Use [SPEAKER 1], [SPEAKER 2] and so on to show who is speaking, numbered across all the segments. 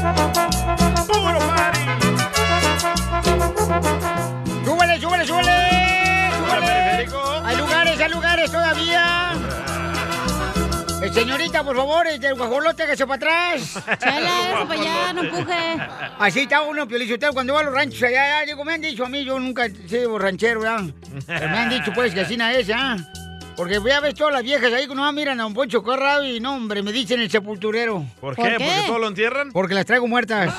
[SPEAKER 1] ¡Puro party! ¡Súbele, súbele, súbele! ¡Súbele! ¡Hay lugares, hay lugares todavía! Eh, señorita, por favor, este, el guajolote que se para atrás.
[SPEAKER 2] Chela, eso para allá, no empuje.
[SPEAKER 1] Así está uno, Piolichotero, cuando va a los ranchos allá, ya, digo, me han dicho a mí, yo nunca he sido ranchero, ¿verdad? Pero me han dicho, pues, que así na es, ¿ah? Porque voy a ver todas las viejas ahí, que no miran a un poncho corrado y no, hombre, me dicen el sepulturero.
[SPEAKER 3] ¿Por qué? ¿Por qué? ¿Porque todo lo entierran?
[SPEAKER 1] Porque las traigo muertas.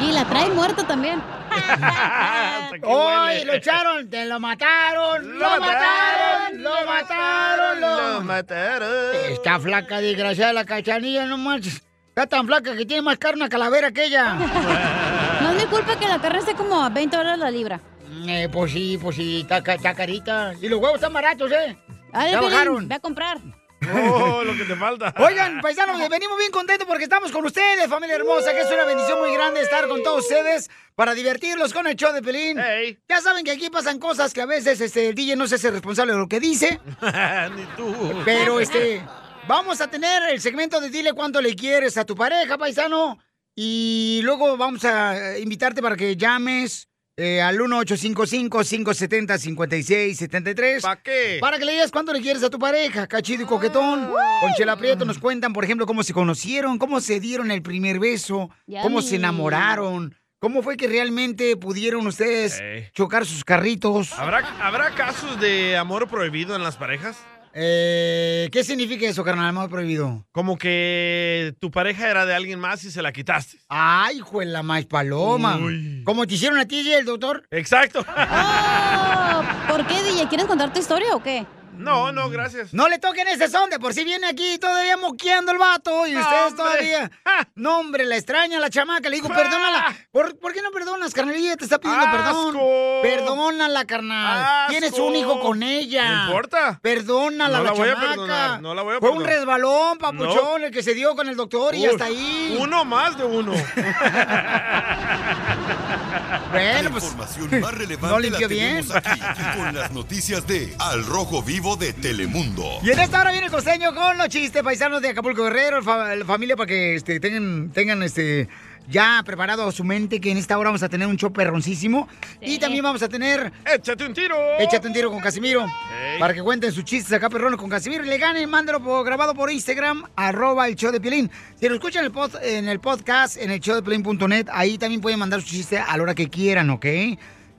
[SPEAKER 2] Y la trae muerta también.
[SPEAKER 1] ¡Ay, lo echaron! ¡Te lo mataron! ¡Lo, mataron! ¡Lo mataron! ¡Lo, mataron! Está flaca, desgraciada la cachanilla, no manches. Está tan flaca que tiene más carne una calavera que ella.
[SPEAKER 2] No es mi culpa que la carne esté como a 20 dólares la libra.
[SPEAKER 1] Eh, pues sí, pues sí, está, ca- está carita. Y los huevos están baratos, ¿eh?
[SPEAKER 2] Dale,
[SPEAKER 1] ya
[SPEAKER 2] Piolín,
[SPEAKER 1] bajaron.
[SPEAKER 2] Ve a comprar.
[SPEAKER 3] Oh, lo que te falta.
[SPEAKER 1] Oigan, paisanos, eh, venimos bien contentos porque estamos con ustedes, familia hermosa, que es una bendición muy grande estar con todos ustedes para divertirlos con el show de Pelín. Ya saben que aquí pasan cosas que a veces este, el DJ no se hace responsable de lo que dice,
[SPEAKER 3] Ni tú.
[SPEAKER 1] pero este, vamos a tener el segmento de dile cuánto le quieres a tu pareja, paisano, y luego vamos a eh, invitarte para que llames eh, al 1-855-570-5673.
[SPEAKER 3] ¿Para qué?
[SPEAKER 1] Para que le digas cuánto le quieres a tu pareja, cachido y coquetón. Con Chela Prieto nos cuentan, por ejemplo, cómo se conocieron, cómo se dieron el primer beso, cómo se
[SPEAKER 2] Yummy.
[SPEAKER 1] enamoraron, cómo fue que realmente pudieron ustedes
[SPEAKER 3] Ey.
[SPEAKER 1] chocar sus carritos.
[SPEAKER 3] ¿Habrá, ¿Habrá casos de amor prohibido en las parejas?
[SPEAKER 1] Eh, ¿Qué significa eso, carnal? Amor prohibido.
[SPEAKER 3] Como que tu pareja era de alguien más y se la quitaste.
[SPEAKER 1] Ay, juela la más paloma.
[SPEAKER 3] Uy.
[SPEAKER 1] Como te hicieron a ti y el doctor.
[SPEAKER 3] Exacto.
[SPEAKER 2] Oh, ¿Por qué, DJ? ¿Quieres contar tu historia o qué?
[SPEAKER 3] No, no, gracias.
[SPEAKER 1] No le toquen ese son, de por si viene aquí todavía moqueando el vato y
[SPEAKER 3] No,
[SPEAKER 1] ustedes
[SPEAKER 3] hombre.
[SPEAKER 1] todavía. No, hombre, la extraña, la chamaca. Le digo,
[SPEAKER 3] Ah.
[SPEAKER 1] perdónala. ¿Por, por qué no perdonas, carnalilla? Te está pidiendo perdón.
[SPEAKER 3] ¡Asco!
[SPEAKER 1] Perdónala, carnal.
[SPEAKER 3] ¡Asco!
[SPEAKER 1] Tienes un hijo con ella.
[SPEAKER 3] No importa.
[SPEAKER 1] Perdónala,
[SPEAKER 3] No la voy a
[SPEAKER 1] chamaca.
[SPEAKER 3] perdonar, no la voy a
[SPEAKER 1] Fue un
[SPEAKER 3] perdonar.
[SPEAKER 1] resbalón, papuchón, el que se dio con el doctor y
[SPEAKER 3] Uy,
[SPEAKER 1] hasta ahí.
[SPEAKER 3] Uno más de uno.
[SPEAKER 1] Bueno,
[SPEAKER 4] La
[SPEAKER 1] pues.
[SPEAKER 4] información más
[SPEAKER 1] No
[SPEAKER 4] relevante
[SPEAKER 1] limpió
[SPEAKER 4] la tenemos aquí con las noticias de Al Rojo Vivo de Telemundo.
[SPEAKER 1] Y en esta hora viene el costeño con los chistes paisanos de Acapulco Guerrero, fa- la familia, para que este, tengan, tengan este, ya preparado su mente que en esta hora vamos a tener un show perroncísimo. Y también vamos a tener
[SPEAKER 3] Échate un tiro.
[SPEAKER 1] Échate un tiro con Casimiro.
[SPEAKER 3] Ey.
[SPEAKER 1] Para que cuenten sus chistes acá, perrones con Casimiro. Y le ganen, mándalo por- grabado por Instagram, arroba el show de Piolín. Si lo escuchan en el, pod- en el podcast, en el show de Piolín.net, ahí también pueden mandar su chiste a la hora que quieran, ¿ok?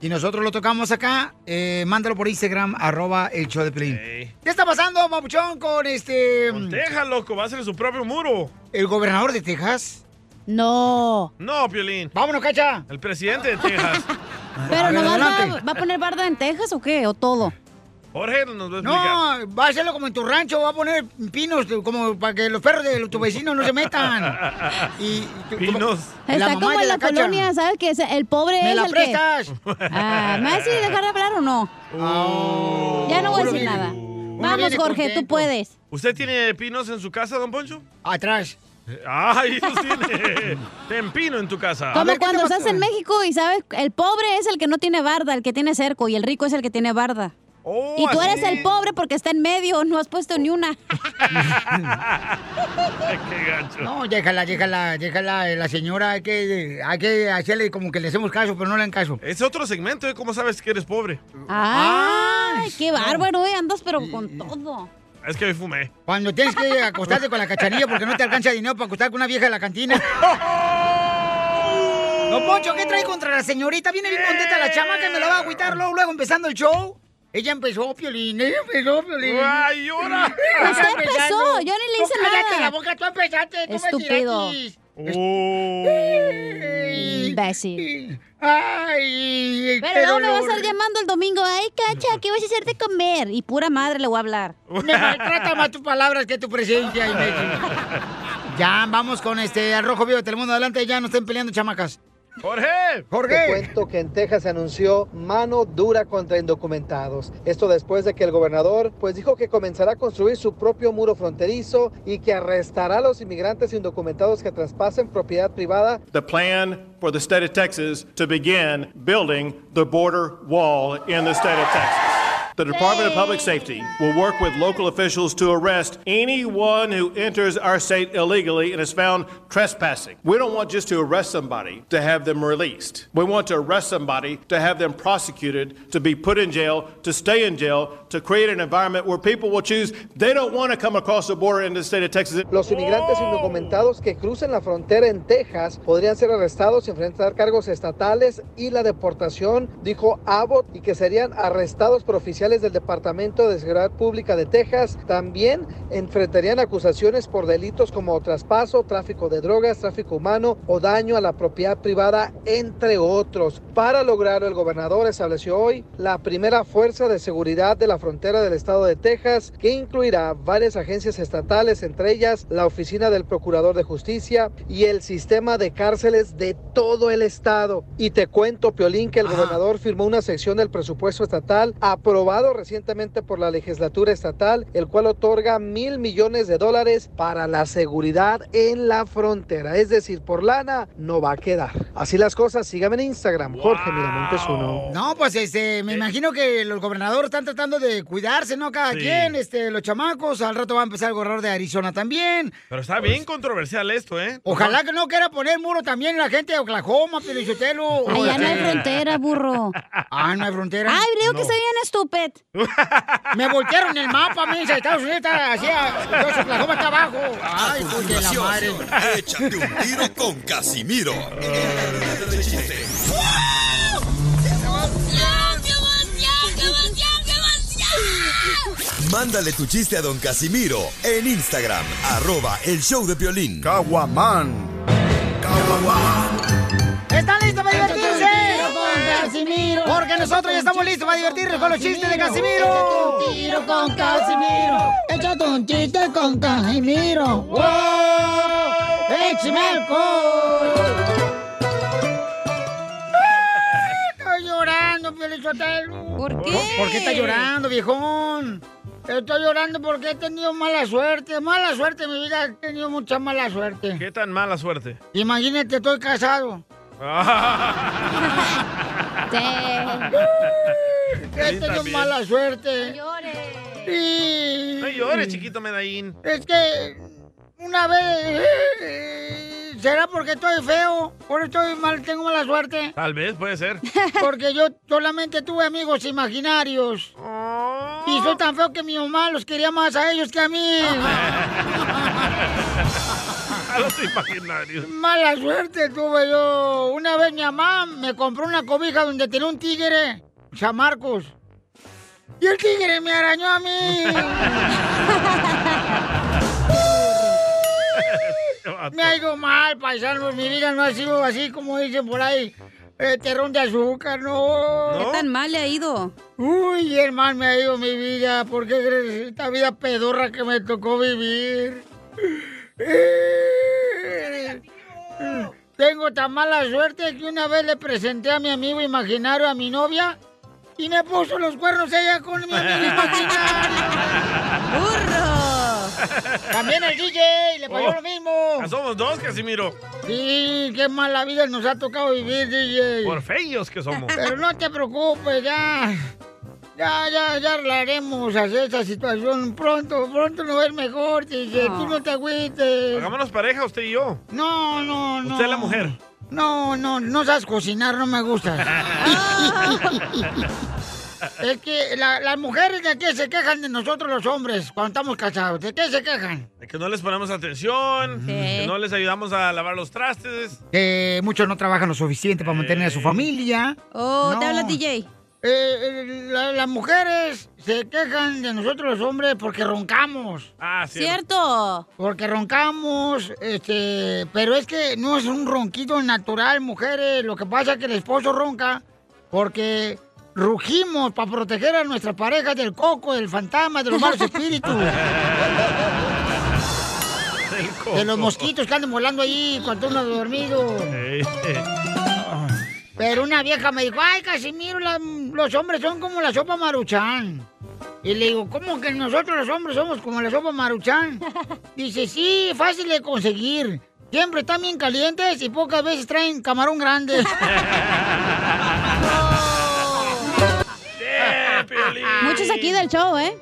[SPEAKER 1] Y nosotros lo tocamos acá, eh, mándalo por Instagram, arroba el show de Piolín.
[SPEAKER 3] Ey.
[SPEAKER 1] ¿Qué está pasando, Mapuchón, con este...
[SPEAKER 3] Con Texas, loco, va a ser su propio muro.
[SPEAKER 1] el gobernador de Texas?
[SPEAKER 2] No.
[SPEAKER 3] No, Piolín.
[SPEAKER 1] Vámonos, Cacha.
[SPEAKER 3] El presidente de Texas.
[SPEAKER 2] ¿Pero
[SPEAKER 1] ver,
[SPEAKER 2] nomás va,
[SPEAKER 1] adelante.
[SPEAKER 2] va a poner barda en Texas o qué? ¿O todo?
[SPEAKER 3] Jorge nos va a explicar.
[SPEAKER 1] No, va a hacerlo como en tu rancho, va a poner pinos como para que los perros de tus vecinos no se metan. Y tu- tu-
[SPEAKER 3] Pinos.
[SPEAKER 2] Está
[SPEAKER 1] mamá
[SPEAKER 2] como
[SPEAKER 1] de
[SPEAKER 2] en la,
[SPEAKER 1] Cacha.
[SPEAKER 2] colonia, ¿sabes? Que es- el pobre
[SPEAKER 1] ¿Me
[SPEAKER 2] es
[SPEAKER 1] la
[SPEAKER 2] el
[SPEAKER 1] prestas?
[SPEAKER 2] que... Ah, ¿Me vas a decir dejar de hablar o no?
[SPEAKER 3] Oh.
[SPEAKER 2] ya no voy a
[SPEAKER 1] uno
[SPEAKER 2] decir
[SPEAKER 1] viene-
[SPEAKER 2] nada.
[SPEAKER 1] uno
[SPEAKER 2] Vamos,
[SPEAKER 1] viene
[SPEAKER 2] Jorge, tú
[SPEAKER 1] contento.
[SPEAKER 2] puedes.
[SPEAKER 3] ¿Usted tiene pinos en su casa, don Poncho?
[SPEAKER 1] Atrás.
[SPEAKER 3] Ay, los tiene. Ten pino en tu casa.
[SPEAKER 2] Como
[SPEAKER 1] ver, ¿qué te
[SPEAKER 2] cuando
[SPEAKER 1] pasa?
[SPEAKER 2] estás en México y sabes, el pobre es el que no tiene barda, el que tiene cerco, y el rico es el que tiene barda.
[SPEAKER 1] Oh,
[SPEAKER 2] y tú eres el pobre porque está en medio, no has puesto ni una.
[SPEAKER 3] Qué gacho.
[SPEAKER 1] No, déjala, déjala, déjala. eh, La señora, hay que, hay que hacerle como que le hacemos caso, pero no le dan caso.
[SPEAKER 3] Es otro segmento, ¿eh? ¿Cómo sabes que eres pobre?
[SPEAKER 2] ¡Ay, qué bárbaro, eh! Andas pero con todo.
[SPEAKER 3] Es que hoy fumé.
[SPEAKER 1] Cuando tienes que acostarte con la cachanilla porque no te alcanza dinero para acostar con una vieja de la cantina. No, Poncho, ¿qué trae contra la señorita? Viene bien contenta la chamaca, me la va a agüitar luego, luego empezando el show. Ella empezó, Piolín, ella empezó, Piolín.
[SPEAKER 3] ¡Ay, llora!
[SPEAKER 1] Ella
[SPEAKER 2] Usted empezó,
[SPEAKER 1] empezando.
[SPEAKER 2] yo ni le
[SPEAKER 1] Tú
[SPEAKER 2] hice
[SPEAKER 1] cállate
[SPEAKER 2] nada.
[SPEAKER 1] la boca, tú empezaste, tú
[SPEAKER 2] Estúpido.
[SPEAKER 1] me tiraste.
[SPEAKER 2] Imbécil.
[SPEAKER 1] Ay,
[SPEAKER 2] Pero
[SPEAKER 1] qué
[SPEAKER 2] luego me va a
[SPEAKER 1] dolor.
[SPEAKER 2] estar llamando el domingo. ¡Ay, cacha, qué vas a hacer de comer! Y pura madre le voy a hablar.
[SPEAKER 1] Me maltrata más tus palabras que tu presencia, imbécil. Ya, vamos con este al Rojo Vivo de Telemundo. Adelante, ya no estén peleando, chamacas.
[SPEAKER 3] ¡Jorge!
[SPEAKER 5] Te
[SPEAKER 1] Jorge.
[SPEAKER 5] cuento que en Texas se anunció mano dura contra indocumentados. Esto después de que el gobernador pues dijo que comenzará a construir su propio muro fronterizo y que arrestará a los inmigrantes indocumentados que traspasen propiedad privada
[SPEAKER 6] the plan for the state of Texas to begin building the border wall in the state of Texas. The Department of Public Safety will work with local officials to arrest anyone who enters our state illegally and is found trespassing. We don't want just to arrest somebody to have them released. We want to arrest somebody to have them prosecuted, to be put in jail, to stay in jail, to create an environment where people will choose they don't want to come across the border into the state of Texas.
[SPEAKER 5] Los inmigrantes indocumentados que crucen la frontera en Texas podrían ser arrestados y enfrentar cargos estatales y la deportación, dijo Abbott, y que serían arrestados por oficiales del Departamento de Seguridad Pública de Texas. También enfrentarían acusaciones por delitos como traspaso, tráfico de drogas, tráfico humano o daño a la propiedad privada, entre otros. Para lograrlo, el gobernador estableció hoy la primera fuerza de seguridad de la frontera del estado de Texas, que incluirá varias agencias estatales, entre ellas la Oficina del Procurador de Justicia y el sistema de cárceles de todo el estado. Y te cuento, Piolín, que el
[SPEAKER 1] Ajá.
[SPEAKER 5] gobernador firmó una sección del presupuesto estatal aprobado recientemente por la legislatura estatal, el cual otorga mil millones de dólares para la seguridad en la frontera. Es decir, por lana no va a quedar. Así las cosas, sígame en Instagram, Jorge Miramontes uno.
[SPEAKER 1] No, pues este, me imagino que los gobernadores están tratando de cuidarse, ¿no? Cada
[SPEAKER 3] Sí.
[SPEAKER 1] quien, este, los chamacos. Al rato va a empezar el gobernador de Arizona también.
[SPEAKER 3] Pero está bien controversial esto, ¿eh?
[SPEAKER 1] Pues Ojalá que no quiera poner muro también la gente de Oklahoma, Pelichotelo.
[SPEAKER 2] Allá no hay frontera, burro.
[SPEAKER 1] Ah, no hay frontera.
[SPEAKER 2] Ay, creo que
[SPEAKER 1] No.
[SPEAKER 2] se bien estúpid.
[SPEAKER 1] Me voltearon el mapa, mensa. Estados Unidos está hacia. Entonces, Oklahoma está abajo. Ay, pues de la madre.
[SPEAKER 4] Échate un tiro con Casimiro. Mándale tu chiste a don Casimiro en Instagram, arroba el show de violín.
[SPEAKER 1] ¿Están listos para divertirse?
[SPEAKER 2] Casimiro.
[SPEAKER 1] Porque nosotros ya estamos listos para divertirnos con los chistes de Casimiro.
[SPEAKER 2] tiro con Casimiro.
[SPEAKER 7] Échate un chiste con Casimiro. ¡Wow! ¡Échame alcohol!
[SPEAKER 1] Estoy llorando, Pielichotelo.
[SPEAKER 2] ¿Por qué?
[SPEAKER 1] ¿Por qué está llorando, viejón? Estoy llorando porque he tenido mala suerte. Mala suerte, mi vida. He tenido mucha mala suerte.
[SPEAKER 3] Qué tan mala suerte.
[SPEAKER 1] Imagínate, estoy casado.
[SPEAKER 2] Sí.
[SPEAKER 1] He
[SPEAKER 3] Sí,
[SPEAKER 1] tenido
[SPEAKER 3] también.
[SPEAKER 1] mala suerte.
[SPEAKER 2] Llores.
[SPEAKER 1] Y...
[SPEAKER 3] No llores, chiquito Medallín.
[SPEAKER 1] Es que una vez eh, será porque estoy feo, por estoy mal, tengo mala suerte,
[SPEAKER 3] Tal vez, puede ser.
[SPEAKER 1] porque yo solamente tuve amigos imaginarios. Y soy tan feo que mi mamá los quería más a ellos que a mí.
[SPEAKER 3] A los imaginarios.
[SPEAKER 1] Mala suerte tuve yo. Una vez mi mamá me compró una cobija donde tenía un tigre, San Marcos. Y el tigre me arañó a mí.
[SPEAKER 3] Qué vato.
[SPEAKER 1] Me ha ido mal, paisanos. Mi vida no ha sido así como dicen por ahí. eh, terrón de azúcar, no.
[SPEAKER 2] ¿Qué tan mal le ha ido?
[SPEAKER 1] Uy, el mal me ha ido mi vida. ¿Por qué crees esta vida pedorra que me tocó vivir? Tengo tan mala suerte que una vez le presenté a mi amigo imaginario a mi novia y me puso los cuernos ella con mi amigo imaginario.
[SPEAKER 2] ¡Burro!
[SPEAKER 1] También el DJ le pasó
[SPEAKER 3] Oh.
[SPEAKER 1] lo mismo.
[SPEAKER 3] Ah, Somos dos, Casimiro.
[SPEAKER 1] Sí, qué mala vida nos ha tocado vivir, DJ.
[SPEAKER 3] Por feos que somos.
[SPEAKER 1] Pero no te preocupes, ya. Ya, ya, ya arreglaremos hacia esta situación. Pronto, pronto nos va a ir mejor, DJ. Tú no te agüites.
[SPEAKER 3] Hagámonos pareja, usted y yo.
[SPEAKER 1] No, no, no.
[SPEAKER 3] Usted es la mujer.
[SPEAKER 1] No, no, no sabes cocinar, no me gusta. es que la- las mujeres de aquí se quejan de nosotros los hombres cuando estamos casados. ¿De qué se quejan?
[SPEAKER 3] De Que no les ponemos atención, que no les ayudamos a lavar los trastes.
[SPEAKER 1] Que muchos no trabajan lo suficiente para mantener a su familia.
[SPEAKER 2] Oh, Eh. te
[SPEAKER 1] No.
[SPEAKER 2] habla DJ.
[SPEAKER 1] Eh, la- las mujeres se quejan de nosotros los hombres porque roncamos.
[SPEAKER 3] Ah,
[SPEAKER 2] Cierto.
[SPEAKER 1] Porque roncamos, este, pero es que no es un ronquido natural, mujeres. Lo que pasa es que el esposo ronca porque rugimos para proteger a nuestras parejas del coco, del fantasma, de los malos espíritus, de los mosquitos que andan volando ahí cuando uno ha dormido. Pero una vieja me dijo, ay, Casimiro, la- los hombres son como la sopa maruchan. Y le digo, ¿cómo que nosotros los hombres somos como la sopa maruchan? Dice, sí, fácil de conseguir. Siempre están bien calientes y pocas veces traen camarón grande.
[SPEAKER 2] Muchos aquí del show, ¿eh?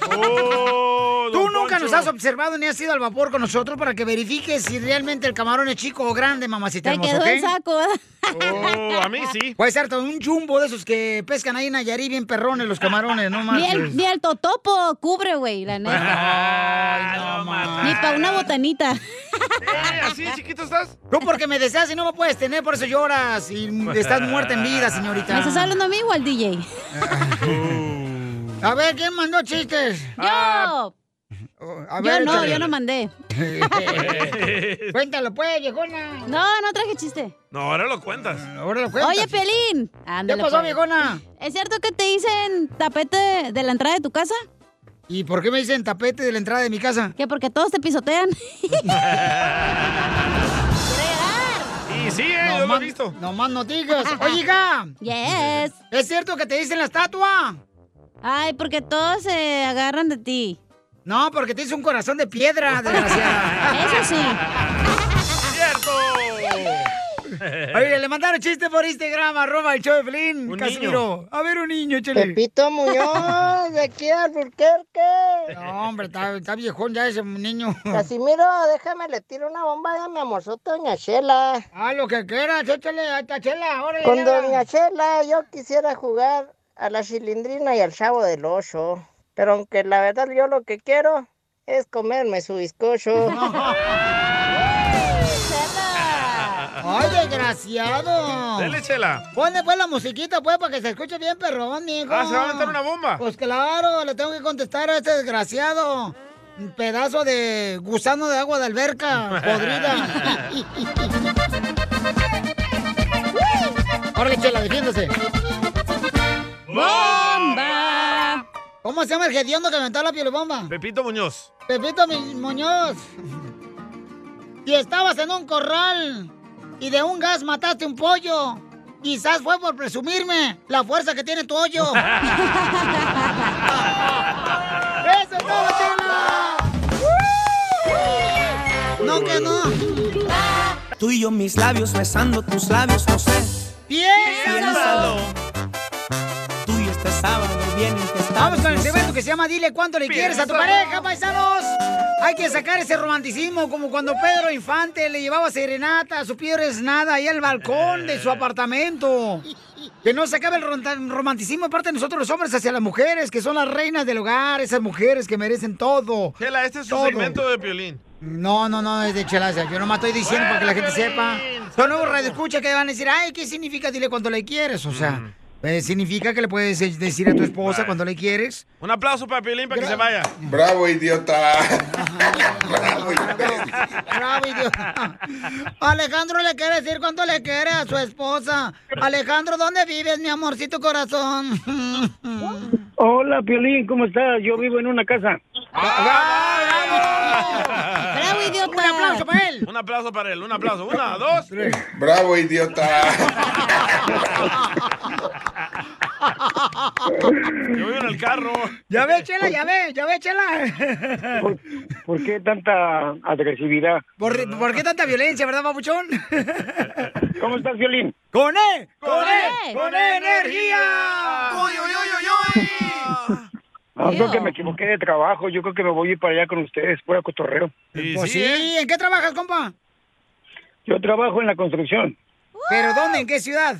[SPEAKER 1] Tú nunca nos has observado ni has ido al vapor con nosotros para que verifiques si realmente el camarón es chico o grande, mamacita
[SPEAKER 2] Te
[SPEAKER 1] hermosa,
[SPEAKER 2] quedó
[SPEAKER 1] ¿ok?
[SPEAKER 2] el saco.
[SPEAKER 3] Oh, a mí sí.
[SPEAKER 1] Puede ser todo un jumbo de esos que pescan ahí en Nayarit bien perrones los camarones, no
[SPEAKER 2] Ni
[SPEAKER 1] manches.
[SPEAKER 2] el, ni el totopo cubre, güey, la neta. Ni para una botanita.
[SPEAKER 3] ¿eh? ¿Así de chiquito estás?
[SPEAKER 1] No, porque me deseas y no me puedes tener, por eso lloras y estás muerta en vida, señorita.
[SPEAKER 2] ¿Me estás hablando a mí o al DJ?
[SPEAKER 1] Uh. A ver, ¿quién mandó chistes?
[SPEAKER 2] ¡Yo!
[SPEAKER 1] A
[SPEAKER 2] Yo
[SPEAKER 1] ver,
[SPEAKER 2] no,
[SPEAKER 1] échale.
[SPEAKER 2] yo no mandé.
[SPEAKER 1] Cuéntalo pues, viejona.
[SPEAKER 2] No, no traje chiste.
[SPEAKER 3] No, ahora lo cuentas.
[SPEAKER 1] Ahora lo
[SPEAKER 2] Oye, Pelín. Ándale,
[SPEAKER 1] pasó,
[SPEAKER 2] pues.
[SPEAKER 1] viejona?
[SPEAKER 2] ¿Es cierto que te dicen tapete de la entrada de tu casa?
[SPEAKER 1] ¿Y por qué me dicen tapete de la entrada de mi casa?
[SPEAKER 2] Que porque todos te pisotean.
[SPEAKER 3] Y sí, eh, yo lo he visto.
[SPEAKER 1] Nomás no digas. Oye, hija.
[SPEAKER 2] Yes.
[SPEAKER 1] ¿Es cierto que te dicen la estatua?
[SPEAKER 2] Ay, porque todos se agarran de ti.
[SPEAKER 1] No, porque te hice un corazón de piedra, desgraciada.
[SPEAKER 2] Eso sí.
[SPEAKER 3] ¡Cierto!
[SPEAKER 1] Oye, le mandaron chiste por Instagram, arroba el show de Pelín,
[SPEAKER 3] Un
[SPEAKER 1] Casimiro. A ver, un niño, chele.
[SPEAKER 7] Pepito Muñoz, de aquí al Burquerque.
[SPEAKER 1] No, hombre, está, está viejón ya ese niño.
[SPEAKER 7] Casimiro, déjame, le tiro una bomba a mi amorzote, Doña Chela.
[SPEAKER 1] Ah, lo que quieras, échale a esta chela, órale.
[SPEAKER 7] Con
[SPEAKER 1] ya.
[SPEAKER 7] Doña Chela yo quisiera jugar a la cilindrina y al chavo del ocho. Pero aunque la verdad yo lo que quiero es comerme su bizcocho.
[SPEAKER 1] Ay, desgraciado.
[SPEAKER 3] Dele, chela.
[SPEAKER 1] Ponle pues la musiquita, pues, para que se escuche bien, perrón, mijo.
[SPEAKER 3] Ah, ¿se va a aventar una bomba?
[SPEAKER 1] Pues claro, le tengo que contestar a este desgraciado. Un pedazo de gusano de agua de alberca, podrida. Órale, chela, defiéndase.
[SPEAKER 2] ¡Bomba!
[SPEAKER 1] ¿Cómo se llama el gediondo que aventó la piel bomba?
[SPEAKER 3] Pepito Muñoz.
[SPEAKER 1] Pepito Mi- Muñoz. Si estabas en un corral y de un gas mataste un pollo, quizás fue por presumirme la fuerza que tiene tu hoyo. ¡Eso es todo, Chela! No, que no.
[SPEAKER 8] Tú y yo mis labios besando tus labios, no sé.
[SPEAKER 1] ¡Piénsalo!
[SPEAKER 8] Tú y este sábado bien intestado.
[SPEAKER 1] Vamos con el segmento que se llama Dile cuánto le quieres a tu
[SPEAKER 8] Piénsalo.
[SPEAKER 1] pareja, paisanos. Hay que sacar ese romanticismo como cuando Pedro Infante le llevaba serenata a su es nada ahí al balcón de su apartamento. Que no se acabe el ronta- romanticismo aparte de nosotros los hombres hacia las mujeres, que son las reinas del hogar, esas mujeres que merecen todo.
[SPEAKER 3] Chela, este es su
[SPEAKER 1] Todo.
[SPEAKER 3] segmento de violín.
[SPEAKER 1] No, no, no, es de chelaza. Yo nomás estoy diciendo para que la gente sepa. Son nuevos radioescuchas que van a decir, ay, ¿qué significa? Dile cuando le quieres. O sea, eh, significa que le puedes eh, decir a tu esposa cuando le quieres.
[SPEAKER 3] Un aplauso para Piolín para que se vaya.
[SPEAKER 9] Bravo, idiota.
[SPEAKER 1] Bravo, idiota. Alejandro le quiere decir cuánto le quiere a su esposa. Alejandro, ¿dónde vives, mi amorcito corazón?
[SPEAKER 10] Hola, Piolín, ¿cómo estás? Yo vivo en una casa.
[SPEAKER 1] ¡Bravo, idiota! Un aplauso para él.
[SPEAKER 3] Un aplauso para él, un aplauso. Una, dos, tres.
[SPEAKER 9] Bravo, idiota.
[SPEAKER 3] Yo vivo en el carro.
[SPEAKER 1] Ya ve, chela, ya ve, ya ve, chela.
[SPEAKER 10] ¿Por, por qué tanta agresividad?
[SPEAKER 1] ¿Por, por qué tanta violencia, verdad, papuchón?
[SPEAKER 10] ¿Cómo estás, Piolín?
[SPEAKER 1] ¡Con E él!
[SPEAKER 10] E,
[SPEAKER 3] ¡Con E! ¡Con E energía!
[SPEAKER 1] ¡Uy, uy, uy, uy, uy!
[SPEAKER 10] No, Ah, creo que me equivoqué de trabajo. Yo creo que me voy a ir para allá con ustedes, fuera cotorreo.
[SPEAKER 1] Pues sí, ¿en qué trabajas, compa?
[SPEAKER 10] Yo trabajo en la construcción,
[SPEAKER 1] ¿Pero dónde? ¿En qué ciudad?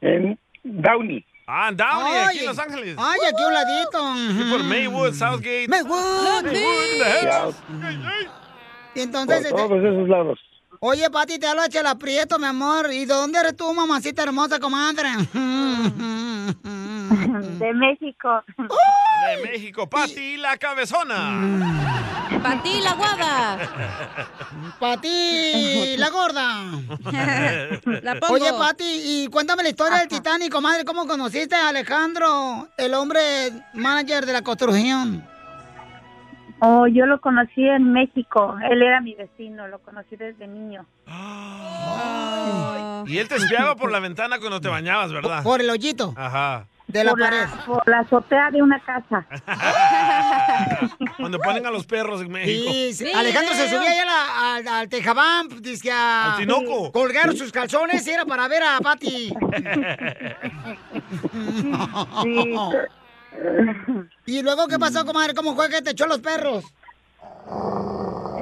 [SPEAKER 10] en Downey.
[SPEAKER 3] Ah, en Downey, aquí
[SPEAKER 1] Ay.
[SPEAKER 3] en Los Ángeles.
[SPEAKER 1] Ay, aquí a un ladito.
[SPEAKER 3] Aquí por Maywood, Southgate.
[SPEAKER 1] Maywood.
[SPEAKER 3] Maywood, the Hedges.
[SPEAKER 1] Y
[SPEAKER 10] Por pues,
[SPEAKER 1] entonces, este,
[SPEAKER 10] todos esos lados.
[SPEAKER 1] oye, Pati, te habla Chela Prieto, mi amor. ¿Y de dónde eres tú, mamacita hermosa, comadre? De
[SPEAKER 11] México.
[SPEAKER 3] De México, Pati la cabezona.
[SPEAKER 2] Pati la guava.
[SPEAKER 1] Pati, la gorda.
[SPEAKER 2] La pongo.
[SPEAKER 1] Oye, Pati, y cuéntame la historia del Titanic, comadre. ¿Cómo conociste a Alejandro, el hombre manager de la construcción?
[SPEAKER 11] Oh, yo lo conocí en México. Él era mi vecino, lo conocí desde niño.
[SPEAKER 3] Y él te espiaba por la ventana cuando te bañabas, ¿verdad?
[SPEAKER 1] Por el hoyito.
[SPEAKER 3] Ajá.
[SPEAKER 11] por por la azotea de una casa.
[SPEAKER 3] Cuando ponen a los perros en México.
[SPEAKER 1] Sí, sí. Alejandro se subía allá a la- al, al tejabán, dizque a...
[SPEAKER 3] Al tinoco.
[SPEAKER 1] Colgar sus calzones y era para ver a Pati. ¿Y luego qué pasó, comadre? ¿Cómo fue que te echó los perros?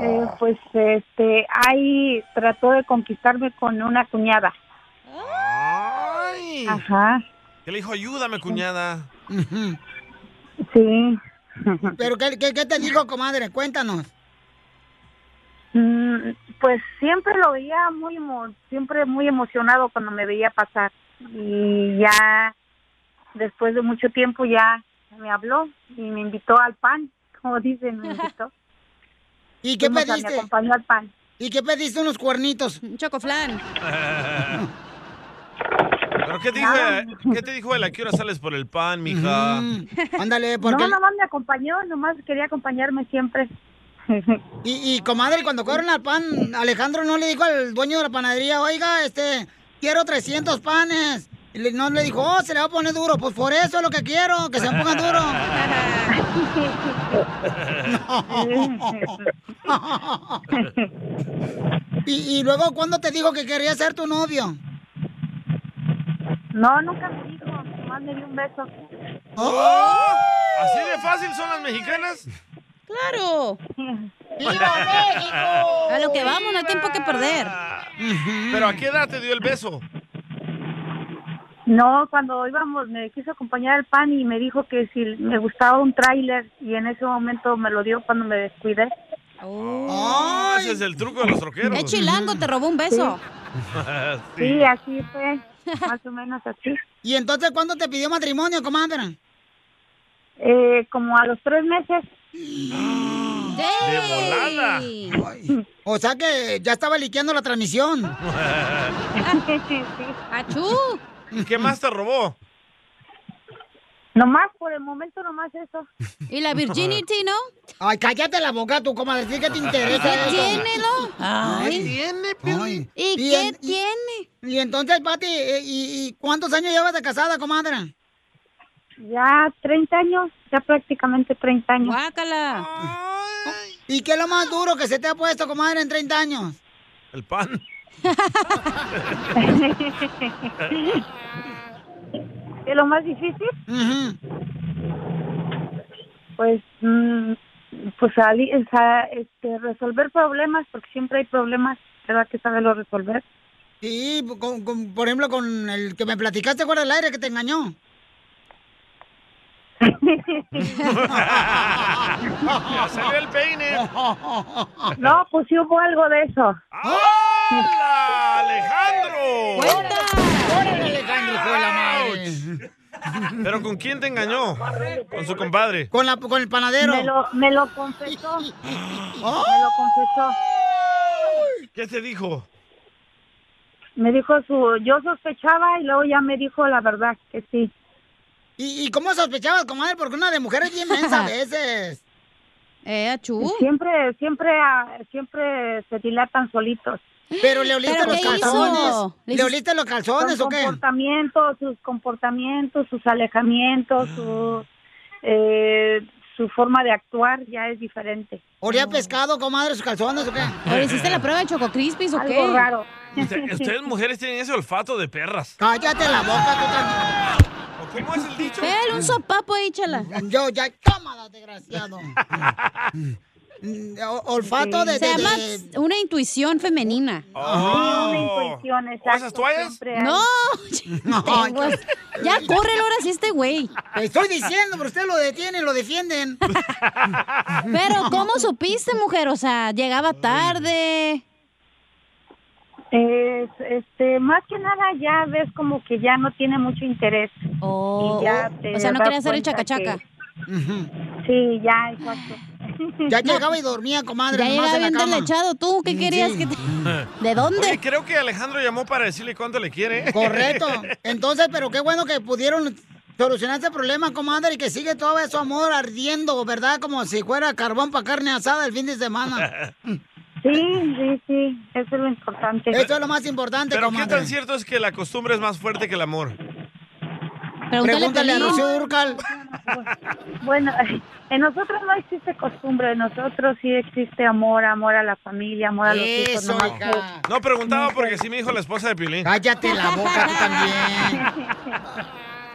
[SPEAKER 11] Eh, pues este, ahí trató de conquistarme con una cuñada. Ajá,
[SPEAKER 3] Que le dijo, ayúdame, cuñada.
[SPEAKER 11] sí.
[SPEAKER 1] ¿Pero qué, qué- qué te dijo, comadre? Cuéntanos.
[SPEAKER 11] Mm, Pues siempre lo veía muy, emo- siempre muy emocionado cuando me veía pasar. Y ya después de mucho tiempo ya me habló y me invitó al pan, como dicen, me invitó.
[SPEAKER 1] ¿Y qué
[SPEAKER 11] Fuimos a-
[SPEAKER 1] pediste?
[SPEAKER 11] Me acompañó al pan.
[SPEAKER 1] ¿Y qué pediste unos cuernitos?
[SPEAKER 2] Chocoflan.
[SPEAKER 3] ¿Pero qué te, dijo, qué te dijo él? ¿A qué hora sales por el pan, mija?
[SPEAKER 1] Ándale,
[SPEAKER 11] No,
[SPEAKER 1] porque...
[SPEAKER 11] nomás me acompañó, nomás quería acompañarme siempre.
[SPEAKER 1] Y, y, comadre, cuando cobran al pan, Alejandro no le dijo al dueño de la panadería, oiga, este, quiero 300 panes. Y le- no le dijo, oh, se le va a poner duro. Pues por eso es lo que quiero, que se me pongan duro. y, y luego, ¿cuándo te dijo que quería ser tu novio?
[SPEAKER 11] No, nunca me dijo, nomás me dio un beso.
[SPEAKER 3] ¡Oh! ¿Así de fácil son las mexicanas?
[SPEAKER 2] Claro.
[SPEAKER 3] México!
[SPEAKER 2] A lo que vamos, no hay tiempo que perder.
[SPEAKER 3] ¿Pero a qué edad te dio el beso?
[SPEAKER 11] No, cuando íbamos me quiso acompañar al pan y me dijo que si me gustaba un tráiler y en ese momento me lo dio cuando me descuidé.
[SPEAKER 1] Oh.
[SPEAKER 3] Ah, Ese es el truco de los troqueros.
[SPEAKER 2] Es chilango, te robó un beso.
[SPEAKER 3] Sí.
[SPEAKER 11] así fue, más o menos así.
[SPEAKER 1] ¿Y entonces cuándo te pidió matrimonio, comadre?
[SPEAKER 11] Eh, como a los tres meses.
[SPEAKER 3] De volada.
[SPEAKER 1] Ay, O sea que ya estaba liqueando la transmisión.
[SPEAKER 2] ¡Achú!
[SPEAKER 3] ¿Qué más te robó?
[SPEAKER 11] Nomás, por el momento nomás eso.
[SPEAKER 2] ¿Y la virginity, no?
[SPEAKER 1] Ay, cállate la boca, tú, comadre. ¿sí que te interesa
[SPEAKER 2] ¿Qué
[SPEAKER 1] eso?
[SPEAKER 2] tiene, lo?
[SPEAKER 1] Ay.
[SPEAKER 3] tiene,
[SPEAKER 1] Ay.
[SPEAKER 2] ¿Y qué
[SPEAKER 1] en-
[SPEAKER 2] tiene?
[SPEAKER 1] Y entonces, Pati, eh, ¿y, y cuántos años llevas de casada, comadre?
[SPEAKER 11] Ya 30 años, ya prácticamente 30 años.
[SPEAKER 2] ¡Guácala!
[SPEAKER 1] ¿Y qué es lo más duro que se te ha puesto, comadre, en 30 años?
[SPEAKER 3] El pan.
[SPEAKER 11] ¿Qué lo más difícil? Pues, mm, pues ali- o sea, este, resolver problemas, porque siempre hay problemas, ¿verdad? Que saberlo resolver.
[SPEAKER 1] Sí, con- con- por ejemplo, con el que me platicaste fuera del aire que te engañó.
[SPEAKER 3] Ya salió el peine.
[SPEAKER 11] No, pues sí hubo algo de eso.
[SPEAKER 3] ¡Hola, Alejandro!
[SPEAKER 1] ¡Órale, Alejandro, hijo de la madre!
[SPEAKER 3] ¿Pero con quién te engañó? Con su compadre.
[SPEAKER 1] Con, la, con el panadero.
[SPEAKER 11] Me lo, me lo confesó. Me lo confesó.
[SPEAKER 3] ¿Qué te dijo?
[SPEAKER 11] Me dijo su, yo sospechaba y luego ya me dijo la verdad que sí.
[SPEAKER 1] ¿Y, y cómo sospechabas, comadre? Porque una de mujeres bien mensa a veces.
[SPEAKER 2] Eh, achú.
[SPEAKER 11] Siempre, siempre, ah, siempre se dilatan solitos.
[SPEAKER 1] Pero le oliste
[SPEAKER 11] ¿Pero
[SPEAKER 1] los
[SPEAKER 11] qué hizo?
[SPEAKER 1] calzones.
[SPEAKER 11] ¿Le
[SPEAKER 1] ¿Le,
[SPEAKER 11] hiciste-
[SPEAKER 1] oliste los calzones
[SPEAKER 11] Sus
[SPEAKER 1] o qué?
[SPEAKER 11] comportamientos, sus comportamientos, sus alejamientos,
[SPEAKER 1] Ah.
[SPEAKER 11] su, eh, su forma de actuar ya es diferente.
[SPEAKER 1] ¿Olía pescado, comadre, sus calzones o qué?
[SPEAKER 2] ¿Le hiciste la prueba de Choco Crispis o
[SPEAKER 11] Algo
[SPEAKER 2] qué?
[SPEAKER 11] raro.
[SPEAKER 3] Usted- ustedes mujeres tienen ese olfato de perras.
[SPEAKER 1] Cállate la boca, tú también.
[SPEAKER 3] ¿O ¿Cómo es el dicho?
[SPEAKER 2] Pégale un sopapo ahí, chala.
[SPEAKER 1] Yo ya, tómala, desgraciado. Mm, olfato de-
[SPEAKER 2] Se
[SPEAKER 1] de-
[SPEAKER 2] llama
[SPEAKER 1] de-
[SPEAKER 2] una intuición femenina.
[SPEAKER 3] Oh. Sí, una
[SPEAKER 11] intuición,
[SPEAKER 3] esas toallas? siempre hay.
[SPEAKER 2] No.
[SPEAKER 1] No,
[SPEAKER 2] Tenguas. ya corre ahora sí este güey.
[SPEAKER 1] Te estoy diciendo, pero ustedes lo detienen, lo defienden.
[SPEAKER 2] Pero, ¿cómo supiste, mujer? O sea, llegaba tarde.
[SPEAKER 11] Es, este, más que nada ya ves como que ya no tiene mucho interés.
[SPEAKER 2] Oh,
[SPEAKER 11] Y ya
[SPEAKER 2] oh,
[SPEAKER 11] te
[SPEAKER 2] o sea, no
[SPEAKER 11] das
[SPEAKER 2] quería hacer el
[SPEAKER 11] cuenta
[SPEAKER 2] chacachaca.
[SPEAKER 11] que- Sí, ya, exacto.
[SPEAKER 1] Ya llegaba y dormía, comadre.
[SPEAKER 2] Ya
[SPEAKER 1] nomás
[SPEAKER 2] llegaba
[SPEAKER 1] en la
[SPEAKER 2] bien
[SPEAKER 1] cama.
[SPEAKER 2] deslechado. ¿Tú qué querías que te- ¿De dónde?
[SPEAKER 3] Oye, creo que Alejandro llamó para decirle cuánto le quiere.
[SPEAKER 1] Correcto. Entonces, pero qué bueno que pudieron solucionar este problema, comadre, y que sigue todo su amor ardiendo, ¿verdad? Como si fuera carbón para carne asada el fin de semana.
[SPEAKER 11] Sí, sí, sí. Eso es lo importante.
[SPEAKER 1] Eso es lo más importante,
[SPEAKER 3] Pero qué
[SPEAKER 1] comadre.
[SPEAKER 3] tan cierto es que la costumbre es más fuerte que el amor.
[SPEAKER 1] Pregúntale a Rocío
[SPEAKER 11] Durcal. Bueno, en nosotros no existe costumbre, en nosotros sí existe amor, amor a la familia, amor a los hijos.
[SPEAKER 3] Eso,
[SPEAKER 11] nomás
[SPEAKER 3] hija.
[SPEAKER 11] que-
[SPEAKER 3] No preguntaba porque sí me dijo la esposa de Pilín.
[SPEAKER 1] Cállate la boca tú también.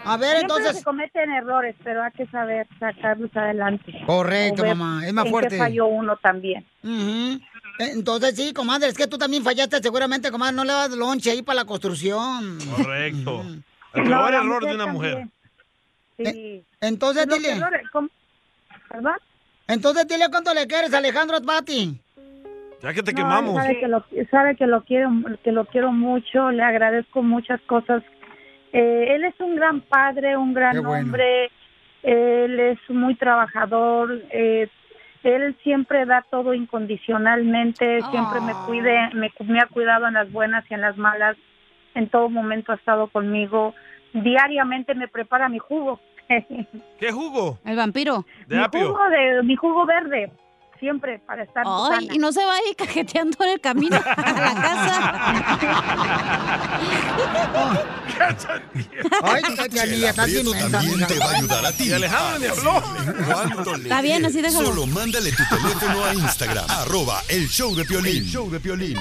[SPEAKER 1] A ver,
[SPEAKER 11] Siempre
[SPEAKER 1] entonces-
[SPEAKER 11] se cometen errores, pero hay que saber sacarlos adelante.
[SPEAKER 1] Correcto,
[SPEAKER 11] O ver
[SPEAKER 1] mamá, es más
[SPEAKER 11] en
[SPEAKER 1] fuerte.
[SPEAKER 11] qué falló uno también.
[SPEAKER 1] Ujú. Entonces sí, comadre, es que tú también fallaste seguramente, comadre, no le das lonche ahí para la construcción.
[SPEAKER 3] Correcto.
[SPEAKER 1] No,
[SPEAKER 3] El peor
[SPEAKER 1] la
[SPEAKER 3] error de
[SPEAKER 1] mujer
[SPEAKER 3] una mujer.
[SPEAKER 1] también. Eh, Entonces
[SPEAKER 11] Los
[SPEAKER 1] dile.
[SPEAKER 11] errores, ¿Perdón?
[SPEAKER 1] Entonces dile cuánto le quieres, Alejandro Bati.
[SPEAKER 3] Ya que te
[SPEAKER 11] No,
[SPEAKER 3] quemamos.
[SPEAKER 11] Sabe que, lo, sabe que lo quiero, que lo quiero mucho, le agradezco muchas cosas. Eh, él es un gran padre, un gran
[SPEAKER 12] Qué bueno.
[SPEAKER 11] hombre, él es muy trabajador, eh, él siempre da todo incondicionalmente, siempre
[SPEAKER 3] Ah.
[SPEAKER 11] me cuide, me, cu- me ha cuidado en las buenas y en las malas, en todo momento ha estado conmigo, diariamente me prepara mi jugo.
[SPEAKER 3] ¿Qué jugo?
[SPEAKER 2] El vampiro.
[SPEAKER 3] De
[SPEAKER 11] mi
[SPEAKER 3] apio.
[SPEAKER 11] jugo de, mi jugo verde, siempre para estar
[SPEAKER 2] Ay,
[SPEAKER 11] sana.
[SPEAKER 2] y no se va ahí cajeteando en el camino a la casa.
[SPEAKER 1] Ay, Cachanilla, estás bien
[SPEAKER 4] Prieto
[SPEAKER 1] mensa.
[SPEAKER 4] también te va a ayudar a ti.
[SPEAKER 3] Y Alejandro ni habló.
[SPEAKER 4] ¿Cuánto le
[SPEAKER 2] Está bien,
[SPEAKER 4] quieres?
[SPEAKER 2] así déjalo.
[SPEAKER 4] Solo mándale tu teléfono a Instagram. arroba el show de Piolín. show de Piolín.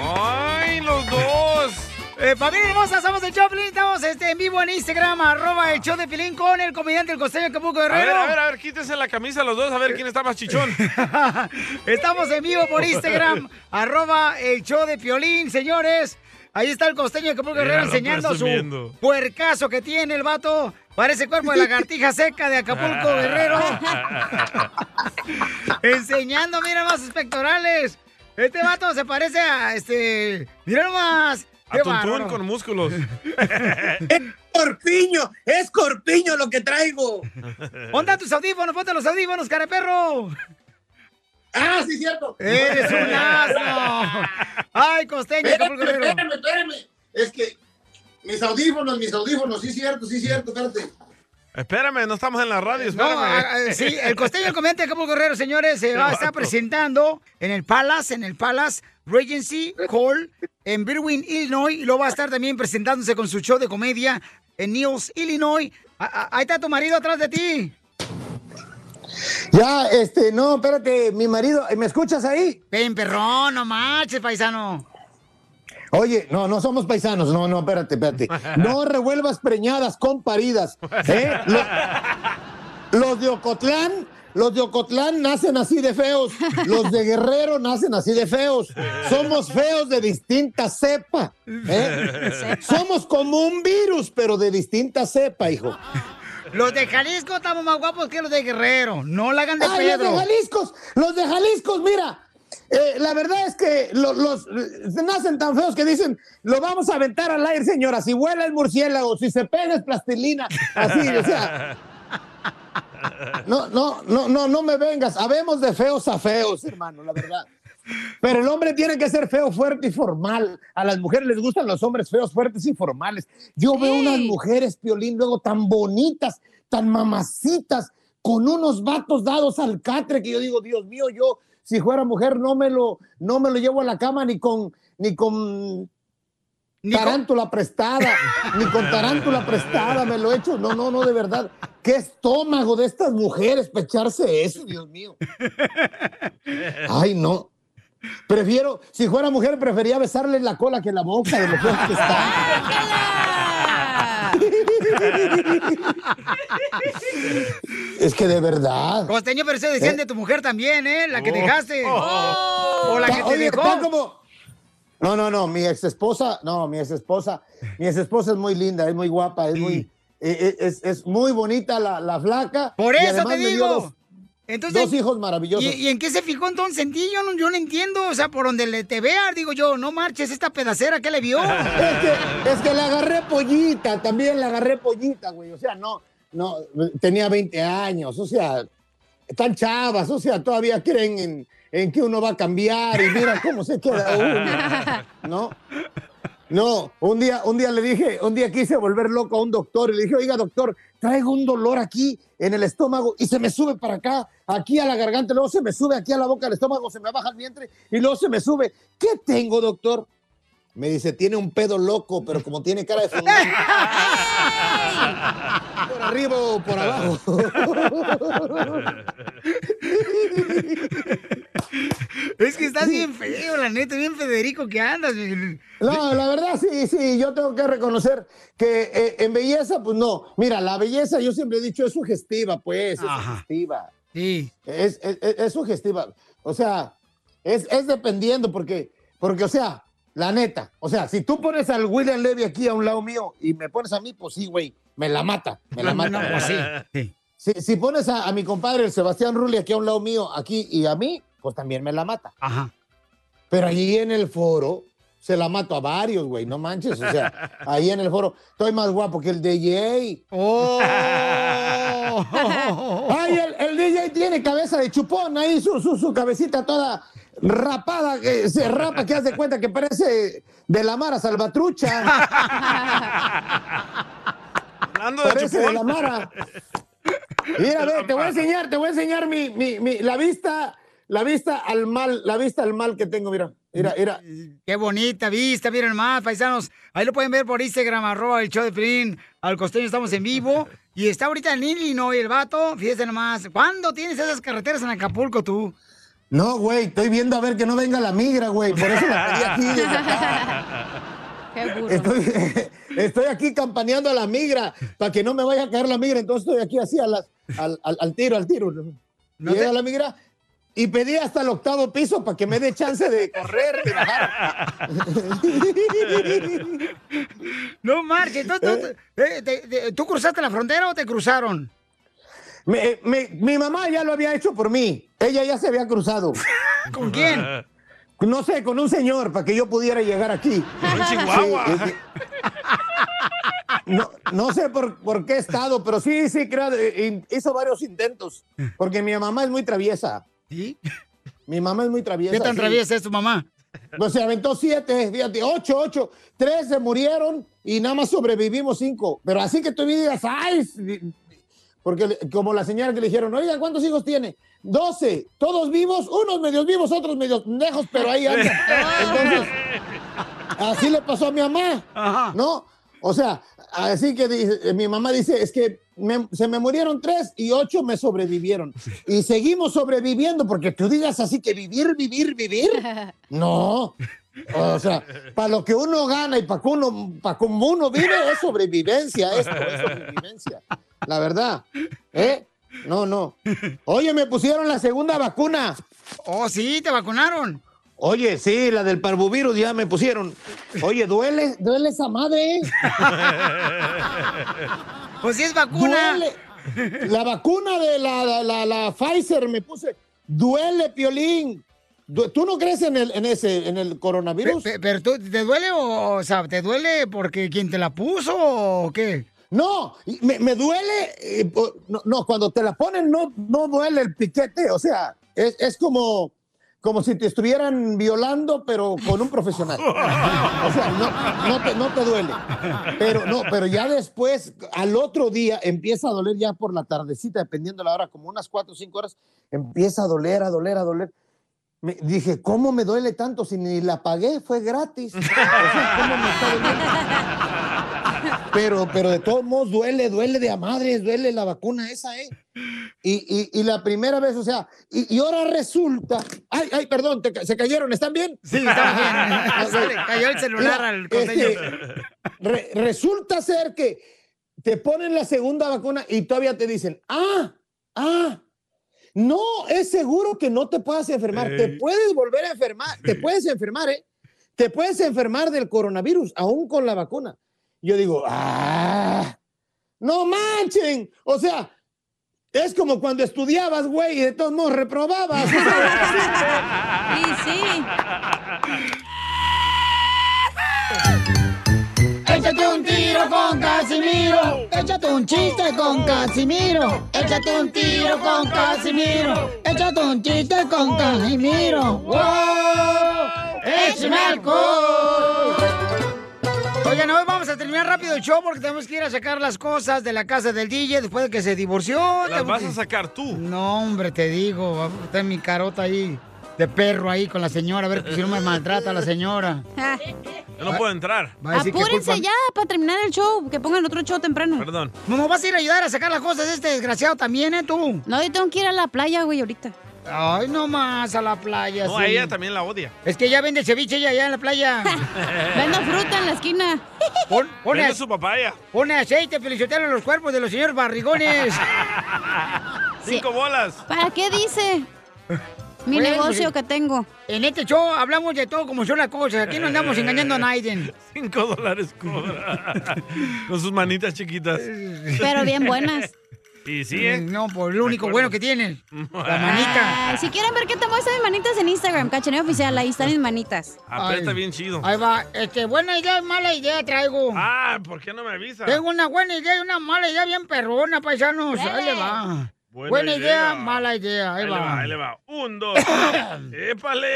[SPEAKER 3] ¡Ay, los dos!
[SPEAKER 1] Eh, familia hermosa, somos el Choplin, estamos este, en vivo en Instagram, arroba el show de Pilín con el comediante El Costeño Capuco
[SPEAKER 3] A ver,
[SPEAKER 1] Guerrero.
[SPEAKER 3] a ver, a ver, quítense la camisa los dos, a ver quién está más chichón.
[SPEAKER 1] Estamos en vivo por Instagram, arroba el show de Piolín, señores. Ahí está el costeño de Acapulco
[SPEAKER 3] Mira, lo
[SPEAKER 1] Guerrero enseñando su
[SPEAKER 3] presumiendo.
[SPEAKER 1] puercazo que tiene el vato. Parece cuerpo de lagartija seca de Acapulco Guerrero. enseñando, mira más sus pectorales. Este vato se parece a este. Mira nomás.
[SPEAKER 3] A tuntún con músculos.
[SPEAKER 1] Corpiño, es corpiño lo que traigo. Ponte tus audífonos, ponte los audífonos, cara de perro.
[SPEAKER 9] Ah, sí, cierto.
[SPEAKER 1] Eres un asno. Ay, costeño,
[SPEAKER 9] Espérame,
[SPEAKER 1] Acapulco Guerrero.
[SPEAKER 9] espérame, espérame. Es que mis audífonos, mis audífonos, sí, cierto, sí, cierto, espérate.
[SPEAKER 3] Espérame, no estamos en la radio,
[SPEAKER 1] No,
[SPEAKER 3] espérame.
[SPEAKER 1] ah, ah, sí, el costeño el comediante de Acapulco Guerrero, señores, se va a estar
[SPEAKER 3] Vato.
[SPEAKER 1] presentando en el Palace, en el Palace Regency Hall en Berwyn, Illinois. Y luego va a estar también presentándose con su show de comedia en Niles, Illinois. Ah, ah, Ahí está tu marido atrás de ti.
[SPEAKER 13] Ya, este, no, espérate, mi marido, ¿me escuchas ahí?
[SPEAKER 1] Ven, perrón, no marches, paisano.
[SPEAKER 13] Oye, no, no somos paisanos, no, no, espérate, espérate. No revuelvas preñadas con paridas. ¿eh? Lo- los de Ocotlán, los de Ocotlán nacen así de feos. Los de Guerrero nacen así de feos. Somos feos de distinta cepa. ¿eh? Somos como un virus, pero de distinta cepa, hijo.
[SPEAKER 1] Los de Jalisco estamos más guapos que los de Guerrero. No la hagan de
[SPEAKER 13] Ay,
[SPEAKER 1] Pedro.
[SPEAKER 13] Ah, Los de Jaliscos, los de Jaliscos, mira. eh, la verdad es que lo- los, eh, nacen tan feos que dicen, lo vamos a aventar al aire, señora. Si vuela el murciélago, si se pega es plastilina. Así, o sea, no, no, no, no, no me vengas. Habemos de feos a feos, hermano, la verdad. Pero el hombre tiene que ser feo, fuerte y formal. A las mujeres les gustan los hombres feos, fuertes y formales. Yo veo unas mujeres, Piolín, luego tan bonitas, tan mamacitas, con unos vatos dados al catre que yo digo, Dios mío, yo si fuera mujer no me lo, no me lo llevo a la cama ni con, ni con tarántula prestada, ni con tarántula prestada me lo he hecho. No, no, no, de verdad. Qué estómago de estas mujeres pecharse eso, Dios mío. Ay, no. Prefiero, si fuera mujer, prefería besarle la cola que la boca de lo feo que está. es que de verdad.
[SPEAKER 1] Costeño, pero se
[SPEAKER 13] ¿Eh?
[SPEAKER 1] decían Pues de tu mujer también, ¿eh? La que
[SPEAKER 13] Oh.
[SPEAKER 1] dejaste. O la que
[SPEAKER 13] Está-
[SPEAKER 1] te
[SPEAKER 13] oye,
[SPEAKER 1] dejó.
[SPEAKER 13] está como- No, no, no, mi ex esposa, no, mi ex esposa, mi ex esposa es muy linda, es muy guapa, es muy, eh, eh, es, es muy bonita la, la flaca.
[SPEAKER 1] Por
[SPEAKER 13] y
[SPEAKER 1] eso
[SPEAKER 13] además
[SPEAKER 1] te
[SPEAKER 13] me dio
[SPEAKER 1] digo.
[SPEAKER 13] dos-
[SPEAKER 1] Entonces,
[SPEAKER 13] dos hijos maravillosos.
[SPEAKER 1] ¿Y, y en qué se fijó entonces en ti? Yo no, yo no entiendo. O sea, por donde le te vea, digo yo, no marches esta pedacera, ¿qué le vio?
[SPEAKER 13] Es que, es que la agarré pollita, también la agarré pollita, güey. O sea, no, no, tenía 20 años, o sea, están chavas, o sea, todavía creen en, en que uno va a cambiar y mira cómo se queda uno, ¿no? No, un día, un día le dije, un día quise volver loco a un doctor y le dije, oiga, doctor, traigo un dolor aquí en el estómago y se me sube para acá, aquí a la garganta, luego se me sube aquí a la boca del estómago, se me baja el vientre y luego se me sube. ¿Qué tengo, doctor? Me dice, tiene un pedo loco, pero como tiene cara de fundado, por arriba o por abajo.
[SPEAKER 1] es que estás bien feo, la neta, bien Federico que andas.
[SPEAKER 13] No, la verdad sí, sí, yo tengo que reconocer que eh, en belleza, pues no. Mira, la belleza, yo siempre he dicho, es sugestiva, pues, es
[SPEAKER 1] Ajá.
[SPEAKER 13] sugestiva.
[SPEAKER 1] Sí.
[SPEAKER 13] Es, es- es- es sugestiva. O sea, es, es dependiendo, porque, porque, o sea, la neta, o sea, si tú pones al William Levy aquí a un lado mío y me pones a mí, pues sí, güey, me la mata, me la mata.
[SPEAKER 1] No, pues sí,
[SPEAKER 13] Si, si pones a, a mi compadre, el Sebastián Rulli, aquí a un lado mío, aquí y a mí, pues también me la mata.
[SPEAKER 1] Ajá.
[SPEAKER 13] Pero ahí en el foro se la mato a varios, güey, no manches. O sea, ahí en el foro estoy más guapo que el DJ.
[SPEAKER 1] ¡Oh!
[SPEAKER 13] ¡Ay, el, el DJ tiene cabeza de chupón ahí, su, su, su cabecita toda rapada, que se rapa, que hace cuenta que parece de la Mara Salvatrucha.
[SPEAKER 3] Hablando de
[SPEAKER 13] parece de
[SPEAKER 3] chupón.
[SPEAKER 13] la Mara. Mira, ve, te voy a enseñar, te voy a enseñar mi, mi, mi- la vista, la vista al mal, la vista al mal que tengo, mira, mira, mira.
[SPEAKER 1] Qué bonita vista, miren más, paisanos. Ahí lo pueden ver por Instagram, arroba el show de Pelín. Al costeño estamos en vivo. Y está ahorita en Illinois el vato. Fíjense nomás. ¿Cuándo tienes esas carreteras en Acapulco tú?
[SPEAKER 13] No, güey, estoy viendo a ver que no venga la migra, güey, por eso la pedí aquí. desde acá. Estoy, estoy aquí campaneando a la migra para que no me vaya a caer la migra, entonces estoy aquí así a las- al, al- al tiro, al tiro. Llega la migra y pedí hasta el octavo piso para que me dé chance de correr, de bajar.
[SPEAKER 1] No marches. ¿Tú, tú- eh, te- te- ¿tú cruzaste la frontera o te cruzaron?
[SPEAKER 13] Me- eh, me- mi mamá ya lo había hecho por mí. Ella ya se había cruzado.
[SPEAKER 1] ¿Con quién?
[SPEAKER 13] No sé, con un señor, para que yo pudiera llegar aquí.
[SPEAKER 3] Con Chihuahua.
[SPEAKER 13] Sí, eh, eh. no, no sé por, por qué estado, pero sí, sí, creo, eh, in- hizo varios intentos. Porque mi mamá es muy traviesa.
[SPEAKER 1] ¿Sí?
[SPEAKER 13] Mi mamá es muy traviesa.
[SPEAKER 1] ¿Qué tan
[SPEAKER 13] sí.
[SPEAKER 1] traviesa es tu mamá?
[SPEAKER 13] Pues se aventó siete, fíjate, ocho, ocho. Tres se murieron y nada más sobrevivimos cinco. Pero así que tú digas, ¡ay! Porque le- como la señora que le dijeron, oiga, ¿cuántos hijos tiene? Doce, todos vivos, unos medios vivos, otros medios lejos, pero ahí andan. Entonces, así le pasó a mi mamá, ¿no? O sea, así que dice- mi mamá dice, es que me- se me murieron tres y ocho me sobrevivieron. Y seguimos sobreviviendo, porque tú digas así que vivir, vivir, vivir. No. O sea, para lo que uno gana y para uno, para como uno vive es sobrevivencia esto, es sobrevivencia. La verdad. ¿Eh? No, no. Oye, me pusieron la segunda vacuna.
[SPEAKER 1] Oh, sí, te vacunaron.
[SPEAKER 13] Oye, sí, la del parvovirus ya me pusieron. Oye, duele, duele esa madre.
[SPEAKER 1] Pues sí es vacuna.
[SPEAKER 13] Duele. La vacuna de la, la- la- la Pfizer me puse. Duele, Piolín. Du- ¿Tú no crees en el, en ese, en el coronavirus?
[SPEAKER 1] Pe- ¿Pero tú- te duele o, o sea, te duele porque quien te la puso o qué?
[SPEAKER 13] No, y me, me duele. eh, po- no, no, cuando te la ponen no, no duele el piquete. O sea, es, es como, como si te estuvieran violando, pero con un profesional. O sea, no, no te, no te duele. Pero no, pero ya después, al otro día, empieza a doler ya por la tardecita, dependiendo de la hora, como unas 4 o 5 horas, empieza a doler, a doler, a doler. Me- dije, ¿cómo me duele tanto si ni la pagué? Fue gratis. O sea, ¿cómo me está doliendo? Pero, pero de todos modos duele, duele de a madres, duele la vacuna esa, ¿eh? Y, y, y la primera vez, o sea, y, y ahora resulta. Ay, ay, perdón, te ca- se cayeron, ¿están bien?
[SPEAKER 1] Sí, estamos bien. Se le cayó el celular
[SPEAKER 13] Mira,
[SPEAKER 1] al costeño.
[SPEAKER 13] este, re- resulta ser que te ponen la segunda vacuna y todavía te dicen, ah, ah, no, es seguro que no te puedas enfermar. Te
[SPEAKER 12] Ey.
[SPEAKER 13] puedes volver a enfermar, te puedes enfermar, ¿eh? Te puedes enfermar del coronavirus, aún con la vacuna. Yo digo, ah, no manchen. O sea, es como cuando estudiabas, güey, y de todos modos reprobabas.
[SPEAKER 2] Y sí.
[SPEAKER 1] Échate un tiro con Casimiro. Échate un chiste con Casimiro. Échate un tiro con Casimiro. Échate un chiste con Casimiro. ¡Wow! ¡Échame alcohol! Oigan, hoy vamos a terminar rápido el show porque tenemos que ir a sacar las cosas de la casa del DJ después de que se divorció.
[SPEAKER 3] Las vas a
[SPEAKER 1] Tenemos que-
[SPEAKER 3] sacar tú.
[SPEAKER 1] No, hombre, te digo, va a estar mi carota ahí de perro ahí con la señora, a ver si no me maltrata la señora.
[SPEAKER 2] Ah.
[SPEAKER 3] Yo no puedo entrar.
[SPEAKER 1] Va a decir que
[SPEAKER 2] Apúrense
[SPEAKER 1] culpa-
[SPEAKER 2] ya para terminar el show, que pongan otro show temprano.
[SPEAKER 3] Perdón.
[SPEAKER 1] No, no vas a ir a ayudar a sacar las cosas de este desgraciado también, ¿eh, tú?
[SPEAKER 2] No, yo tengo que ir a la playa, güey, ahorita.
[SPEAKER 1] Ay, no más a la playa.
[SPEAKER 3] No,
[SPEAKER 1] Ah, sí.
[SPEAKER 3] a ella también la odia.
[SPEAKER 1] Es que ya vende ceviche ella allá en la playa.
[SPEAKER 3] Vendo
[SPEAKER 2] fruta en la esquina.
[SPEAKER 1] Pon, pone,
[SPEAKER 3] Vende su papaya.
[SPEAKER 1] pone aceite, felicitaron los cuerpos de los señores barrigones.
[SPEAKER 3] Cinco bolas.
[SPEAKER 2] ¿Para qué dice? Mi
[SPEAKER 1] Bueno,
[SPEAKER 2] negocio
[SPEAKER 1] sí.
[SPEAKER 2] que tengo.
[SPEAKER 1] En este show hablamos de todo como son las cosas. Aquí no andamos engañando a Naiden.
[SPEAKER 3] Cinco dólares cobra. Con sus manitas chiquitas.
[SPEAKER 2] Pero bien buenas.
[SPEAKER 3] Y sí, ¿eh?
[SPEAKER 1] No, por lo único bueno que tienen. La manita.
[SPEAKER 2] Ay, si quieren ver qué te muestra mis manitas en Instagram, cachaneo oficial, ahí están mis manitas.
[SPEAKER 3] Aprieta bien chido.
[SPEAKER 1] Ah, Ahí va. Este, buena idea y mala idea traigo.
[SPEAKER 3] Ah, ¿por qué no me avisas?
[SPEAKER 1] Tengo una buena idea y una mala idea bien perrona, paisanos. Ahí le va.
[SPEAKER 3] Buena
[SPEAKER 1] Buena,
[SPEAKER 3] idea.
[SPEAKER 1] idea, mala idea. Ahí,
[SPEAKER 3] Ahí le
[SPEAKER 1] va.
[SPEAKER 3] va, ahí le va. Un, dos. tres. ¡Épale!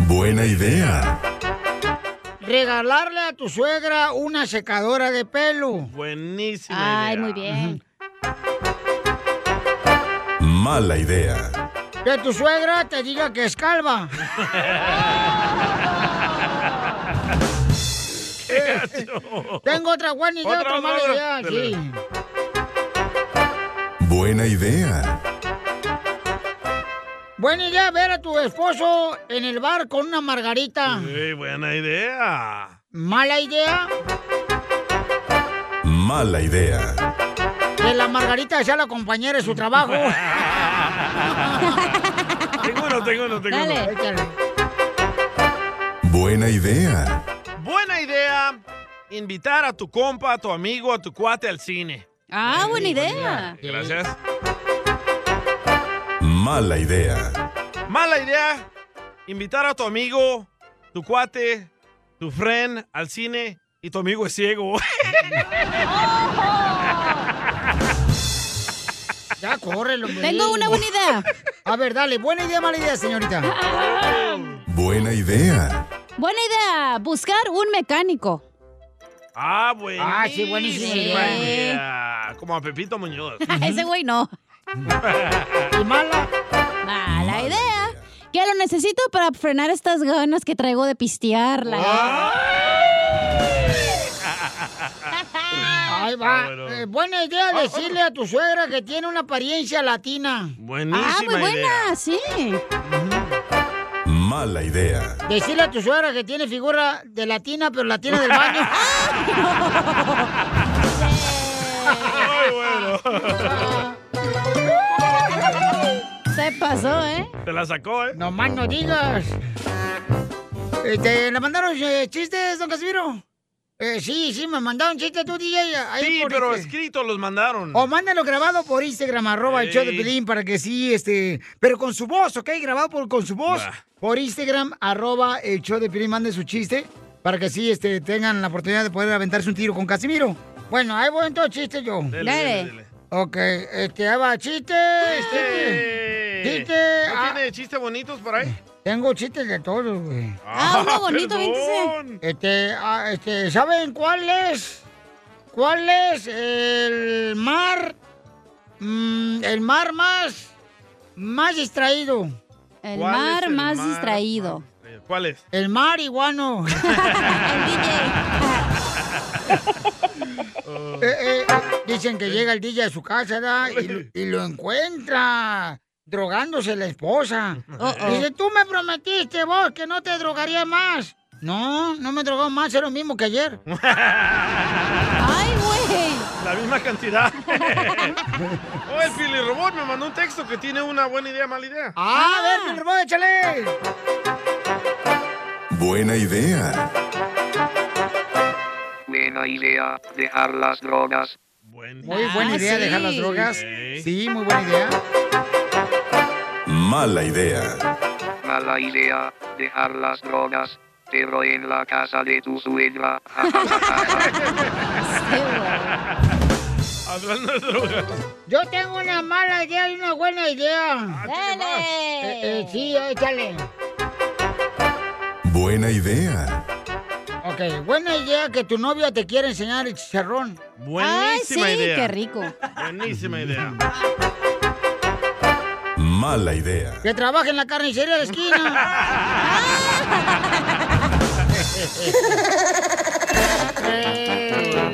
[SPEAKER 4] Buena idea.
[SPEAKER 1] Regalarle a tu suegra una secadora de pelo.
[SPEAKER 3] Buenísima
[SPEAKER 1] Ay, muy bien.
[SPEAKER 4] Mala idea.
[SPEAKER 1] Que tu suegra te diga que es calva. Tengo otra buena idea, otra,
[SPEAKER 12] Otra,
[SPEAKER 1] mala
[SPEAKER 12] otra.
[SPEAKER 1] idea. Sí.
[SPEAKER 4] Buena idea.
[SPEAKER 1] Buena idea ver a tu esposo en el bar con una margarita.
[SPEAKER 3] Ey, buena idea.
[SPEAKER 1] Mala idea
[SPEAKER 4] Mala idea.
[SPEAKER 1] que la margarita sea la compañera de su trabajo.
[SPEAKER 3] tengo uno, tengo uno, tengo uno.
[SPEAKER 4] Buena idea.
[SPEAKER 3] Buena idea invitar a tu compa, a tu amigo, a tu cuate al cine.
[SPEAKER 2] Ah, buena idea.
[SPEAKER 3] Gracias.
[SPEAKER 4] Mala idea.
[SPEAKER 3] Mala idea invitar a tu amigo, tu cuate, tu friend al cine y tu amigo es ciego.
[SPEAKER 1] Ya, córrelo. hombre.
[SPEAKER 2] Tengo una buena idea.
[SPEAKER 1] A ver, dale. Buena idea, mala idea, señorita.
[SPEAKER 4] Buena idea.
[SPEAKER 2] Buena idea, buscar un mecánico.
[SPEAKER 3] ah, buenísima
[SPEAKER 2] Ah, sí, buenísima idea.
[SPEAKER 3] idea. Como a Pepito Muñoz.
[SPEAKER 2] Ese güey no.
[SPEAKER 1] ¿Y mala?
[SPEAKER 2] Mala idea. Que lo necesito para frenar estas ganas que traigo de pistearla.
[SPEAKER 1] Ah. Ahí
[SPEAKER 3] Ah,
[SPEAKER 1] va. Eh, buena idea decirle a tu suegra que tiene una apariencia latina.
[SPEAKER 3] Buenísima
[SPEAKER 2] Ah, muy buena,
[SPEAKER 3] idea.
[SPEAKER 2] sí.
[SPEAKER 4] Mala idea.
[SPEAKER 1] Decirle a tu suegra que tiene figura de latina, pero latina del baño.
[SPEAKER 2] Se pasó, ¿eh?
[SPEAKER 3] Te la sacó, ¿eh?
[SPEAKER 1] No más no digas. Eh, ¿Te la mandaron eh, chistes, don Casimiro? Eh, sí, sí, me mandaron chistes tú, DJ. ahí
[SPEAKER 3] Sí,
[SPEAKER 1] por
[SPEAKER 3] pero
[SPEAKER 1] este-
[SPEAKER 3] escritos los mandaron.
[SPEAKER 1] O mándalo grabado por Instagram, arroba el show de
[SPEAKER 3] Ey.
[SPEAKER 1] Pelín, para que sí, este... Pero con su voz, ¿ok? Grabado por, con su voz.
[SPEAKER 3] Va.
[SPEAKER 1] Por Instagram, arroba el show de Pelín, mande su chiste. Para que sí, este, tengan la oportunidad de poder aventarse un tiro con Casimiro. Bueno, ahí voy en todo chiste yo.
[SPEAKER 3] Dele, dele, dele.
[SPEAKER 1] Ok, este, ahí va, chiste. Chiste. Chiste.
[SPEAKER 3] ¿No
[SPEAKER 1] ah,
[SPEAKER 3] tiene chistes bonitos por ahí?
[SPEAKER 1] tengo chistes de todos, güey.
[SPEAKER 3] Ah, uno bonito, perdón.
[SPEAKER 1] Este, ah, este, ¿saben cuál es? ¿Cuál es el mar? mm, el mar más, más distraído.
[SPEAKER 2] El ¿Cuál es mar el más mar distraído?
[SPEAKER 3] ¿Cuál es?
[SPEAKER 1] El mar iguano.
[SPEAKER 3] El DJ.
[SPEAKER 1] Eh, eh, dicen que llega el DJ a su casa ¿da? Y, lo- y lo encuentra drogándose la esposa.
[SPEAKER 12] Uh-oh.
[SPEAKER 1] Dice, tú me prometiste vos que no te drogarías más. No, no me drogó más, era lo mismo que ayer.
[SPEAKER 3] ¡Ay, güey! La misma cantidad. oh, el Pili Robot me mandó un texto que tiene una buena idea, mala idea.
[SPEAKER 1] ¡Ah, a ver, Pili Robot, échale!
[SPEAKER 4] Buena idea.
[SPEAKER 14] Buena idea, dejar las drogas.
[SPEAKER 1] Muy buena
[SPEAKER 14] Ah,
[SPEAKER 1] idea
[SPEAKER 14] sí.
[SPEAKER 1] dejar las drogas. Sí, muy buena idea.
[SPEAKER 4] Mala idea.
[SPEAKER 14] Mala idea, dejar las drogas. Pero en la casa de tu suegra.
[SPEAKER 3] Hablando de drogas.
[SPEAKER 1] Yo tengo una mala idea y una buena idea. Eh, eh, sí, échale.
[SPEAKER 4] Buena idea.
[SPEAKER 1] Ok, buena idea que tu novia te quiere enseñar el chicharrón.
[SPEAKER 3] Buenísima Ay, sí, idea. qué
[SPEAKER 1] rico.
[SPEAKER 3] Buenísima idea.
[SPEAKER 4] Mala idea.
[SPEAKER 1] Que trabaje en la carnicería de la
[SPEAKER 2] Eh,
[SPEAKER 1] esquina.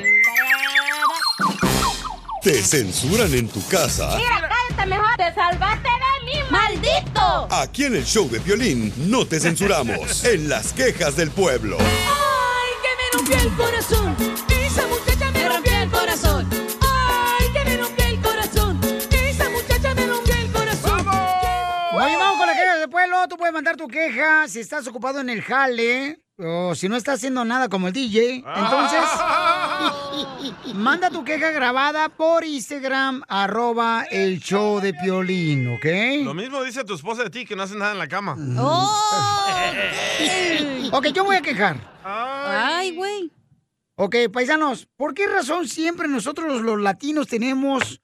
[SPEAKER 4] Te censuran en tu casa.
[SPEAKER 12] cállate mejor. Te salvaste de mí, maldito.
[SPEAKER 4] Aquí en el show de violín no te censuramos. En las quejas del pueblo.
[SPEAKER 12] Ay, que me rompió el corazón. Esa muchacha me rompió el corazón. Ay, que me rompió el corazón. Esa muchacha me rompió el corazón.
[SPEAKER 1] Oye, vamos con la queja del pueblo. Tú puedes mandar tu queja si estás ocupado en el jale o si no estás haciendo nada como el DJ. Entonces, manda tu queja grabada por Instagram, arroba el show de Piolín, ¿ok?
[SPEAKER 3] Lo mismo dice tu esposa de ti, que no hace nada en la cama.
[SPEAKER 1] Oh, ok, yo voy a quejar.
[SPEAKER 2] Ay, güey.
[SPEAKER 1] Ok, paisanos, ¿por qué razón siempre nosotros los latinos tenemos,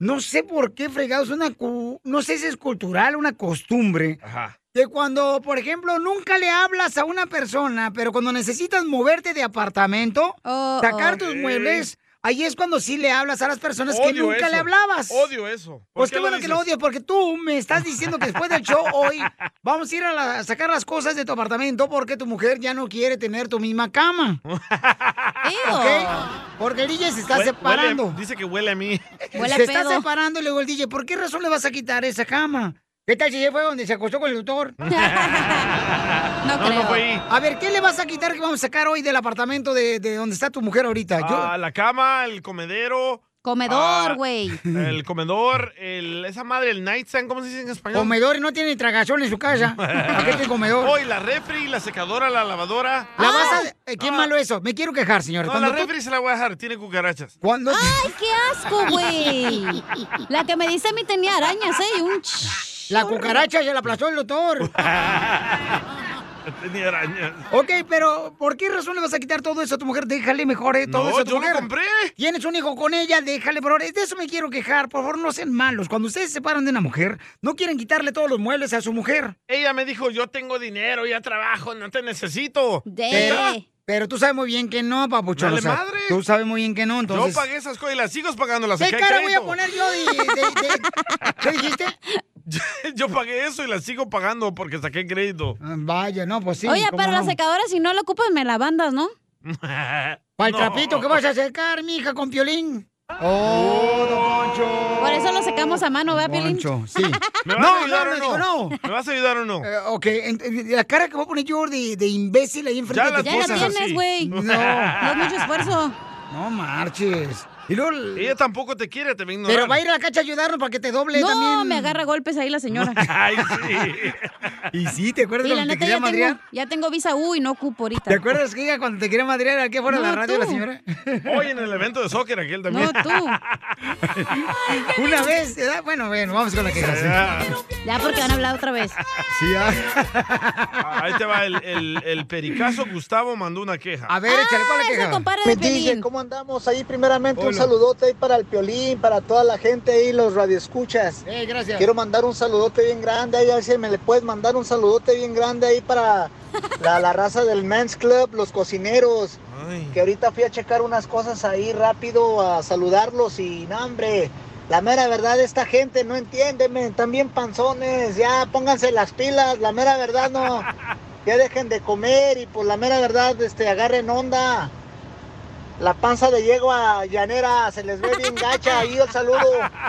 [SPEAKER 1] no sé por qué fregados, una, cu- no sé si es cultural, una costumbre?
[SPEAKER 3] Ajá.
[SPEAKER 1] Que cuando, por ejemplo, nunca le hablas a una persona, pero cuando necesitas moverte de apartamento, sacar
[SPEAKER 3] oh.
[SPEAKER 1] tus
[SPEAKER 3] Sí.
[SPEAKER 1] muebles, ahí es cuando sí le hablas a las personas que
[SPEAKER 3] Odio
[SPEAKER 1] nunca
[SPEAKER 3] eso.
[SPEAKER 1] le hablabas.
[SPEAKER 3] Odio eso. ¿Por
[SPEAKER 1] Pues
[SPEAKER 3] qué
[SPEAKER 1] qué
[SPEAKER 3] lo
[SPEAKER 1] bueno que lo
[SPEAKER 3] dices?
[SPEAKER 1] odias, porque tú me estás diciendo que después del show hoy vamos a ir a, la- a sacar las cosas de tu apartamento porque tu mujer ya no quiere tener tu misma cama. ¿Ok? Porque el DJ se está
[SPEAKER 3] Hue- huele-
[SPEAKER 1] separando.
[SPEAKER 3] dice que huele a mí.
[SPEAKER 1] se está separando y luego el DJ, ¿por qué razón le vas a quitar esa cama? ¿Qué tal si ya fue donde se acostó con el doctor?
[SPEAKER 3] No, no creo. fue ahí.
[SPEAKER 1] A ver, ¿qué le vas a quitar que vamos a sacar hoy del apartamento de, de donde está tu mujer ahorita? Yo-
[SPEAKER 3] Ah, la cama, el comedero.
[SPEAKER 1] Comedor,
[SPEAKER 3] ah,
[SPEAKER 1] güey.
[SPEAKER 3] el comedor, el, esa madre, el nightstand, ¿cómo se dice en español?
[SPEAKER 1] Comedor y no tiene tragazón en su casa. ¿Para qué tiene comedor?
[SPEAKER 3] Hoy la refri, la secadora, la lavadora.
[SPEAKER 1] La vas a- eh, qué malo eso. Me quiero quejar, señor.
[SPEAKER 3] No,
[SPEAKER 1] Cuando
[SPEAKER 3] la
[SPEAKER 1] tú-
[SPEAKER 3] refri se la voy a dejar, tiene cucarachas.
[SPEAKER 1] cuando-
[SPEAKER 2] Ay, qué asco, güey. La que me dice a mí tenía arañas, ¿eh? Y Un ch-
[SPEAKER 1] La cucaracha ya la aplastó el doctor.
[SPEAKER 3] Tenía arañas.
[SPEAKER 1] Ok, pero ¿por qué razón le vas a quitar todo eso a tu mujer? Déjale mejor eh, todo
[SPEAKER 3] No,
[SPEAKER 1] eso a tu
[SPEAKER 3] yo lo
[SPEAKER 1] mujer.
[SPEAKER 3] compré.
[SPEAKER 1] Tienes un hijo con ella, déjale, por favor. De eso me quiero quejar. Por favor, no sean malos. Cuando ustedes se separan de una mujer, no quieren quitarle todos los muebles a su mujer.
[SPEAKER 3] Ella me dijo, yo tengo dinero, ya trabajo, no te necesito.
[SPEAKER 1] Pero, pero tú sabes muy bien que no, papuchón.
[SPEAKER 3] Dale
[SPEAKER 1] o sea,
[SPEAKER 3] madre.
[SPEAKER 1] Tú sabes muy bien que no, entonces...
[SPEAKER 3] Yo pagué esas cosas y las sigo pagando. Las
[SPEAKER 1] ¿Qué
[SPEAKER 3] saqué de
[SPEAKER 1] cara voy a
[SPEAKER 3] crédito.
[SPEAKER 1] poner yo de, de- de- ¿Qué dijiste?
[SPEAKER 3] Yo pagué eso y las sigo pagando porque saqué crédito.
[SPEAKER 1] Ah, Vaya, no, pues sí.
[SPEAKER 2] Oye,
[SPEAKER 1] cómo
[SPEAKER 2] pero la
[SPEAKER 1] no.
[SPEAKER 2] secadora, si no la ocupas, me la bandas, ¿no?
[SPEAKER 3] Para
[SPEAKER 1] Para el trapito que vas a secar, mija, con piolín.
[SPEAKER 2] Oh,
[SPEAKER 1] don Poncho.
[SPEAKER 2] Por eso lo secamos a mano, ¿verdad, Piolín?
[SPEAKER 1] sí.
[SPEAKER 3] ¿Me vas
[SPEAKER 1] No,
[SPEAKER 3] a ayudar
[SPEAKER 1] no,
[SPEAKER 3] o
[SPEAKER 1] no, digo no.
[SPEAKER 3] ¿Me vas a ayudar o no?
[SPEAKER 1] Eh, ok, ent- eh, la cara que voy a poner yo de, de imbécil ahí enfrente
[SPEAKER 3] Ya
[SPEAKER 1] de
[SPEAKER 3] las
[SPEAKER 1] tu
[SPEAKER 3] Ya la pones tienes, así. güey.
[SPEAKER 1] No.
[SPEAKER 3] No es
[SPEAKER 2] mucho esfuerzo.
[SPEAKER 1] No marches. Y luego-
[SPEAKER 3] Ella tampoco te quiere, te va a ignorar.
[SPEAKER 1] Pero va a ir a la cacha a ayudarnos para que te doble
[SPEAKER 2] No,
[SPEAKER 1] también.
[SPEAKER 2] me agarra golpes ahí la señora.
[SPEAKER 3] Ay, sí.
[SPEAKER 1] Y sí, ¿te acuerdas
[SPEAKER 2] Y la
[SPEAKER 1] cuando te
[SPEAKER 2] neta,
[SPEAKER 1] quería
[SPEAKER 2] ya
[SPEAKER 1] madrear?
[SPEAKER 2] tengo, ya tengo visa U y no ocupo ahorita.
[SPEAKER 1] ¿Te acuerdas que ella cuando te quería madrear aquí fuera de la
[SPEAKER 2] No,
[SPEAKER 1] radio
[SPEAKER 2] tú.
[SPEAKER 1] la señora?
[SPEAKER 3] Hoy en el evento de soccer aquel también.
[SPEAKER 2] No, tú.
[SPEAKER 1] Una vez, ¿verdad? bueno, bueno, vamos con la queja. sí.
[SPEAKER 2] Ya, porque van a hablar otra vez.
[SPEAKER 1] Sí, ah.
[SPEAKER 3] Ah, Ahí te va, el, el, el pericazo Gustavo mandó una queja.
[SPEAKER 1] A ver, échale,
[SPEAKER 2] Ah,
[SPEAKER 1] ¿cuál es la queja?
[SPEAKER 5] Me Pues dice, ¿cómo andamos ahí? Primeramente, un
[SPEAKER 3] Hola.
[SPEAKER 5] saludote ahí para el Piolín, para toda la gente ahí, los radioescuchas.
[SPEAKER 1] Eh, gracias.
[SPEAKER 5] Quiero mandar un saludote bien grande ahí, a ver si me le puedes mandar un saludote bien grande ahí para la, la raza del Men's Club, los cocineros. Que ahorita fui a checar unas cosas ahí rápido a saludarlos y, no, hombre, la mera verdad, esta gente no entiende, men, están bien panzones, ya pónganse las pilas, la mera verdad no. Ya dejen de comer y pues la mera verdad, este, agarren onda.
[SPEAKER 15] La panza de yegua llanera se les ve bien gacha. Ahí el saludo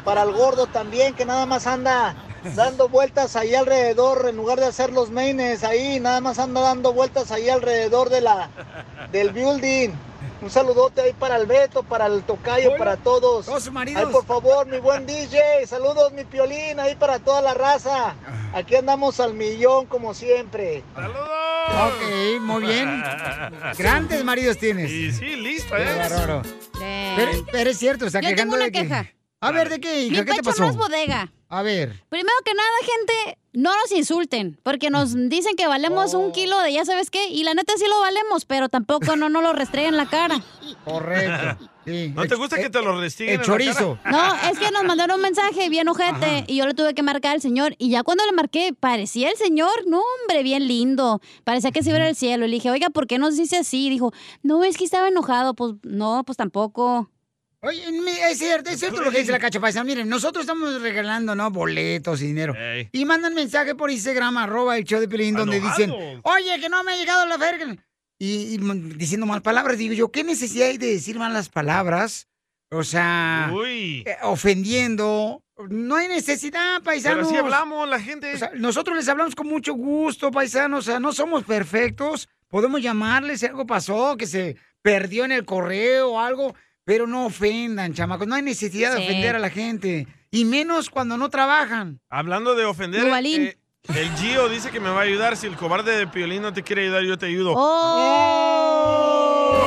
[SPEAKER 15] para el gordo también, que nada más anda dando vueltas ahí alrededor, en lugar de hacer los maines ahí, nada más anda dando vueltas ahí alrededor de la, del building. Un saludote ahí para el Beto, para el Tocayo, para todos. Ay, por favor, mi buen DJ. Saludos, mi piolín, ahí para toda la raza. Aquí andamos al millón, como siempre.
[SPEAKER 1] Ok, muy bien. Grandes maridos tienes.
[SPEAKER 3] Y sí, lista,
[SPEAKER 1] Qué
[SPEAKER 3] ¿eh?
[SPEAKER 1] bárbaro. Pero, pero es cierto, o sea,
[SPEAKER 2] Yo tengo
[SPEAKER 1] quejando
[SPEAKER 2] una
[SPEAKER 1] de que-
[SPEAKER 2] queja.
[SPEAKER 1] A ver, ¿de qué,
[SPEAKER 2] Mi
[SPEAKER 1] hija? ¿Qué te
[SPEAKER 2] pecho
[SPEAKER 1] pasó?
[SPEAKER 2] no es bodega.
[SPEAKER 1] A ver.
[SPEAKER 2] Primero que nada, gente, no nos insulten, porque nos dicen que valemos
[SPEAKER 3] Oh.
[SPEAKER 2] un kilo de ya sabes qué, y la neta sí lo valemos, pero tampoco no, no lo restreguen en la cara.
[SPEAKER 1] Correcto.
[SPEAKER 3] ¿No te gusta que te lo restiguen? en
[SPEAKER 1] el
[SPEAKER 3] la
[SPEAKER 1] chorizo.
[SPEAKER 3] cara?
[SPEAKER 2] No, es que nos mandaron un mensaje bien ojete y yo le tuve que marcar al señor y ya cuando le marqué parecía el señor, no hombre, bien lindo, parecía que se iba a ir al cielo. Y le dije, oiga, ¿por qué nos dice así? Y dijo, no, es que estaba enojado, pues no, pues tampoco.
[SPEAKER 1] Oye, mi- es cierto, es cierto lo que dice la cachapaisa. Miren, nosotros estamos regalando, ¿no? Boletos y dinero. Y mandan mensaje por Instagram, arroba el show de Pelín, donde dicen,
[SPEAKER 12] Enojados.
[SPEAKER 1] oye, que no me ha llegado la verga. Y, y man- diciendo mal palabras. Digo yo, ¿qué necesidad hay de decir malas palabras? O sea, eh, ofendiendo. No hay necesidad, paisanos.
[SPEAKER 3] Pero así hablamos la gente.
[SPEAKER 1] O sea, nosotros les hablamos con mucho gusto, paisanos. O sea, no somos perfectos. Podemos llamarles si algo pasó, que se perdió en el correo o algo. Pero no ofendan, chamacos. No hay necesidad de
[SPEAKER 3] Sí.
[SPEAKER 1] ofender a la gente. Y menos cuando no trabajan.
[SPEAKER 3] Hablando de ofender,
[SPEAKER 1] Duvalín.
[SPEAKER 3] eh, el Gio dice que me va a ayudar. Si el cobarde de Piolín no te quiere ayudar, yo te ayudo.
[SPEAKER 2] Oh.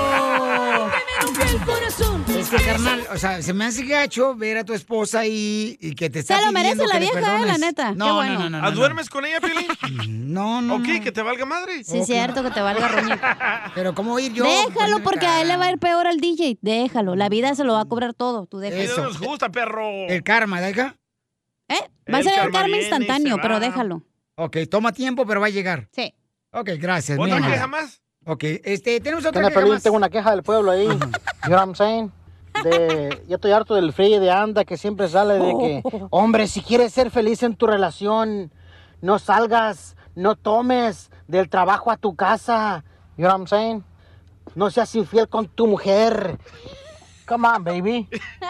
[SPEAKER 1] Es que, carnal, o sea, se me hace gacho ver a tu esposa y, y que te está
[SPEAKER 2] Se lo merece
[SPEAKER 1] pidiendo
[SPEAKER 2] la
[SPEAKER 1] que le
[SPEAKER 2] vieja, eh, la
[SPEAKER 1] perdones.
[SPEAKER 2] neta.
[SPEAKER 1] No,
[SPEAKER 2] Qué
[SPEAKER 1] no,
[SPEAKER 2] bueno.
[SPEAKER 1] no, no, no,
[SPEAKER 3] ¿Ah,
[SPEAKER 1] no.
[SPEAKER 3] ¿Duermes con ella, Piolín?
[SPEAKER 1] No, no.
[SPEAKER 3] Ok,
[SPEAKER 1] no. Oh,
[SPEAKER 3] que te valga madre.
[SPEAKER 2] Sí, cierto que te valga roñir.
[SPEAKER 1] Pero ¿cómo ir yo? Pues,
[SPEAKER 2] Déjalo porque a él le va a ir peor al DJ. Déjalo, la vida se lo va a cobrar todo. Tú déjalo.
[SPEAKER 3] Eso nos gusta, perro.
[SPEAKER 1] El karma, ¿deja?
[SPEAKER 2] ¿Eh? Va a ser el karma instantáneo, pero déjalo.
[SPEAKER 1] Ok, toma tiempo, pero va a llegar.
[SPEAKER 2] Sí.
[SPEAKER 1] Ok, gracias.
[SPEAKER 3] ¿Otra
[SPEAKER 1] mi amor.
[SPEAKER 3] queja más?
[SPEAKER 1] Ok, este, tenemos otra
[SPEAKER 15] Tiene
[SPEAKER 1] queja
[SPEAKER 15] pelín,
[SPEAKER 1] más.
[SPEAKER 15] tengo una queja del pueblo ahí. You know what I'm saying? De, yo estoy harto del frío de anda que siempre sale de que, hombre, si quieres ser feliz en tu relación, no salgas, no tomes del trabajo a tu casa. You know what I'm saying? No seas infiel con tu mujer. Come on, baby.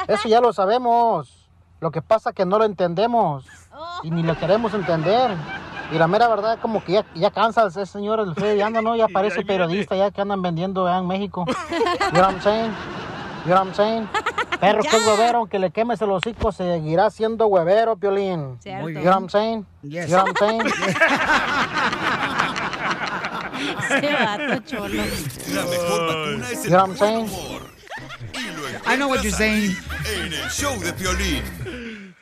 [SPEAKER 15] Eso ya lo sabemos. Lo que pasa que no lo entendemos y ni lo queremos entender. Y la mera verdad, como que ya, ya cansa ese señor el Freddy ya anda, ¿no? Ya parece periodista, ya que andan vendiendo allá en México. You know what I'm saying? You know what I'm saying? Perro que es huevero, aunque le quemes el hocico, seguirá siendo huevero, Piolín.
[SPEAKER 12] Cierto.
[SPEAKER 15] You know what I'm saying?
[SPEAKER 12] Yes.
[SPEAKER 15] You know what I'm saying?
[SPEAKER 12] Ese vato cholo.
[SPEAKER 4] La mejor vacuna es
[SPEAKER 15] You
[SPEAKER 4] el
[SPEAKER 15] know what I'm
[SPEAKER 4] buen
[SPEAKER 15] saying?
[SPEAKER 4] humor. Y lo
[SPEAKER 1] I know what you're saying.
[SPEAKER 4] En el show de Piolín.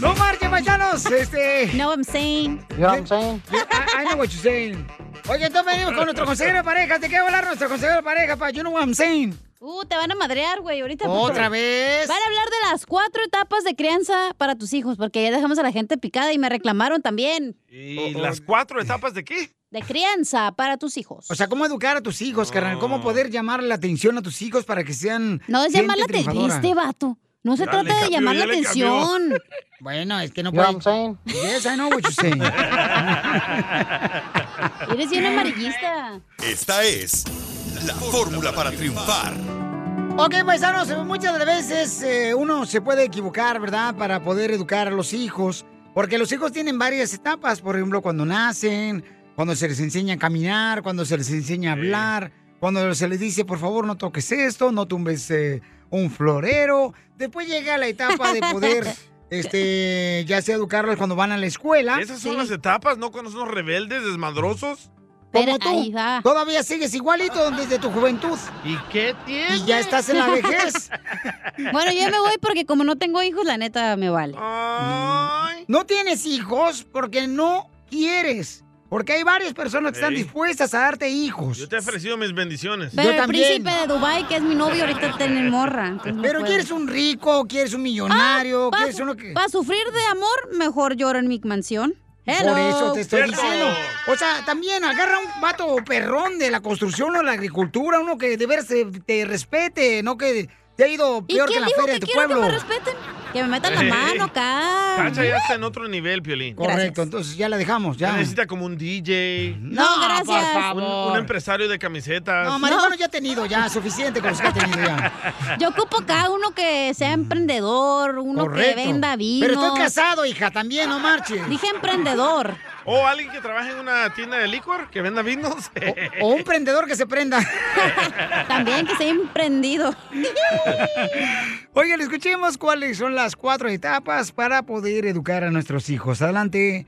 [SPEAKER 1] No marchen, paisanos. Este.
[SPEAKER 2] No, I'm saying.
[SPEAKER 15] You know what I'm saying?
[SPEAKER 1] I, I know what you're saying. Oye, entonces venimos con nuestro consejero de pareja. Te quiero hablar nuestro consejero de pareja, pa. You know what I'm saying.
[SPEAKER 2] Uh, te van a madrear, güey, ahorita.
[SPEAKER 1] ¿Otra vez?
[SPEAKER 2] Van a hablar de las cuatro etapas de crianza para tus hijos, porque ya dejamos a la gente picada y me reclamaron también.
[SPEAKER 3] ¿Y
[SPEAKER 1] Oh,
[SPEAKER 3] las cuatro etapas de qué?
[SPEAKER 2] De crianza para tus hijos.
[SPEAKER 1] O sea, cómo educar a tus hijos, carnal. Cómo poder llamar la atención a tus hijos para que sean.
[SPEAKER 2] No es
[SPEAKER 1] gente
[SPEAKER 2] llamar la atención,
[SPEAKER 1] triunfadora.
[SPEAKER 2] este vato. No se
[SPEAKER 1] Ya le
[SPEAKER 2] trata de
[SPEAKER 1] cambió,
[SPEAKER 2] llamar
[SPEAKER 1] ya
[SPEAKER 2] la
[SPEAKER 1] le cambió.
[SPEAKER 2] atención.
[SPEAKER 1] Bueno, es que no
[SPEAKER 15] You know what
[SPEAKER 1] puede.
[SPEAKER 15] I'm saying?
[SPEAKER 1] Yes, I know what you're saying.
[SPEAKER 2] Eres bien amarillista.
[SPEAKER 4] Esta es la fórmula para triunfar.
[SPEAKER 1] Ok, paisanos, muchas de las veces eh, uno se puede equivocar, ¿verdad? Para poder educar a los hijos. Porque los hijos tienen varias etapas. Por ejemplo, cuando nacen, cuando se les enseña a caminar, cuando se les enseña a hablar, cuando se les dice, por favor, no toques esto, no tumbes eh, un florero. Después llega la etapa de poder, este, ya sea educarlos cuando van a la escuela.
[SPEAKER 3] Esas son las etapas, ¿no? Cuando son rebeldes, desmadrosos.
[SPEAKER 1] Como tú, todavía sigues igualito desde tu juventud.
[SPEAKER 3] ¿Y qué tiene?
[SPEAKER 1] Y ya estás en la vejez.
[SPEAKER 2] Bueno, yo me voy porque como no tengo hijos, la neta me vale.
[SPEAKER 1] Ah. No tienes hijos porque no quieres. Porque hay varias personas que están
[SPEAKER 3] Ey.
[SPEAKER 1] dispuestas a darte hijos.
[SPEAKER 3] Yo te he ofrecido mis bendiciones.
[SPEAKER 2] Pero el príncipe de Dubai, que es mi novio, ahorita tiene morra. entonces no
[SPEAKER 1] Pero
[SPEAKER 2] puedo.
[SPEAKER 1] quieres un rico, quieres un millonario,
[SPEAKER 2] Ah, pa'
[SPEAKER 1] quieres
[SPEAKER 2] su-
[SPEAKER 1] uno que...
[SPEAKER 2] Para sufrir de amor, mejor lloro en mi mansión. Hello.
[SPEAKER 1] Por eso te estoy diciendo. O sea, también agarra un vato perrón de la construcción o la agricultura, uno que de veras te, te respete, no que te ha ido
[SPEAKER 2] ¿Y
[SPEAKER 1] peor que
[SPEAKER 2] quién
[SPEAKER 1] en la
[SPEAKER 2] dijo
[SPEAKER 1] feria de
[SPEAKER 2] que
[SPEAKER 1] tu
[SPEAKER 2] quiero
[SPEAKER 1] pueblo.
[SPEAKER 2] que me respeten? Que me metan la
[SPEAKER 3] Ey.
[SPEAKER 2] mano acá.
[SPEAKER 3] Cacha ya está en otro nivel, Piolín.
[SPEAKER 1] Correcto, entonces ya la dejamos, ya.
[SPEAKER 3] Ya necesita como un DJ.
[SPEAKER 1] No, gracias. por favor.
[SPEAKER 3] Un, un empresario de camisetas.
[SPEAKER 1] No, marihuana ya he tenido, ya, suficiente con los que he tenido ya.
[SPEAKER 2] Yo ocupo acá uno que sea emprendedor, uno
[SPEAKER 1] Mm. Correcto.
[SPEAKER 2] que venda vino.
[SPEAKER 1] Pero estoy casado, hija, también, no marches.
[SPEAKER 2] Dije emprendedor.
[SPEAKER 3] O alguien que trabaje en una tienda de licor, que venda vinos.
[SPEAKER 1] O un prendedor que se prenda.
[SPEAKER 2] También que sea emprendido.
[SPEAKER 1] Oigan, escuchemos cuáles son las cuatro etapas para poder educar a nuestros hijos. Adelante,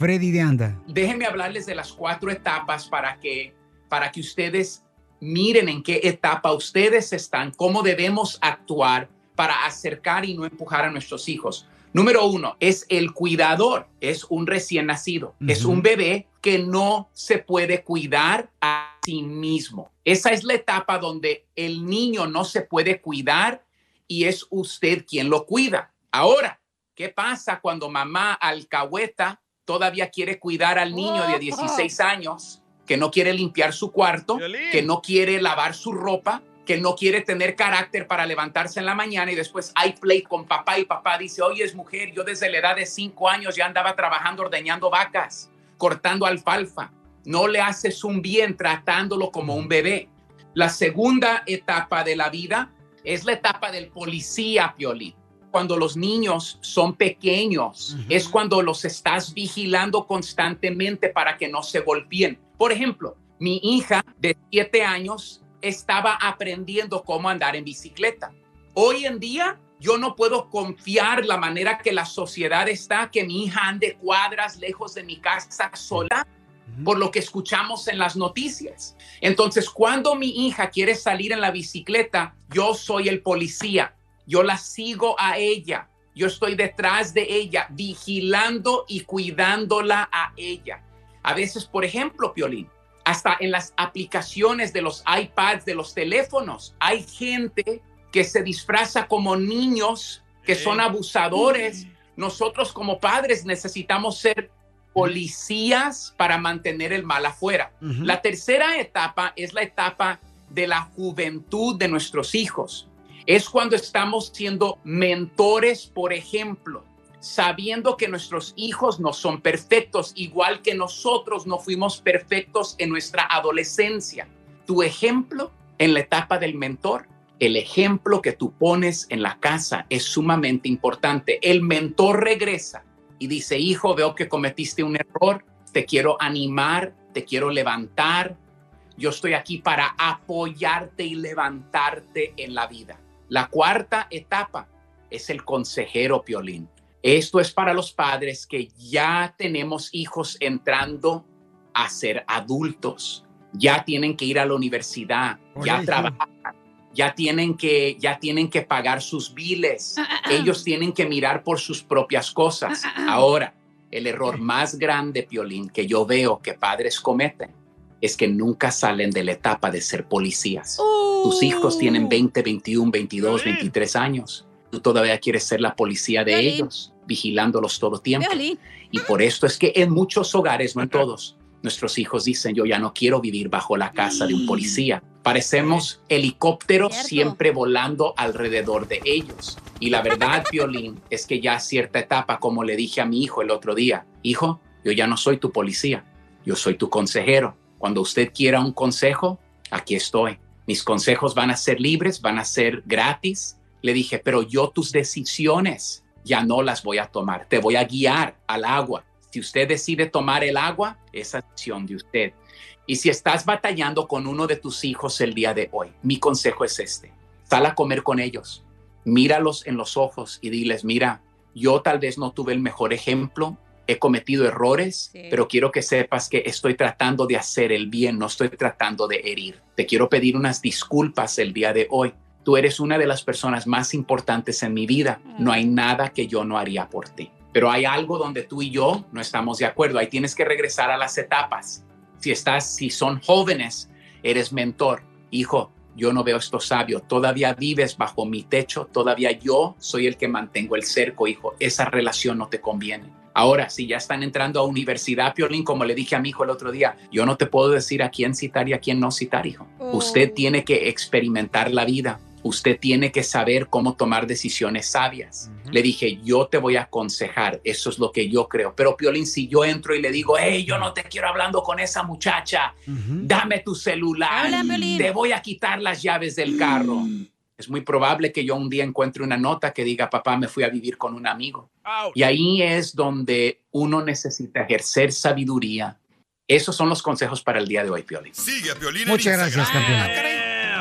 [SPEAKER 1] Freddy de Anda.
[SPEAKER 16] déjenme hablarles de las cuatro etapas para que, para que ustedes miren en qué etapa ustedes están, cómo debemos actuar para acercar y no empujar a nuestros hijos. Número uno es el cuidador, es un recién nacido, es
[SPEAKER 17] Ujú.
[SPEAKER 16] un bebé que no se puede cuidar a sí mismo. Esa es la etapa donde el niño no se puede cuidar y es usted quien lo cuida. Ahora, ¿qué pasa cuando mamá alcahueta todavía quiere cuidar al niño de 16 años, que no quiere limpiar su cuarto, que no quiere lavar su ropa, que no quiere tener carácter para levantarse en la mañana y después hay play con papá y papá dice, oye, es mujer, yo desde la edad de 5 años ya andaba trabajando ordeñando vacas, cortando alfalfa. No le haces un bien tratándolo como un bebé. La segunda etapa de la vida es la etapa del policía, Pioli. Cuando los niños son pequeños, es cuando los estás vigilando constantemente para que no se golpeen. Por ejemplo, mi hija de siete años estaba aprendiendo cómo andar en bicicleta. Hoy en día yo no puedo confiar la manera que la sociedad está, que mi hija ande cuadras lejos de mi casa sola por lo que escuchamos en las noticias. Entonces, cuando mi hija quiere salir en la bicicleta, yo soy el policía, yo la sigo a ella, yo estoy detrás de ella, vigilando y cuidándola a ella. A veces, por ejemplo, Piolín, hasta en las aplicaciones de los iPads, de los teléfonos, hay gente que se disfraza como niños, que son abusadores. Nosotros como padres necesitamos ser policías para mantener el mal afuera.
[SPEAKER 17] Ujú.
[SPEAKER 16] La tercera etapa es la etapa de la juventud de nuestros hijos. Es cuando estamos siendo mentores, por ejemplo, sabiendo que nuestros hijos no son perfectos, igual que nosotros no fuimos perfectos en nuestra adolescencia. Tu ejemplo en la etapa del mentor, el ejemplo que tú pones en la casa es sumamente importante. El mentor regresa y dice, hijo, veo que cometiste un error, te quiero animar, te quiero levantar, yo estoy aquí para apoyarte y levantarte en la vida. La cuarta etapa es el consejero Piolín. Esto es para los padres que ya tenemos hijos entrando a ser adultos. Ya tienen que ir a la universidad, ya
[SPEAKER 17] Correcto.
[SPEAKER 16] trabajan, ya tienen que ya tienen que pagar sus biles. Ellos tienen que mirar por sus propias cosas. Ahora, el error más grande, Piolín, que yo veo que padres cometen es que nunca salen de la etapa de ser policías. Tus hijos tienen 20, 21, 22, 23 años. Tú todavía quieres ser la policía de
[SPEAKER 2] Violín.
[SPEAKER 16] ellos, vigilándolos todo tiempo.
[SPEAKER 2] Piolín.
[SPEAKER 16] Y por esto es que en muchos hogares, no en todos, nuestros hijos dicen, yo ya no quiero vivir bajo la casa de un policía. Parecemos helicópteros siempre volando alrededor de ellos. Y la verdad, Violín, es que ya a cierta etapa, como le dije a mi hijo el otro día, hijo, yo ya no soy tu policía, yo soy tu consejero. Cuando usted quiera un consejo, aquí estoy. Mis consejos van a ser libres, van a ser gratis. Le dije, pero yo tus decisiones ya no las voy a tomar. Te voy a guiar al agua. Si usted decide tomar el agua, es acción de usted. Y si estás batallando con uno de tus hijos el día de hoy, mi consejo es este. Sal a comer con ellos. Míralos en los ojos y diles, mira, yo tal vez no tuve el mejor ejemplo, he cometido errores,
[SPEAKER 17] Sí.
[SPEAKER 16] pero quiero que sepas que estoy tratando de hacer el bien, no estoy tratando de herir. Te quiero pedir unas disculpas el día de hoy. Tú eres una de las personas más importantes en mi vida. No hay nada que yo no haría por ti. Pero hay algo donde tú y yo no estamos de acuerdo. Ahí tienes que regresar a las etapas. Si estás, si son jóvenes, eres mentor. Hijo, yo no veo esto sabio. Todavía vives bajo mi techo. Todavía yo soy el que mantengo el cerco, hijo. Esa relación no te conviene. Ahora, si ya están entrando a universidad, Piolín, como le dije a mi hijo el otro día, yo no te puedo decir a quién citar y a quién no citar, hijo. Usted tiene que experimentar la vida. usted tiene que saber cómo tomar decisiones sabias. Le dije, yo te voy a aconsejar, eso es lo que yo creo. Pero Piolín, si yo entro y le digo, hey, yo no te quiero hablando con esa muchacha, dame tu celular,
[SPEAKER 2] Habla, Piolín.
[SPEAKER 16] te voy a quitar las llaves del carro.
[SPEAKER 4] Mm.
[SPEAKER 16] Es muy probable que yo un día encuentre una nota que diga, papá, me fui a vivir con un amigo. Y ahí es donde uno necesita ejercer sabiduría. Esos son los consejos para el día de hoy, Piolín.
[SPEAKER 4] Sigue a Piolín en
[SPEAKER 16] Muchas
[SPEAKER 4] Instagram.
[SPEAKER 16] gracias, campeón.
[SPEAKER 4] Ah, caray.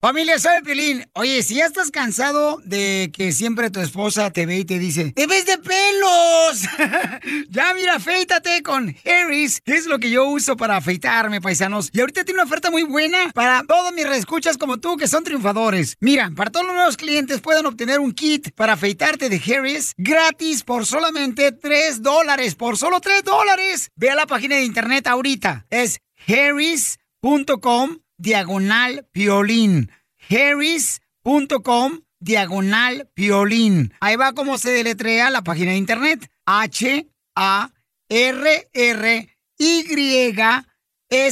[SPEAKER 1] Familia, soy Pilín. Oye, si ya estás cansado de que siempre tu esposa te ve y te dice, ¡te ves de pelos! ya mira, afeítate con Harris. Es lo que yo uso para afeitarme, paisanos. Y ahorita tiene una oferta muy buena para todos mis reescuchas como tú, que son triunfadores. Mira, para todos los nuevos clientes pueden obtener un kit para afeitarte de Harris gratis por solamente 3 dólares. Por solo 3 dólares. Ve a la página de internet ahorita. Es harris.com diagonal piolín. harris.com diagonal piolín. Ahí va como se deletrea la página de internet. H A R R Y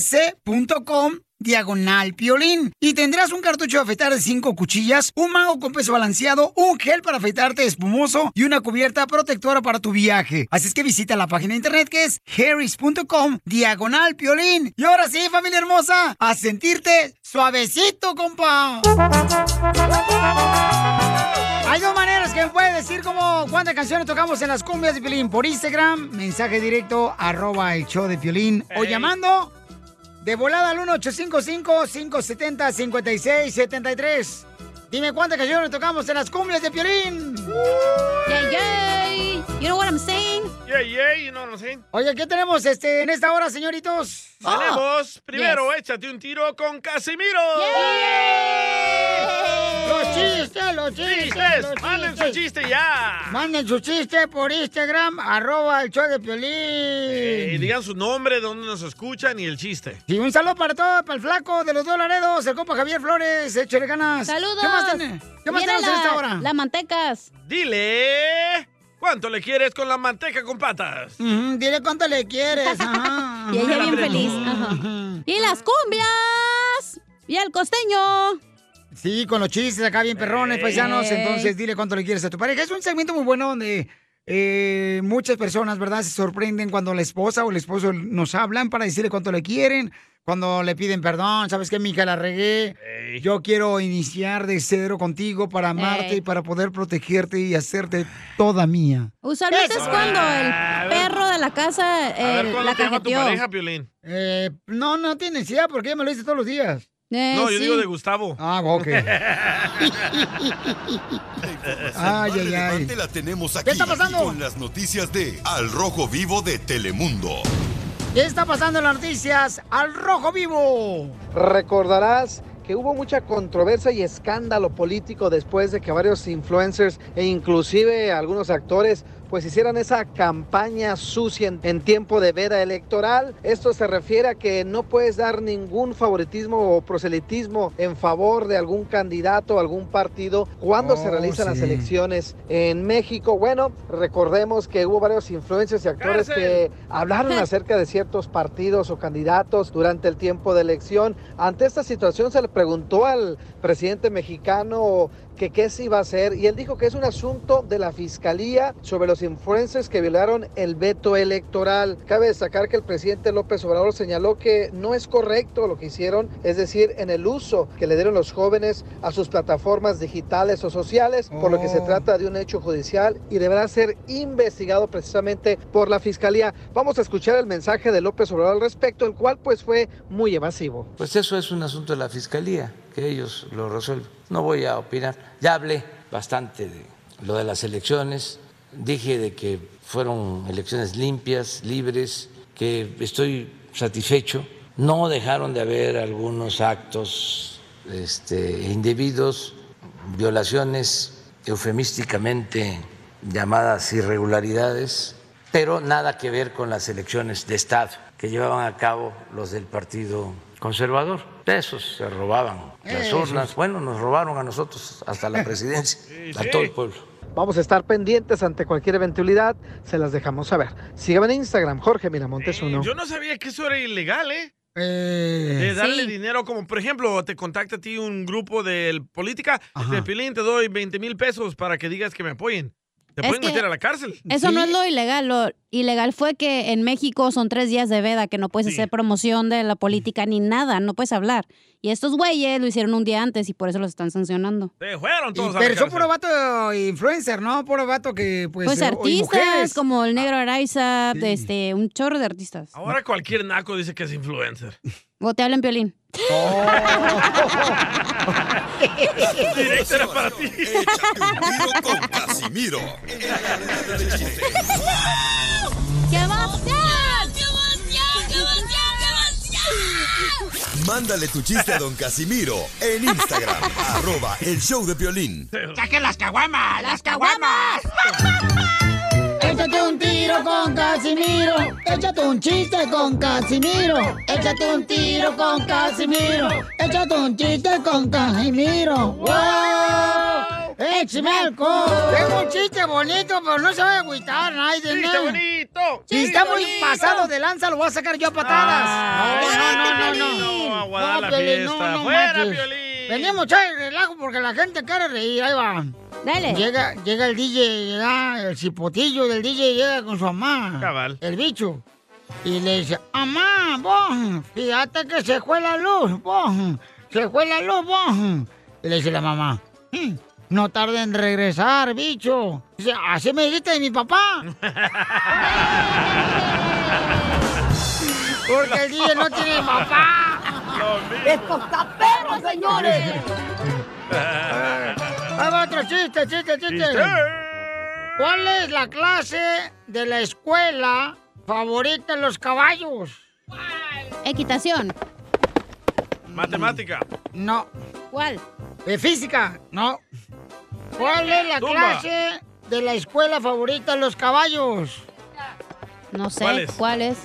[SPEAKER 1] S.com diagonal piolín. Y tendrás un cartucho de afeitar de 5 cuchillas, un mango con peso balanceado, un gel para afeitarte espumoso y una cubierta protectora para tu viaje. Así es que visita la página de internet que es harris.com diagonal piolín. Y ahora sí, familia hermosa, a sentirte suavecito, compa. Hay dos maneras que me puedes decir como cuántas canciones tocamos en las cumbias de Piolín. Por Instagram, mensaje directo, arroba el show de Piolín. O llamando de volada al 1855-570-5673. Dime cuántas canciones tocamos en las cumbias de Piolín.
[SPEAKER 2] Yay, yay. You know what I'm saying?
[SPEAKER 3] Yeah, yeah, you know what I'm saying?
[SPEAKER 1] Oye, ¿qué tenemos este, en esta hora, señoritos?
[SPEAKER 2] Oh,
[SPEAKER 3] Tenemos
[SPEAKER 1] Ah,
[SPEAKER 3] primero,
[SPEAKER 1] yes.
[SPEAKER 3] échate un tiro con Casimiro.
[SPEAKER 1] Los chistes, los chistes.
[SPEAKER 3] Chistes,
[SPEAKER 1] los
[SPEAKER 3] manden su
[SPEAKER 1] chistes.
[SPEAKER 3] chiste ya.
[SPEAKER 1] Manden su chiste por Instagram, arroba el show de Piolín.
[SPEAKER 3] Y digan su nombre, de dónde nos escuchan y el chiste.
[SPEAKER 1] Y un saludo para todo, para el flaco de los dos laredos, el compa Javier Flores, échale ganas.
[SPEAKER 2] Saludos.
[SPEAKER 1] ¿Qué más, tiene? ¿Qué más
[SPEAKER 2] Viene
[SPEAKER 1] tenemos en
[SPEAKER 2] la-
[SPEAKER 1] esta hora?
[SPEAKER 2] Las mantecas.
[SPEAKER 3] Dile, ¿cuánto le quieres con la manteca con patas?
[SPEAKER 1] Ujú, dile cuánto le quieres. ajá.
[SPEAKER 2] Y ella bien feliz. Ajá. Y las cumbias. Y el costeño.
[SPEAKER 1] Sí, con los chistes acá bien
[SPEAKER 3] Eh.
[SPEAKER 1] perrones,
[SPEAKER 2] Ey.
[SPEAKER 1] paisanos. Entonces, dile cuánto le quieres a tu pareja. Es un segmento muy bueno donde eh, muchas personas, ¿verdad? Se sorprenden cuando la esposa o el esposo nos hablan para decirle cuánto le quieren. Cuando le piden perdón, ¿sabes qué, mija? La regué. Yo quiero iniciar de cero contigo para amarte
[SPEAKER 2] Ey.
[SPEAKER 1] y para poder protegerte y hacerte toda mía.
[SPEAKER 2] Usualmente es cuando
[SPEAKER 1] Ah,
[SPEAKER 2] el perro de la casa
[SPEAKER 3] A
[SPEAKER 2] eh,
[SPEAKER 3] ver, ¿cuándo
[SPEAKER 2] la
[SPEAKER 3] te llama tu
[SPEAKER 2] cajeteó.
[SPEAKER 3] pareja, Piolín?
[SPEAKER 1] Eh, no, no tiene necesidad porque ella me lo dice todos los días.
[SPEAKER 2] Eh,
[SPEAKER 3] no, yo digo de Gustavo.
[SPEAKER 1] Ah, ok.
[SPEAKER 3] Eh,
[SPEAKER 1] ay,
[SPEAKER 4] Ay, relevante la tenemos aquí
[SPEAKER 1] está pasando?
[SPEAKER 4] con las noticias de Al Rojo Vivo de Telemundo.
[SPEAKER 1] ¿Qué está pasando en las noticias? Al rojo vivo.
[SPEAKER 5] Recordarás que hubo mucha controversia y escándalo político después de que varios influencers e inclusive algunos actores pues hicieran esa campaña sucia en, en tiempo de veda electoral. Esto se refiere a que no puedes dar ningún favoritismo o proselitismo en favor de algún candidato o algún partido cuando se realizan las
[SPEAKER 17] sí.
[SPEAKER 5] elecciones en México. Bueno, recordemos que hubo varios influencers y actores que hablaron acerca de ciertos partidos o candidatos durante el tiempo de elección. Ante esta situación se le preguntó al presidente mexicano que qué se iba a hacer y él dijo que es un asunto de la fiscalía sobre los influencers que violaron el veto electoral. Cabe destacar que el presidente López Obrador señaló que no es correcto lo que hicieron, es decir, en el uso que le dieron los jóvenes a sus plataformas digitales o sociales, por lo que se
[SPEAKER 17] Oh.
[SPEAKER 5] trata trata de un hecho judicial y deberá ser investigado precisamente por la fiscalía. Vamos a escuchar el mensaje de López Obrador al respecto, el cual pues fue muy evasivo.
[SPEAKER 18] Pues eso es un asunto de la fiscalía, que ellos lo resuelven. No voy a opinar. Ya hablé bastante de lo de las elecciones. Dije de que fueron elecciones limpias, libres, que estoy satisfecho. No dejaron de haber algunos actos este, indebidos, violaciones, eufemísticamente llamadas irregularidades, pero nada que ver con las elecciones de Estado que llevaban a cabo los del Partido Conservador. De esos se robaban las
[SPEAKER 5] Esos.
[SPEAKER 18] urnas. Bueno, nos robaron a nosotros hasta la presidencia, a
[SPEAKER 5] sí.
[SPEAKER 18] todo el pueblo.
[SPEAKER 5] Vamos a estar pendientes ante cualquier eventualidad, se las dejamos saber. Síganme en Instagram, Jorge Miramontes uno.
[SPEAKER 3] Yo no sabía que eso era ilegal, ¿eh?
[SPEAKER 5] Eh,
[SPEAKER 3] de darle dinero, como por ejemplo, te contacta a ti un grupo de política, de Pilín, te doy 20 mil pesos para que digas que me apoyen. Te
[SPEAKER 2] Es
[SPEAKER 3] pueden
[SPEAKER 2] que
[SPEAKER 3] meter a la cárcel.
[SPEAKER 2] Eso no es lo ilegal. Lo ilegal fue que en México son tres días de veda que no puedes hacer promoción de la política ni nada, no puedes hablar. Y estos güeyes lo hicieron un día antes y por eso los están sancionando.
[SPEAKER 3] Se fueron todos
[SPEAKER 1] Y-
[SPEAKER 3] a la
[SPEAKER 1] pero son
[SPEAKER 3] cárcel.
[SPEAKER 1] puro vato influencer, ¿no? Puro vato que, pues.
[SPEAKER 2] Pues,
[SPEAKER 1] eh, o- y
[SPEAKER 2] artistas
[SPEAKER 1] mujeres.
[SPEAKER 2] como el negro Araiza, este, un chorro de artistas.
[SPEAKER 3] Ahora cualquier naco dice que es influencer.
[SPEAKER 2] O te hablan violín.
[SPEAKER 5] Oh.
[SPEAKER 3] Directo era para ti.
[SPEAKER 4] Casimiro.
[SPEAKER 2] ¡Qué emoción!
[SPEAKER 12] ¡Qué emoción! ¡Qué emoción! ¡Qué emoción!
[SPEAKER 4] Mándale tu chiste a don Casimiro en Instagram, arroba el show de violín.
[SPEAKER 12] ¡Saquen las caguamas! ¡Las caguamas!
[SPEAKER 17] Échate un tiro con Casimiro. Échate un chiste con Casimiro. Échate un tiro con Casimiro. Échate un chiste con Casimiro. ¡Wow! ¡Échame alcohol!
[SPEAKER 1] Tengo un chiste bonito, pero no se va a agüitar, nadie.
[SPEAKER 17] ¡Chiste bonito!
[SPEAKER 1] Si
[SPEAKER 17] ¡Chiste
[SPEAKER 1] está muy
[SPEAKER 17] bonito!
[SPEAKER 1] pasado de lanza, lo voy a sacar yo a patadas.
[SPEAKER 17] Ah,
[SPEAKER 1] no, no, no, no, no.
[SPEAKER 3] a dar la
[SPEAKER 1] Piolín,
[SPEAKER 3] fiesta. ¡Fuera,
[SPEAKER 1] manches. Venimos, chay, relajo, porque la gente quiere reír. Ahí va.
[SPEAKER 2] Dale.
[SPEAKER 1] Llega, llega el DJ, llega el cipotillo del DJ, llega con su mamá. El bicho. Y le dice, mamá, vos, fíjate que se fue la luz, vos. Se fue la luz, vos. Y le dice la mamá, "Mm, no tarde en regresar, bicho. Dice, así me dijiste de mi papá. Porque el DJ no tiene papá.
[SPEAKER 17] ¡Esto está perro, señores!
[SPEAKER 1] Ahí va otro chiste, chiste, chiste.
[SPEAKER 17] Chiste.
[SPEAKER 1] ¿Cuál es la clase de la escuela favorita de los caballos?
[SPEAKER 2] Equitación.
[SPEAKER 3] Matemática.
[SPEAKER 1] No.
[SPEAKER 2] ¿Cuál?
[SPEAKER 1] De física. No. ¿Cuál es la
[SPEAKER 3] Zumba.
[SPEAKER 1] clase de la escuela favorita de los caballos?
[SPEAKER 2] No sé,
[SPEAKER 1] ¿Cuál
[SPEAKER 2] ¿cuál
[SPEAKER 1] es?
[SPEAKER 2] es?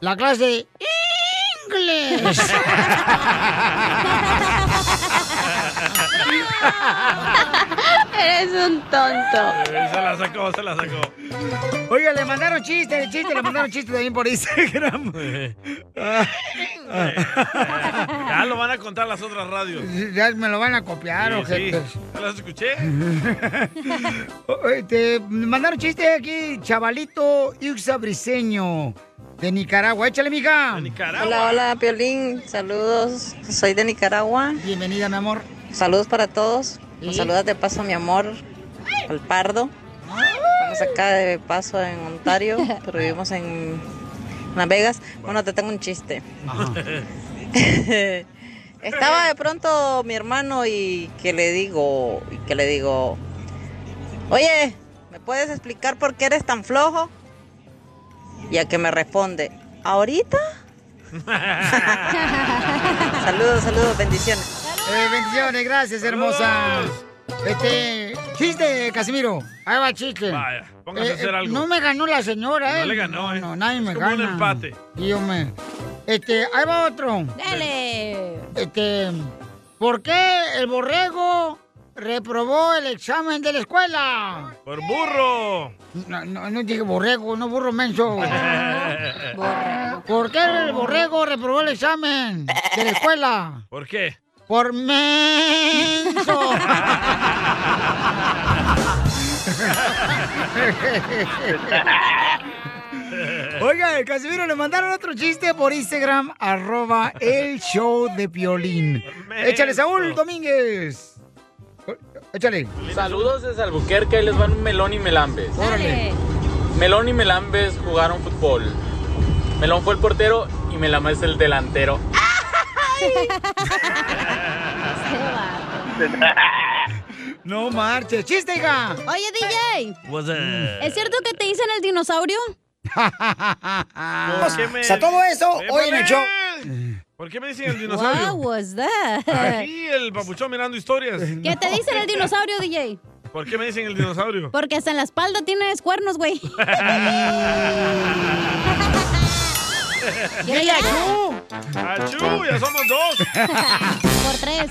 [SPEAKER 1] La clase de inglés.
[SPEAKER 12] Eres un tonto.
[SPEAKER 3] Se la sacó, se la sacó.
[SPEAKER 1] Oiga, le mandaron chiste, le chiste, le mandaron chiste también por Instagram.
[SPEAKER 5] Ah.
[SPEAKER 3] Eh, Ya lo van a contar las otras radios.
[SPEAKER 1] Ya me lo van a copiar,
[SPEAKER 3] Sí, sí.
[SPEAKER 1] ojetes.
[SPEAKER 3] ¿Ya las escuché?
[SPEAKER 1] O- Este, me mandaron chiste aquí, chavalito Ixa Briseño, de Nicaragua. Échale, mija.
[SPEAKER 19] Hola, hola, Piolín. Saludos. Soy de Nicaragua.
[SPEAKER 1] Bienvenida, mi amor.
[SPEAKER 19] Saludos para todos. Los
[SPEAKER 1] Sí.
[SPEAKER 19] saludas de paso, mi amor, al pardo. Estamos acá de paso en Ontario, pero vivimos en Las Vegas. Bueno, te tengo un chiste. Estaba de pronto mi hermano y que le digo, y que le digo, oye, ¿me puedes explicar por qué eres tan flojo? Y a que me responde, ¿ahorita? saludos, saludos, bendiciones.
[SPEAKER 1] Eh, bendiciones, gracias, hermosa. Este,
[SPEAKER 12] Chiste, Casimiro. Ahí va, chiste.
[SPEAKER 3] Vaya, póngase
[SPEAKER 1] Eh,
[SPEAKER 3] a hacer algo.
[SPEAKER 12] No me ganó la señora, ¿eh?
[SPEAKER 3] No le ganó, ¿eh?
[SPEAKER 12] No, nadie me
[SPEAKER 3] como un
[SPEAKER 12] gana.
[SPEAKER 3] empate.
[SPEAKER 12] Dios me. Este, ahí va otro.
[SPEAKER 2] Dale.
[SPEAKER 12] Este, ¿por qué el borrego reprobó el examen de la escuela?
[SPEAKER 3] Por burro.
[SPEAKER 12] No, no, no dije borrego, no burro menso. ¿Por qué el borrego reprobó el examen de la escuela?
[SPEAKER 3] ¿Por qué?
[SPEAKER 12] Por menso. Oiga, Casimiro, le mandaron otro chiste por Instagram, arroba el show de Piolín. Échale, Saúl Domínguez. Échale.
[SPEAKER 20] Saludos desde Albuquerque, ahí les van Melón y Melambes. Melón y Melambes jugaron fútbol. Melón fue el portero y Melambes el delantero.
[SPEAKER 12] No marches, chiste, hija.
[SPEAKER 2] Oye, DJ, ¿es cierto que te dicen el dinosaurio?
[SPEAKER 3] ¿Por qué me-
[SPEAKER 12] O sea, todo eso
[SPEAKER 3] Eh,
[SPEAKER 12] hoy en el
[SPEAKER 3] Manuel,
[SPEAKER 12] show.
[SPEAKER 3] ¿Por qué me dicen el dinosaurio?
[SPEAKER 2] What was that?
[SPEAKER 3] Aquí el papuchón mirando historias.
[SPEAKER 2] ¿Qué te dicen el dinosaurio, DJ?
[SPEAKER 3] ¿Por qué me dicen el dinosaurio?
[SPEAKER 2] Porque hasta en la espalda tienes cuernos, güey.
[SPEAKER 21] Dile a
[SPEAKER 12] Chu.
[SPEAKER 3] ¡Achú! ¡Ya somos dos!
[SPEAKER 2] Por tres.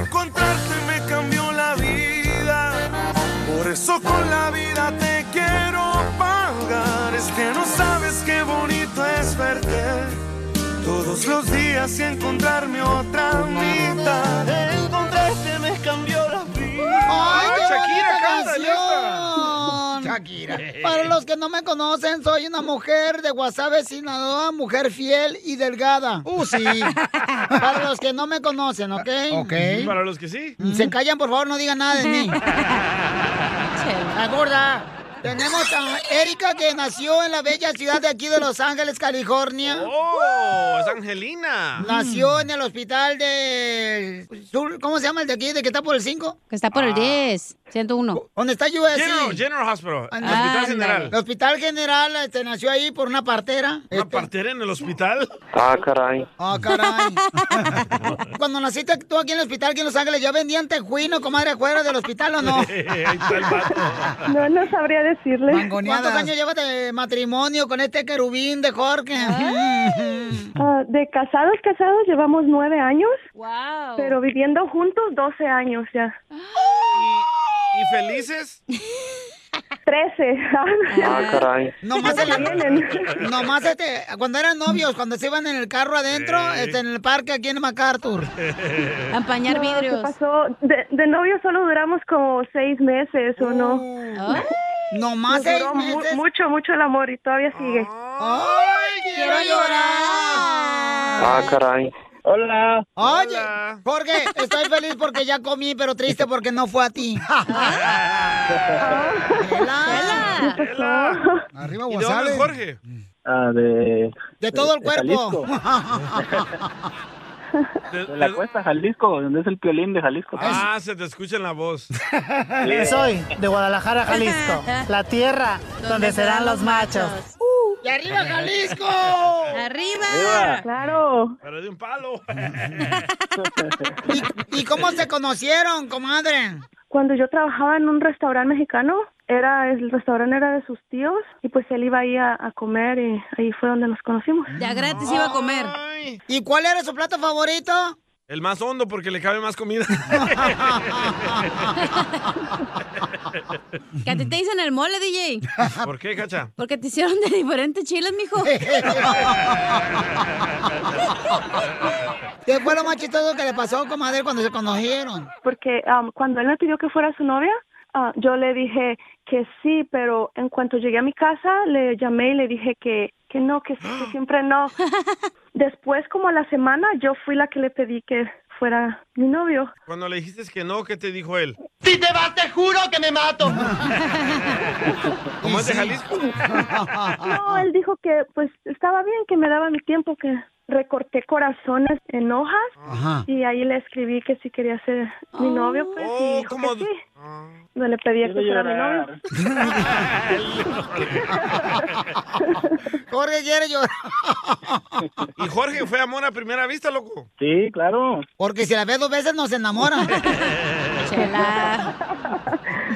[SPEAKER 4] Encontrarte me cambió la vida. Por eso con la vida te quiero pagar. Es que no sabes qué bonito es verte. Todos los días y encontrarme otra mitad. Encontrarte me cambió la vida.
[SPEAKER 1] ¡Ay, qué bonita
[SPEAKER 4] canta, ya
[SPEAKER 1] canción!
[SPEAKER 12] Shakira.
[SPEAKER 1] Para los que no me conocen, soy una mujer de Guasave, Sinaloa, mujer fiel y delgada. ¡Uh, sí! Para los que no me conocen, ¿ok?
[SPEAKER 12] Ok.
[SPEAKER 3] Para los que sí.
[SPEAKER 1] Se callan, por favor, no digan nada de mí. La gorda. Tenemos a Erika que nació en la bella ciudad de aquí de Los Ángeles, California.
[SPEAKER 3] ¡Oh! Mm. ¡Es Angelina!
[SPEAKER 1] Nació en el hospital de... ¿Cómo se llama el de aquí? ¿De que está por el 5?
[SPEAKER 2] Que está por el 10, 101.
[SPEAKER 1] ¿Dónde está USC?
[SPEAKER 3] Mm. General, General Hospital.
[SPEAKER 1] Ah,
[SPEAKER 3] Hospital
[SPEAKER 1] ándale.
[SPEAKER 3] General.
[SPEAKER 1] El hospital general este, nació ahí por una partera.
[SPEAKER 3] ¿Una partera en el hospital?
[SPEAKER 22] Ah, caray.
[SPEAKER 1] Ah, caray. Cuando naciste tú aquí en el hospital, aquí en Los Ángeles, ¿ya vendían tejuino, comadre, afuera del hospital o no?
[SPEAKER 23] No, no sabría decirle.
[SPEAKER 1] ¿Cuántos años llevas de matrimonio con este querubín de Jorge?
[SPEAKER 23] Ah, de casados, casados, llevamos nueve años.
[SPEAKER 2] Wow.
[SPEAKER 23] Pero viviendo juntos, doce años ya.
[SPEAKER 3] ¿Y felices?
[SPEAKER 23] Trece.
[SPEAKER 22] Ah, caray.
[SPEAKER 1] Nomás, en la- nomás este, cuando eran novios, cuando se iban en el carro adentro, este, en el parque aquí en MacArthur.
[SPEAKER 23] No, ¿qué pasó? De, de novio solo duramos como seis meses, ¿o no?
[SPEAKER 1] No más
[SPEAKER 23] Nos
[SPEAKER 1] seis
[SPEAKER 23] duró mu-
[SPEAKER 1] meses. Ah.
[SPEAKER 23] mucho, mucho el amor y todavía sigue.
[SPEAKER 1] ¡Ay, quiero llorar!
[SPEAKER 22] Ah, caray.
[SPEAKER 23] Hola.
[SPEAKER 1] Oye, Jorge, estoy feliz porque ya comí, pero triste porque no fue a ti. Chela.
[SPEAKER 12] Arriba
[SPEAKER 3] ¿Y de dónde
[SPEAKER 12] Guasave.
[SPEAKER 3] es Jorge?
[SPEAKER 22] Ah, de...
[SPEAKER 1] De todo el cuerpo.
[SPEAKER 22] De la cuesta Jalisco, donde es el piolín de Jalisco.
[SPEAKER 3] Ah, se te escucha en la voz.
[SPEAKER 24] Soy de Guadalajara, Jalisco, la tierra donde serán los machos.
[SPEAKER 1] Uh. ¡Y arriba Jalisco!
[SPEAKER 3] Arriba.
[SPEAKER 23] Claro.
[SPEAKER 3] Pero de un palo.
[SPEAKER 1] ¿Y cómo se conocieron, comadre?
[SPEAKER 23] Cuando yo trabajaba en un restaurante mexicano, era el restaurante era de sus tíos y pues él iba ahí a, a comer y ahí fue donde nos conocimos.
[SPEAKER 2] Ya gratis iba a comer.
[SPEAKER 1] ¿Y cuál era su plato favorito?
[SPEAKER 3] El más hondo porque le cabe más comida.
[SPEAKER 2] Que a ti te dicen el mole, DJ.
[SPEAKER 3] ¿Por qué, cacha?
[SPEAKER 2] Porque te hicieron de diferentes chiles, mijo.
[SPEAKER 1] ¿Qué fue lo más chistoso que le pasó, comadre, cuando se conocieron?
[SPEAKER 23] Porque am, cuando él me pidió que fuera su novia, ah, yo le dije que sí, pero en cuanto llegué a mi casa, le llamé y le dije que, que no, que, sí, que siempre no. Después, como a la semana, yo fui la que le pedí que fuera mi novio.
[SPEAKER 3] Cuando le dijiste que no, ¿qué te dijo él?
[SPEAKER 23] Si te vas, te juro que me mato.
[SPEAKER 3] ¿Cómo es de Jalisco?
[SPEAKER 23] No, él dijo que pues estaba bien, que me daba mi tiempo, que recorté corazones en hojas
[SPEAKER 12] Ajá.
[SPEAKER 23] y ahí le escribí que si quería ser mi novio, pues,
[SPEAKER 1] Oh,
[SPEAKER 23] y dijo que sí. No le pedía que
[SPEAKER 12] Quiero
[SPEAKER 23] fuera mi
[SPEAKER 12] llorar.
[SPEAKER 23] novio.
[SPEAKER 1] Jorge quiere llorar.
[SPEAKER 3] ¿Y Jorge fue amor a primera vista, loco?
[SPEAKER 1] Sí, claro. Porque si la ve dos veces nos enamora.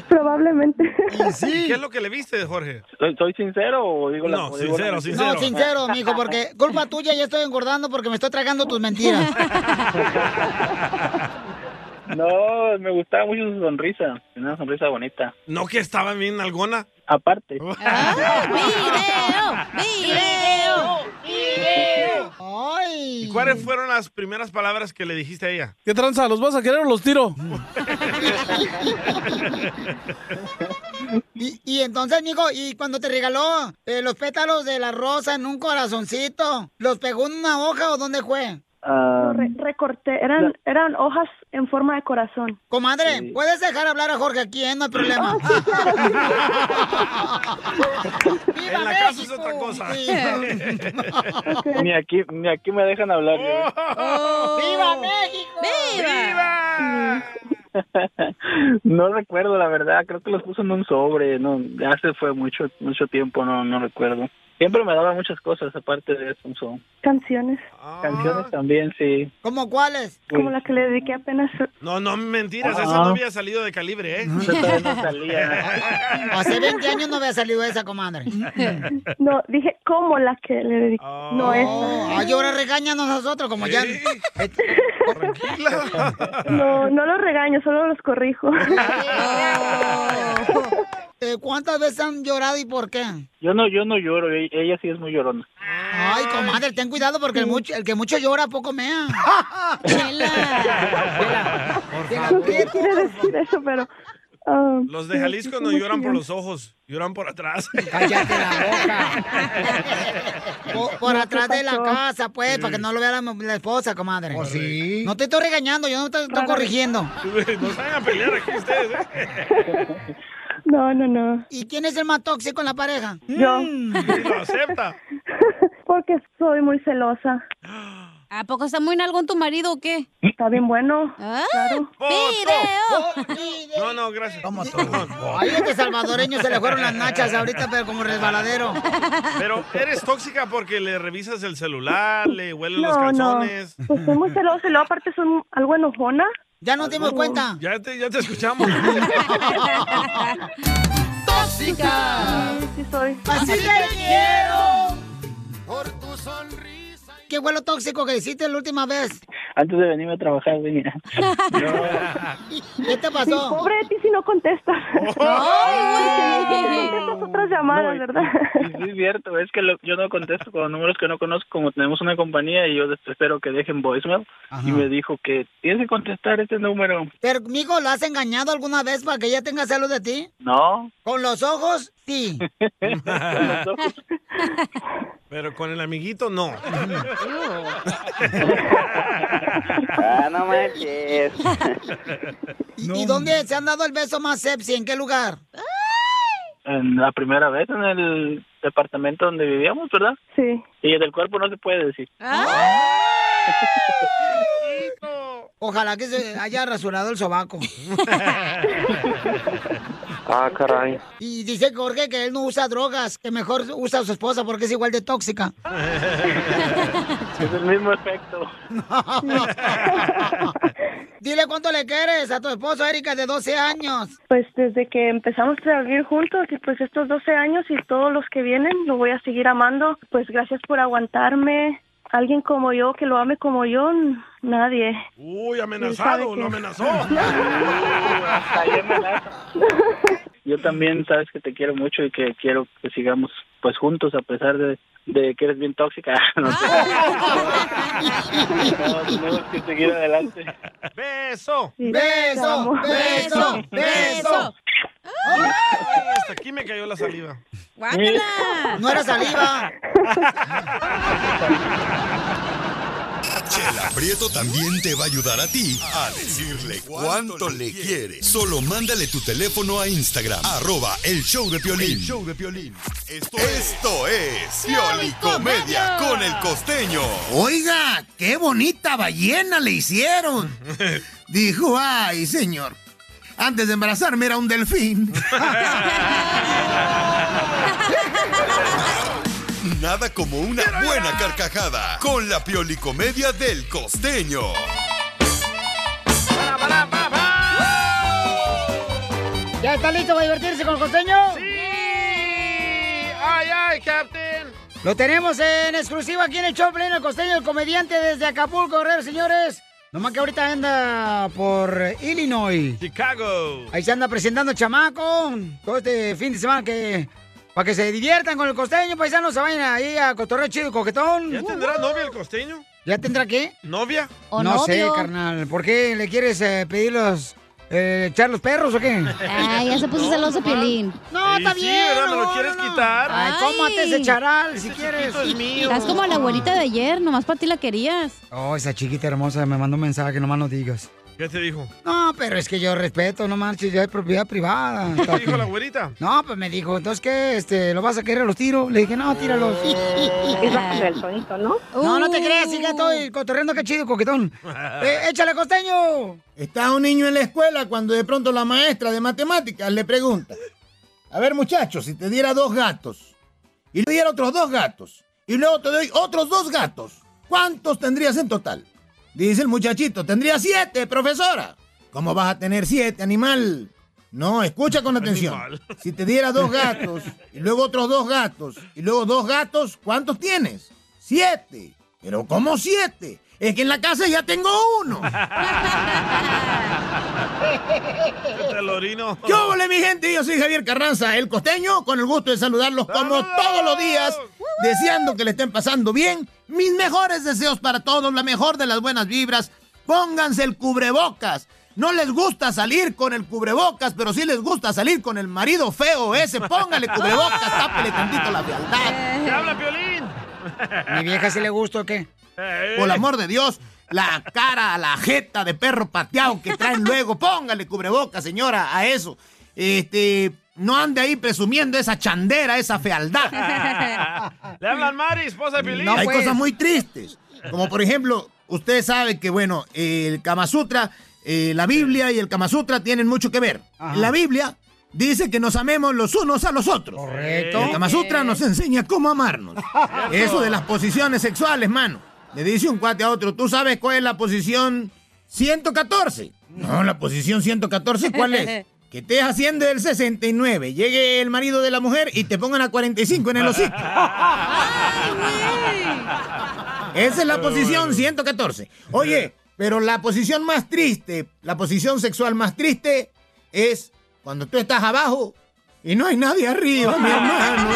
[SPEAKER 23] Probablemente.
[SPEAKER 3] ¿Y ¿Qué es lo que le viste de Jorge?
[SPEAKER 22] ¿Soy, soy sincero o digo la
[SPEAKER 3] No,
[SPEAKER 22] o digo la-
[SPEAKER 3] sincero, sincero.
[SPEAKER 1] No, sincero, mijo, porque culpa tuya ya estoy engordando porque me estoy tragando tus mentiras.
[SPEAKER 22] No, me gustaba mucho su sonrisa. Tenía una sonrisa bonita.
[SPEAKER 3] ¿No que estaba bien alguna?
[SPEAKER 22] Aparte.
[SPEAKER 12] ¡Video! ¡Video!
[SPEAKER 3] ¿Y cuáles fueron las primeras palabras que le dijiste a ella?
[SPEAKER 8] ¿Qué tranza? ¿Los vas a querer o los tiro?
[SPEAKER 1] Y, y entonces, mijo, y cuando te regaló eh, los pétalos de la rosa en un corazoncito, ¿los pegó en una hoja o dónde fue?
[SPEAKER 12] Ah.
[SPEAKER 23] No, re- recorté, eran, eran hojas en forma de corazón.
[SPEAKER 1] Comadre, puedes dejar hablar a Jorge aquí, eh? no hay problema.
[SPEAKER 3] Ah, en la casa es otra cosa.
[SPEAKER 1] Sí.
[SPEAKER 22] Ni aquí, ni aquí me dejan hablar.
[SPEAKER 3] Oh.
[SPEAKER 1] ¡Viva México!
[SPEAKER 3] ¡Viva!
[SPEAKER 22] No recuerdo, la verdad. Creo que los puso en un sobre. No, hace fue mucho, mucho tiempo. No, no recuerdo. Siempre me daba muchas cosas aparte de eso. so.
[SPEAKER 23] Canciones.
[SPEAKER 3] Ah.
[SPEAKER 22] Canciones también, sí.
[SPEAKER 1] ¿Cómo cuáles?
[SPEAKER 23] Como la que le dediqué apenas.
[SPEAKER 3] No, no, mentiras, esa
[SPEAKER 22] Ah.
[SPEAKER 3] no había salido de calibre, ¿eh?
[SPEAKER 1] Hace 20 años no había salido esa, comadre.
[SPEAKER 23] No, dije como la que le dediqué. No
[SPEAKER 1] Oh,
[SPEAKER 23] esa.
[SPEAKER 1] ay, ahora regáñanos a nosotros, como ya.
[SPEAKER 23] No, no los regaño, solo los corrijo.
[SPEAKER 1] Eh, ¿Cuántas veces han llorado y por qué?
[SPEAKER 22] Yo no, yo no lloro. e- Ella sí es muy llorona.
[SPEAKER 1] Ay, comadre, ten cuidado porque el, mucho, el que mucho llora, poco mea.
[SPEAKER 23] No sé qué quiere decir eso, pero. ah,
[SPEAKER 3] Los de Jalisco no lloran por los ojos, lloran por atrás.
[SPEAKER 1] Cállate Por, por
[SPEAKER 3] No, ¿qué
[SPEAKER 1] atrás de la
[SPEAKER 3] pasó?
[SPEAKER 1] casa, pues, para que no lo vea la, la esposa, comadre. sí? No te estoy regañando, yo no te estoy corrigiendo.
[SPEAKER 3] Nos van a pelear aquí ustedes, ¿eh?
[SPEAKER 23] No, no, no.
[SPEAKER 1] ¿Y quién es el más tóxico en la pareja?
[SPEAKER 23] Yo.
[SPEAKER 3] Lo acepta.
[SPEAKER 23] Porque soy muy celosa.
[SPEAKER 2] ¿A poco está muy nalgón tu marido o qué?
[SPEAKER 23] Está bien bueno.
[SPEAKER 2] Ah,
[SPEAKER 23] Claro.
[SPEAKER 2] ¡Video!
[SPEAKER 3] No, no, gracias.
[SPEAKER 1] Vamos
[SPEAKER 3] todos.
[SPEAKER 1] Ahí este salvadoreño se le fueron las nachas ahorita, pero como resbaladero.
[SPEAKER 3] Pero eres tóxica porque le revisas el celular, le huelen los
[SPEAKER 23] No, no.
[SPEAKER 3] calzones.
[SPEAKER 23] Pues soy muy celosa y luego aparte soy algo enojona. Mm.
[SPEAKER 1] Ya nos
[SPEAKER 3] dimos
[SPEAKER 23] cuenta.
[SPEAKER 3] Ya te, ya te escuchamos.
[SPEAKER 1] ¡Tóxica!
[SPEAKER 23] Sí, sí soy.
[SPEAKER 1] ¡Así te quiero! Por tu sonrisa. ¿Qué fue lo tóxico que hiciste la última vez?
[SPEAKER 22] Antes de venirme a trabajar, venía.
[SPEAKER 1] ¿Qué te pasó?
[SPEAKER 23] Sí, pobre de ti si no contestas.
[SPEAKER 3] Oh,
[SPEAKER 1] ¡Ay,
[SPEAKER 23] Porque
[SPEAKER 1] güey!
[SPEAKER 23] no contestas otras llamadas, ¿verdad?
[SPEAKER 22] Sí, sí, es cierto, es que lo- yo no contesto con números que no conozco, como tenemos una compañía y yo des- espero que dejen voicemail y me dijo que tienes que contestar este número.
[SPEAKER 1] Pero, mijo, ¿la has engañado alguna vez para que ella tenga celos de ti?
[SPEAKER 22] No.
[SPEAKER 1] ¿Con los ojos? Sí.
[SPEAKER 3] Pero con el amiguito, no.
[SPEAKER 22] Ah, no manches.
[SPEAKER 1] ¿Y- ¿Y dónde se han dado el beso más sepsi? ¿En qué lugar?
[SPEAKER 22] En la primera vez en el departamento donde vivíamos, ¿verdad?
[SPEAKER 23] Sí.
[SPEAKER 22] Y del cuerpo no se puede decir.
[SPEAKER 1] Ojalá que se haya rasurado el sobaco.
[SPEAKER 22] Ah, caray.
[SPEAKER 1] Y dice Jorge que él no usa drogas, que mejor usa a su esposa porque es igual de tóxica.
[SPEAKER 22] Es el mismo efecto.
[SPEAKER 1] Dile cuánto le quieres a tu esposo, Erika, de 12 años.
[SPEAKER 23] Pues desde que empezamos a vivir juntos y pues estos 12 años y todos los que vienen, lo voy a seguir amando. Pues gracias por aguantarme. Alguien como yo, que lo ame como yo, n- nadie.
[SPEAKER 3] Uy,
[SPEAKER 23] Él
[SPEAKER 3] amenazado,
[SPEAKER 23] sabe
[SPEAKER 3] lo
[SPEAKER 23] que-
[SPEAKER 3] amenazó.
[SPEAKER 22] Yo también sabes que te quiero mucho y que quiero que sigamos pues juntos a pesar de, de que eres bien tóxica. No sé. No, tenemos que seguir adelante.
[SPEAKER 3] Beso.
[SPEAKER 23] Sí, te amo.
[SPEAKER 3] beso,
[SPEAKER 23] beso.
[SPEAKER 3] Ay, Hasta aquí me cayó la saliva.
[SPEAKER 23] ¡Guácala!
[SPEAKER 1] No era saliva.
[SPEAKER 4] Chela Prieto también te va a ayudar a ti a decirle cuánto le quiere. Solo mándale tu teléfono a Instagram, arroba el show de Piolín.
[SPEAKER 25] El
[SPEAKER 4] show de Piolín. Esto, Esto es Pioli Comedia con el costeño.
[SPEAKER 13] Oiga, qué bonita ballena le hicieron. Dijo, ay, señor. Antes de embarazarme era un delfín.
[SPEAKER 4] Nada como una buena carcajada con la Pioli Comedia del costeño.
[SPEAKER 1] ¿Ya está listo para divertirse con el costeño?
[SPEAKER 3] ¡Ay, ay, Captain!
[SPEAKER 1] Lo tenemos en exclusiva aquí en el show pleno el costeño, el comediante desde Acapulco, Guerrero, señores. Nomás que ahorita anda por Illinois.
[SPEAKER 3] Chicago.
[SPEAKER 1] Ahí se anda presentando el chamaco. Todo este fin de semana que. Para que se diviertan con el costeño, paisanos, se vayan ahí a cotorreo chido y coquetón.
[SPEAKER 3] ¿Ya tendrá novia el costeño?
[SPEAKER 1] ¿Ya tendrá qué?
[SPEAKER 3] ¿Novia?
[SPEAKER 1] no sé, carnal. ¿Por qué le quieres eh, pedir los. eh, echar los perros o qué?
[SPEAKER 2] Ay, Ah, ya se puso celoso Piolín.
[SPEAKER 1] No, está bien.
[SPEAKER 3] ¿Me lo quieres quitar?
[SPEAKER 1] Ay, cómate ese charal si quieres.
[SPEAKER 2] Estás como la abuelita de ayer, nomás para ti la querías.
[SPEAKER 1] Oh, esa chiquita hermosa me mandó un mensaje, nomás no digas.
[SPEAKER 3] ¿Qué te dijo?
[SPEAKER 1] No, pero es que yo respeto, no marches, ya es propiedad privada.
[SPEAKER 3] ¿Qué te dijo la güerita?
[SPEAKER 1] No, pues me dijo, entonces qué, este, ¿lo vas a querer a los tiros? Le dije, no, tíralos.
[SPEAKER 23] Es bajo el tonito, ¿no?
[SPEAKER 1] No, no te creas, sí, ya estoy cotorreando, qué chido, coquetón. Eh, échale, costeño.
[SPEAKER 13] Está un niño en la escuela cuando de pronto la maestra de matemáticas le pregunta, a ver muchachos, si te diera dos gatos, y le diera otros dos gatos, y luego te doy otros dos gatos, ¿cuántos tendrías en total? Dice el muchachito, tendría siete, profesora. ¿Cómo vas a tener siete, animal? No, escucha con atención. Si te diera dos gatos, y luego otros dos gatos, y luego dos gatos, ¿cuántos tienes? Siete. Pero ¿cómo siete? Es que en la casa ya tengo uno.
[SPEAKER 3] El orino.
[SPEAKER 13] ¿Qué óvole, mi gente? Yo soy Javier Carranza, el costeño, con el gusto de saludarlos como todos los días, deseando que le estén pasando bien. Mis mejores deseos para todos, la mejor de las buenas vibras. Pónganse el cubrebocas. No les gusta salir con el cubrebocas, pero sí les gusta salir con el marido feo ese. Póngale cubrebocas, tápele tantito la fealdad.
[SPEAKER 2] Eh.
[SPEAKER 3] ¿Te habla Piolín?
[SPEAKER 1] ¿Mi vieja si le gusta o qué?
[SPEAKER 13] Por el amor de Dios, la cara, la jeta de perro pateado que traen luego. Póngale cubreboca, señora, a eso. Este, no ande ahí presumiendo esa chandera, esa fealdad.
[SPEAKER 3] Le hablan Mari, esposa de Piolín.
[SPEAKER 13] Hay cosas muy tristes. Como por ejemplo, usted sabe que, bueno, el Kama Sutra, eh, la Biblia y el Kama Sutra tienen mucho que ver. La Biblia dice que nos amemos los unos a los otros. Correcto. El Kama Sutra nos enseña cómo amarnos. Eso de las posiciones sexuales, mano. Le dice un cuate a otro, ¿tú sabes cuál es la posición 114? No, la posición 114, ¿cuál es? Que estés haciendo el 69, llegue el marido de la mujer y te pongan a 45 en el hocico. Esa es la posición 114. Oye, pero la posición más triste, la posición sexual más triste es cuando tú estás abajo y no hay nadie arriba, mi hermano.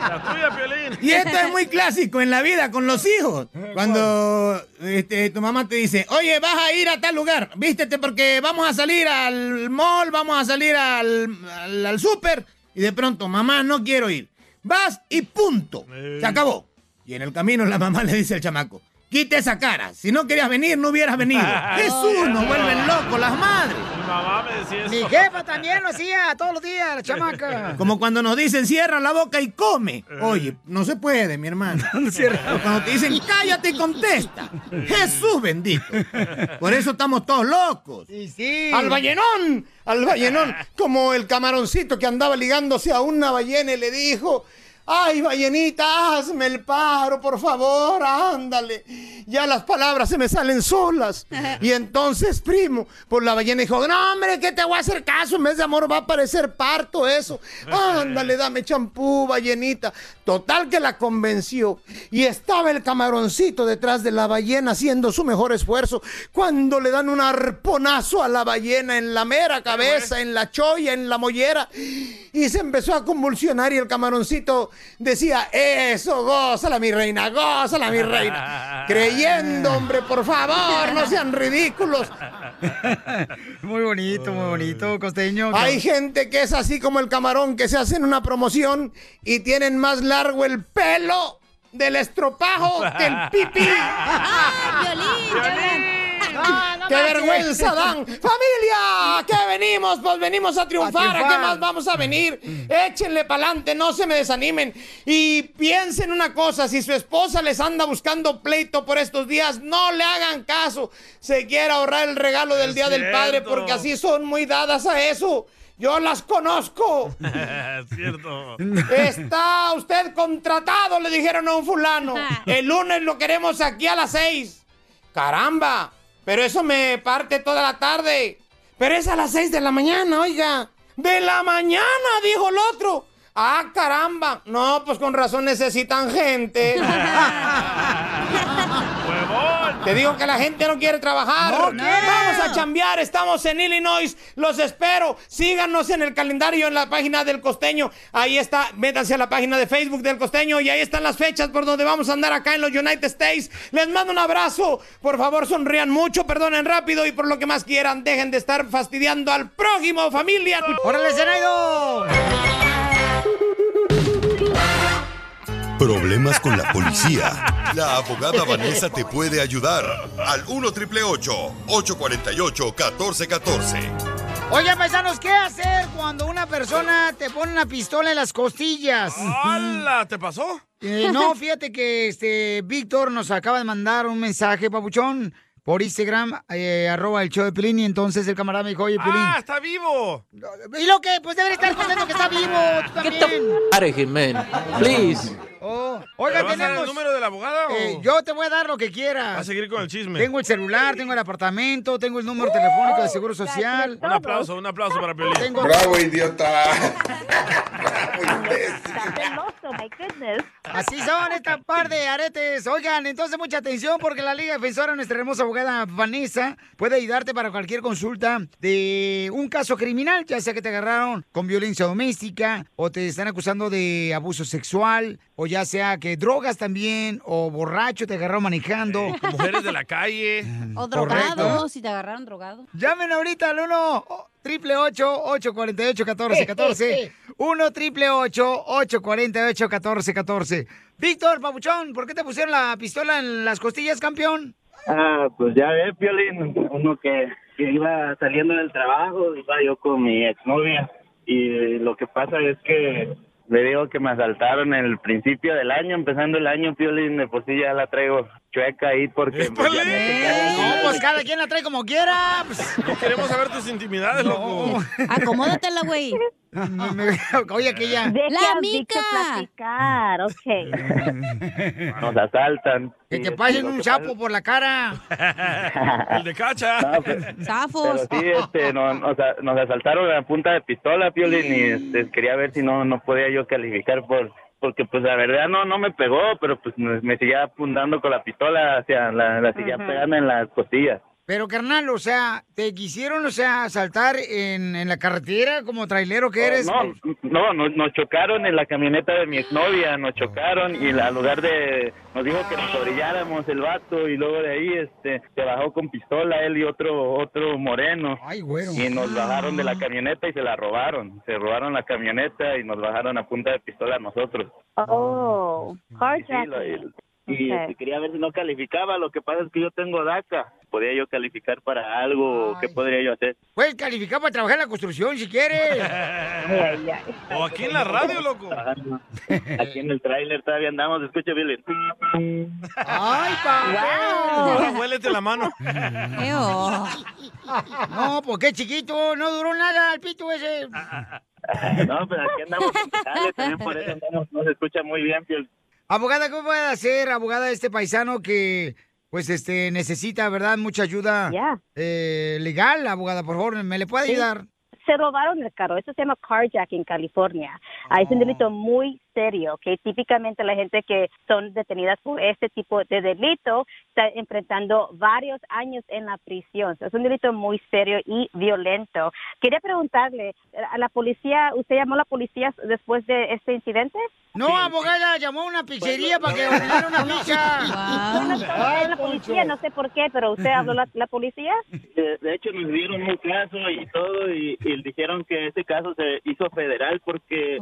[SPEAKER 3] La tuya, Piolín.
[SPEAKER 13] Y esto es muy clásico en la vida con los hijos. Cuando este, tu mamá te dice, oye, vas a ir a tal lugar, vístete porque vamos a salir al mall, vamos a salir al, al, al súper. Y de pronto, mamá, no quiero ir. Vas y punto.
[SPEAKER 12] Eh.
[SPEAKER 13] Se acabó. Y en el camino la mamá le dice al chamaco, quita esa cara. Si no querías venir, no hubieras venido. Jesús, nos vuelven locos las madres.
[SPEAKER 3] Mi mamá me decía eso.
[SPEAKER 1] Mi jefa también lo hacía todos los días, la chamaca.
[SPEAKER 13] Como cuando nos dicen cierra la boca y come. Oye, no se puede, mi hermano. O Cuando te dicen cállate y contesta. Jesús bendito. Por eso estamos todos locos. Al ballenón, al ballenón. Como el camaroncito que andaba ligándose a una ballena y le dijo, Ay, ballenita, hazme el paro, por favor, ándale. Ya las palabras se me salen solas. Y entonces, primo, por la ballena dijo, no, hombre, ¿qué te voy a hacer caso? En vez de amor va a parecer parto eso. Ándale, dame champú, ballenita. Total que la convenció. Y estaba el camaroncito detrás de la ballena haciendo su mejor esfuerzo. Cuando le dan un arponazo a la ballena en la mera cabeza, en la choya, en la mollera. Y se empezó a convulsionar y el camaroncito decía, eso, gózala mi reina, gózala mi reina. Creyendo, hombre, por favor, no sean ridículos.
[SPEAKER 1] Muy bonito, muy bonito, costeño.
[SPEAKER 13] Hay gente que es así como el camarón, que se hacen una promoción y tienen más largo el pelo del estropajo que el pipí.
[SPEAKER 23] Ah,
[SPEAKER 13] ¡Qué vergüenza dan! ¡Familia! ¿Qué venimos? Pues venimos a triunfar.
[SPEAKER 12] A
[SPEAKER 13] ¿A,
[SPEAKER 12] triunfar.
[SPEAKER 13] qué más vamos a venir? Échenle pa'lante, no se me desanimen. Y piensen una cosa, si su esposa les anda buscando pleito por estos días, no le hagan caso. Se quiere ahorrar el regalo del
[SPEAKER 12] Es
[SPEAKER 13] Día del Padre
[SPEAKER 12] cierto.
[SPEAKER 13] porque así son muy dadas a eso. Yo las conozco.
[SPEAKER 12] es cierto.
[SPEAKER 13] Está usted contratado, le dijeron a un fulano. El lunes lo queremos aquí a las seis. Caramba, pero eso me parte toda la tarde. Pero es a las seis de la mañana, oiga. De la mañana, dijo el otro. Ah, caramba. No, pues con razón necesitan gente. Te digo que la gente no quiere trabajar. Vamos a chambear, estamos en Illinois. Los espero. Síganos en el calendario en la página del costeño. Ahí está, métanse a la página de Facebook del costeño y ahí están las fechas por donde vamos a andar acá en los United States. Les mando un abrazo. Por favor, sonrían mucho, perdonen rápido y por lo que más quieran, dejen de estar fastidiando al prójimo, familia.
[SPEAKER 1] ¡Órale, Zenaido!
[SPEAKER 4] Problemas con la policía. La abogada Vanessa te puede ayudar al 1 triple 848 1414.
[SPEAKER 1] Oigan, paisanos, ¿qué hacer cuando una persona te pone una pistola en las costillas?
[SPEAKER 13] Ah.
[SPEAKER 3] ¡Hala! ¿Te pasó?
[SPEAKER 1] Eh, no, fíjate que este Víctor nos acaba de mandar un mensaje, papuchón, por Instagram, eh, arroba el show de Pilín, y entonces el camarada me dijo, oye, Pilín.
[SPEAKER 3] ¡Ah, está vivo!
[SPEAKER 1] ¿Y lo que? Pues debería estar contento que está vivo, tú
[SPEAKER 5] Eh,
[SPEAKER 1] también.
[SPEAKER 3] Please.
[SPEAKER 1] Oh, oiga,
[SPEAKER 3] ¿Le vas a dar el
[SPEAKER 1] tenemos...
[SPEAKER 3] número de la abogada o-
[SPEAKER 1] Eh, yo te voy a dar lo que quieras.
[SPEAKER 3] Va a seguir con el chisme.
[SPEAKER 1] Tengo el celular, tengo el apartamento, tengo el número telefónico de Seguro Social.
[SPEAKER 3] Un aplauso, un aplauso para Piolín.
[SPEAKER 1] Tengo-
[SPEAKER 25] Bravo, idiota.
[SPEAKER 1] Así son esta par de aretes. Oigan, entonces mucha atención porque la Liga Defensora, nuestra hermosa abogada Vanessa, puede ayudarte para cualquier consulta de un caso criminal, ya sea que te agarraron con violencia doméstica o te están acusando de abuso sexual o ya sea que drogas también o borracho te agarraron manejando.
[SPEAKER 3] Mujeres de la calle.
[SPEAKER 2] O
[SPEAKER 1] Correcto.
[SPEAKER 2] drogado, si te agarraron drogado.
[SPEAKER 1] Llamen ahorita al 1 triple 848 1414 1 triple 848 1414 Víctor, papuchón, ¿por qué te pusieron la pistola en las costillas, campeón?
[SPEAKER 14] Ah, pues ya ve, Piolín, uno que, que iba saliendo del trabajo, iba yo con mi exnovia y lo que pasa es que le digo que me asaltaron el principio del año, empezando el año, Piolín, de por sí ya la traigo chueca ahí porque... pues, ya me
[SPEAKER 1] No, pues cada quien la trae como quiera. pues.
[SPEAKER 3] No queremos saber tus intimidades, loco.
[SPEAKER 2] Acomódatela, güey.
[SPEAKER 1] Oye, que ya.
[SPEAKER 2] Deja
[SPEAKER 15] al
[SPEAKER 2] La mica.
[SPEAKER 15] Víctor platicar, ok.
[SPEAKER 14] nos asaltan.
[SPEAKER 1] Que te
[SPEAKER 14] Y,
[SPEAKER 1] pasen
[SPEAKER 14] lo
[SPEAKER 1] un
[SPEAKER 14] que
[SPEAKER 1] chapo por la cara.
[SPEAKER 3] El de cacha.
[SPEAKER 14] pues, Pero
[SPEAKER 2] Zafos.
[SPEAKER 14] sí, este, no, o sea, nos asaltaron a punta de pistola, Piolín, y este, quería ver si no, no podía yo calificar por, porque pues la verdad no, no me pegó, pero pues me, me seguía apuntando con la pistola, hacia la, la seguía
[SPEAKER 1] Ajá.
[SPEAKER 14] pegando en las costillas.
[SPEAKER 1] Pero, carnal, o sea, te quisieron, o sea, asaltar en, en la carretera como trailero que eres.
[SPEAKER 14] Oh, No, no, no- nos chocaron en la camioneta de mi exnovia, nos chocaron y la- al lugar de, nos dijo que nos orilláramos el vato y luego de ahí, este, se bajó con pistola él y otro, otro moreno. Y nos bajaron de la camioneta y se la robaron, se robaron la camioneta y nos bajaron a punta de pistola a nosotros.
[SPEAKER 15] Oh, carjacking.
[SPEAKER 14] Y
[SPEAKER 15] Ok.
[SPEAKER 14] este, quería ver si no calificaba, lo que pasa es que yo tengo DACA, podía yo calificar para algo, ¿qué podría yo hacer?
[SPEAKER 1] Puedes calificar para trabajar en la construcción si quieres.
[SPEAKER 3] O aquí en la radio, loco.
[SPEAKER 14] Aquí en el tráiler todavía andamos, escucha, Billy.
[SPEAKER 1] ¡Ay, papá!
[SPEAKER 3] Ahora huélete la mano.
[SPEAKER 1] pues, No, porque chiquito, no duró nada el pito ese.
[SPEAKER 22] No, pero aquí andamos en Cali, también por eso andamos, no se escucha muy bien, Piolín.
[SPEAKER 1] Abogada, ¿cómo puede hacer, abogada, este paisano que pues este necesita, ¿verdad? Mucha ayuda eh, legal, abogada, por favor, ¿me le puede
[SPEAKER 15] Sí.
[SPEAKER 1] ayudar?
[SPEAKER 15] Se robaron el carro. Eso se llama carjacking en California. Ah, Es un delito muy serio, que típicamente la gente que son detenidas por este tipo de delito está enfrentando varios años en la prisión. Es un delito muy serio y violento. Quería preguntarle, ¿a la policía, usted llamó a la policía después de este incidente?
[SPEAKER 1] No, abogada, llamó a una pizzería para que ordenara una pizza.
[SPEAKER 15] Yo no sé,
[SPEAKER 1] Ay,
[SPEAKER 15] la policía, no sé por qué, pero usted habló la, la policía.
[SPEAKER 22] De, de hecho, nos dieron un caso y todo, y, y dijeron que ese caso se hizo federal porque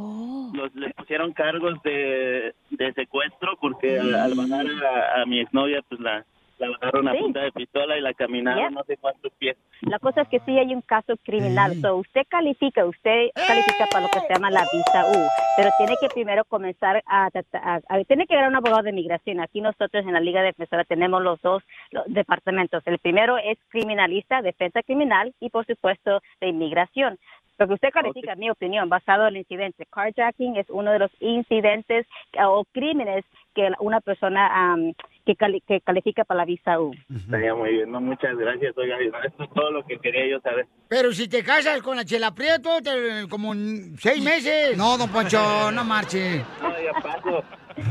[SPEAKER 22] los, le pusieron cargos de, de secuestro porque al, al bajar a, a mi exnovia, pues la, la bajaron a
[SPEAKER 15] Sí.
[SPEAKER 22] punta de pistola y la caminaron
[SPEAKER 15] Yeah.
[SPEAKER 22] no sé cuántos pies.
[SPEAKER 15] La cosa es que sí hay un caso criminal. So, usted califica, usted califica para lo que se llama la visa U, pero tiene que primero comenzar a, trata- a- a- tiene que haber un abogado de migración. Aquí nosotros en la Liga Defensora tenemos los dos los departamentos. El primero es criminalista, defensa criminal y por supuesto de inmigración. Lo que usted califica, en mi opinión, basado en el incidente, carjacking es uno de los incidentes eh, o crímenes que una persona am, que, cali- que califica para la visa U.
[SPEAKER 22] Estaría muy bien, no, muchas gracias, oiga, esto es todo lo que quería yo saber.
[SPEAKER 1] Pero si te casas con la Chela Prieto, te- como en seis meses. Mm. No, don Poncho, no marche.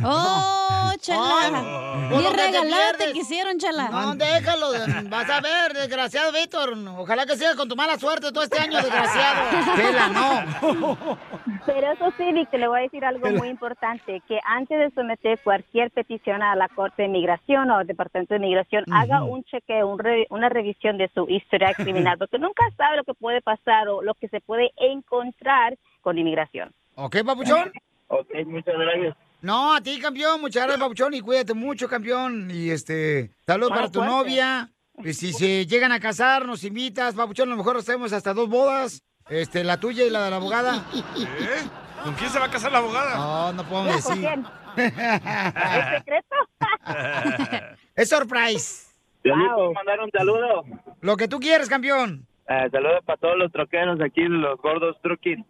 [SPEAKER 2] ¡Oh,
[SPEAKER 1] Ay,
[SPEAKER 2] chela!
[SPEAKER 1] por Pues lo
[SPEAKER 2] Bien
[SPEAKER 1] que te
[SPEAKER 2] regalada te
[SPEAKER 1] pierdes.
[SPEAKER 2] quisieron, chela.
[SPEAKER 1] No, déjalo, vas a ver, desgraciado Víctor. Ojalá que sigas con tu mala suerte todo este año, desgraciado. Chela, no.
[SPEAKER 15] Pero eso sí, Víctor, le voy a decir algo muy importante, que antes de someter cualquier petición a la Corte de Migración o al Departamento de Migración, haga un chequeo, un re- una revisión de su historia criminal, porque nunca sabe lo que puede pasar o lo que se puede encontrar con inmigración.
[SPEAKER 1] ¿Ok, papuchón?
[SPEAKER 22] Ok, muchas gracias.
[SPEAKER 1] No, a ti, campeón. Muchas gracias, papuchón. Y cuídate mucho, campeón. Y este, saludos
[SPEAKER 22] Buena
[SPEAKER 1] para tu
[SPEAKER 22] suerte.
[SPEAKER 1] novia. Y si se llegan a casar, nos invitas, papuchón. A lo mejor hacemos hasta dos bodas. Este, la tuya y la de la abogada.
[SPEAKER 3] ¿Eh? ¿Con quién se va a casar la abogada?
[SPEAKER 1] No, no puedo
[SPEAKER 3] ¿Ya, con
[SPEAKER 1] decir.
[SPEAKER 3] quién?
[SPEAKER 1] ¿Es
[SPEAKER 15] secreto?
[SPEAKER 1] es surprise.
[SPEAKER 22] Piolín, ¿puedo mandar un saludo?
[SPEAKER 1] Lo que tú quieres, campeón.
[SPEAKER 22] Eh, saludos para todos los troqueros aquí, los gordos truquín.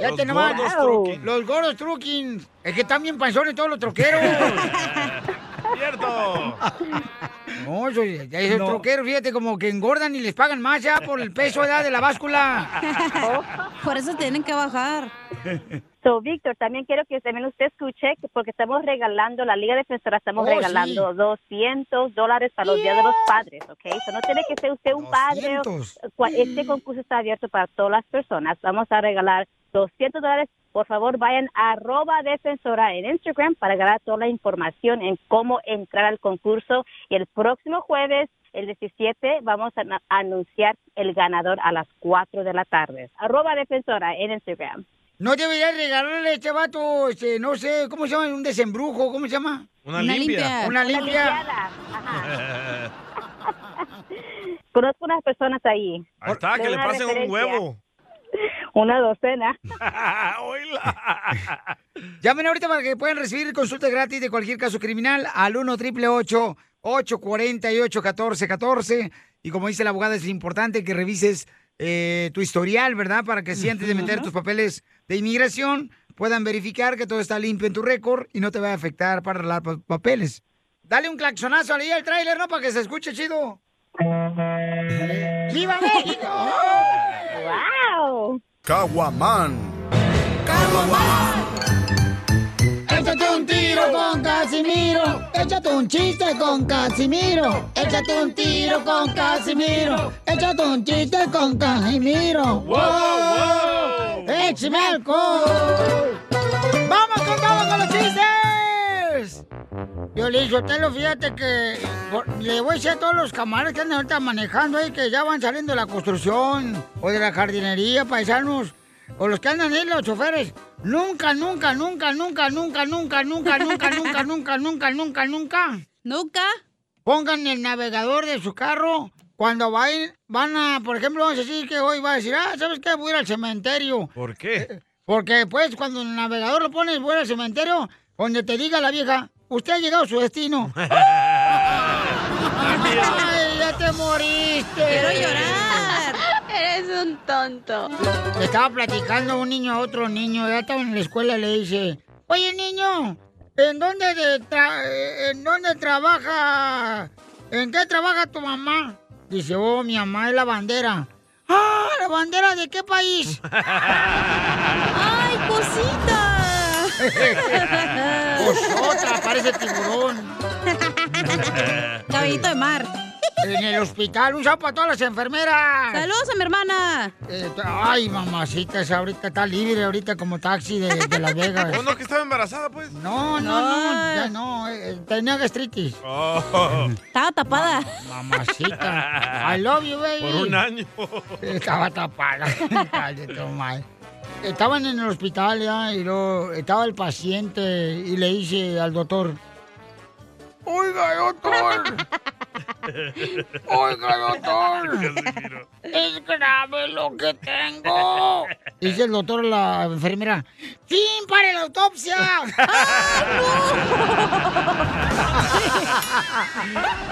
[SPEAKER 1] Ya
[SPEAKER 22] Los
[SPEAKER 1] tenemos
[SPEAKER 22] gordos
[SPEAKER 1] los gordos truquins. Es que están bien panzones todos los troqueros.
[SPEAKER 3] ¡Cierto!
[SPEAKER 1] No, eso, ya esos
[SPEAKER 3] No.
[SPEAKER 1] troqueros, fíjate, como que engordan y les pagan más ya por el peso ya de la báscula.
[SPEAKER 15] Por eso tienen que bajar. So, Víctor, también quiero que también usted escuche, que- porque estamos regalando, la Liga Defensora, estamos
[SPEAKER 5] Oh, sí.
[SPEAKER 15] regalando 200 dólares para los Días de los Padres, ¿ok? So, no tiene que ser usted un padre. o-
[SPEAKER 5] 200.
[SPEAKER 15] cua- Este concurso está abierto para todas las personas. Vamos a regalar 200 dólares. Por favor, vayan a arroba defensora en Instagram para ganar toda la información en cómo entrar al concurso. Y el próximo jueves, el 17, vamos a na- anunciar el ganador a las 4 de la tarde. Arroba defensora en Instagram.
[SPEAKER 1] No debería regalarle a este vato, este, no sé, ¿cómo se llama? Un desembrujo, ¿cómo se llama?
[SPEAKER 3] Una Una limpia. limpia.
[SPEAKER 1] Una
[SPEAKER 3] Una
[SPEAKER 1] limpia.
[SPEAKER 15] Conozco unas personas ahí.
[SPEAKER 3] Ahí está, que
[SPEAKER 15] De
[SPEAKER 3] le
[SPEAKER 15] una
[SPEAKER 3] pasen un
[SPEAKER 15] referencia.
[SPEAKER 3] huevo.
[SPEAKER 15] Una docena.
[SPEAKER 1] Llamen ahorita para que puedan recibir consulta gratis de cualquier caso criminal al 1 888 848 1414 Y como dice la abogada, es importante que revises eh, tu historial, ¿verdad? Para que si antes de meter tus papeles de inmigración puedan verificar que todo está limpio en tu récord y no te va a afectar para arreglar pa- papeles. Dale un claxonazo ahí al tráiler, ¿no? Para que se escuche chido. ¡Viva México!
[SPEAKER 23] Ah.
[SPEAKER 15] ¡Wow!
[SPEAKER 4] Caguaman.
[SPEAKER 17] Échate un tiro con Casimiro. Échate un chiste con Casimiro. Échate un tiro con Casimiro. Échate un chiste con Casimiro. ¡Wow!
[SPEAKER 12] wow!
[SPEAKER 17] ¡Échame alcohol!
[SPEAKER 1] ¡Vamos con, vamos con los chistes! Yo le digo, Telo, fíjate que por- le voy a decir a todos los camaradas que andan ahorita manejando ahí, que ya van saliendo de la construcción o de la jardinería, paisanos, o los que andan ahí, los choferes. Nunca, nunca, nunca, nunca, nunca, nunca, nunca, nunca, nunca, nunca, nunca, nunca, nunca. ¿Nunca? Pongan el navegador de su carro cuando vayan, van a, por ejemplo, vamos a decir que hoy va a decir, ah, ¿sabes qué? Voy a ir al cementerio. Eh,
[SPEAKER 3] ¿Por qué?
[SPEAKER 1] Porque pues cuando el navegador lo pones fuera al cementerio, donde te diga la vieja, usted ha llegado a su destino. ¡Ay, ya te moriste!
[SPEAKER 12] Quiero llorar.
[SPEAKER 5] Eres un tonto.
[SPEAKER 1] Le estaba platicando un niño a otro niño, ya estaba en la escuela, le dice, oye niño, ¿en dónde, de tra- eh, ¿en dónde trabaja? ¿En qué trabaja tu mamá? Dice, oh, mi mamá es la bandera. ¡Ah, la bandera de qué país!
[SPEAKER 12] ¡Ay, cosita!
[SPEAKER 1] ¡Cosota! Pues Parece tiburón.
[SPEAKER 23] Ah.
[SPEAKER 1] Caballito de mar. En el hospital, un saludo para todas las enfermeras.
[SPEAKER 2] Saludos a mi hermana.
[SPEAKER 1] Ah. ay, mamacita, esa ahorita está libre, ahorita como taxi de, de Las Vegas.
[SPEAKER 3] ¿O Oh, no que estaba embarazada, pues?
[SPEAKER 1] No, no, no, ya no, eh, tenía gastritis.
[SPEAKER 3] Oh.
[SPEAKER 2] Estaba tapada.
[SPEAKER 1] Mamacita. Ah, I love you, baby.
[SPEAKER 3] Por un año.
[SPEAKER 1] Estaba tapada. Cállate, mal. Estaban en el hospital ya y luego estaba el paciente y le dice al doctor, Oiga, doctor. Oiga, doctor. Es grave lo que tengo. dice el doctor a la enfermera, ¡Fin para la autopsia!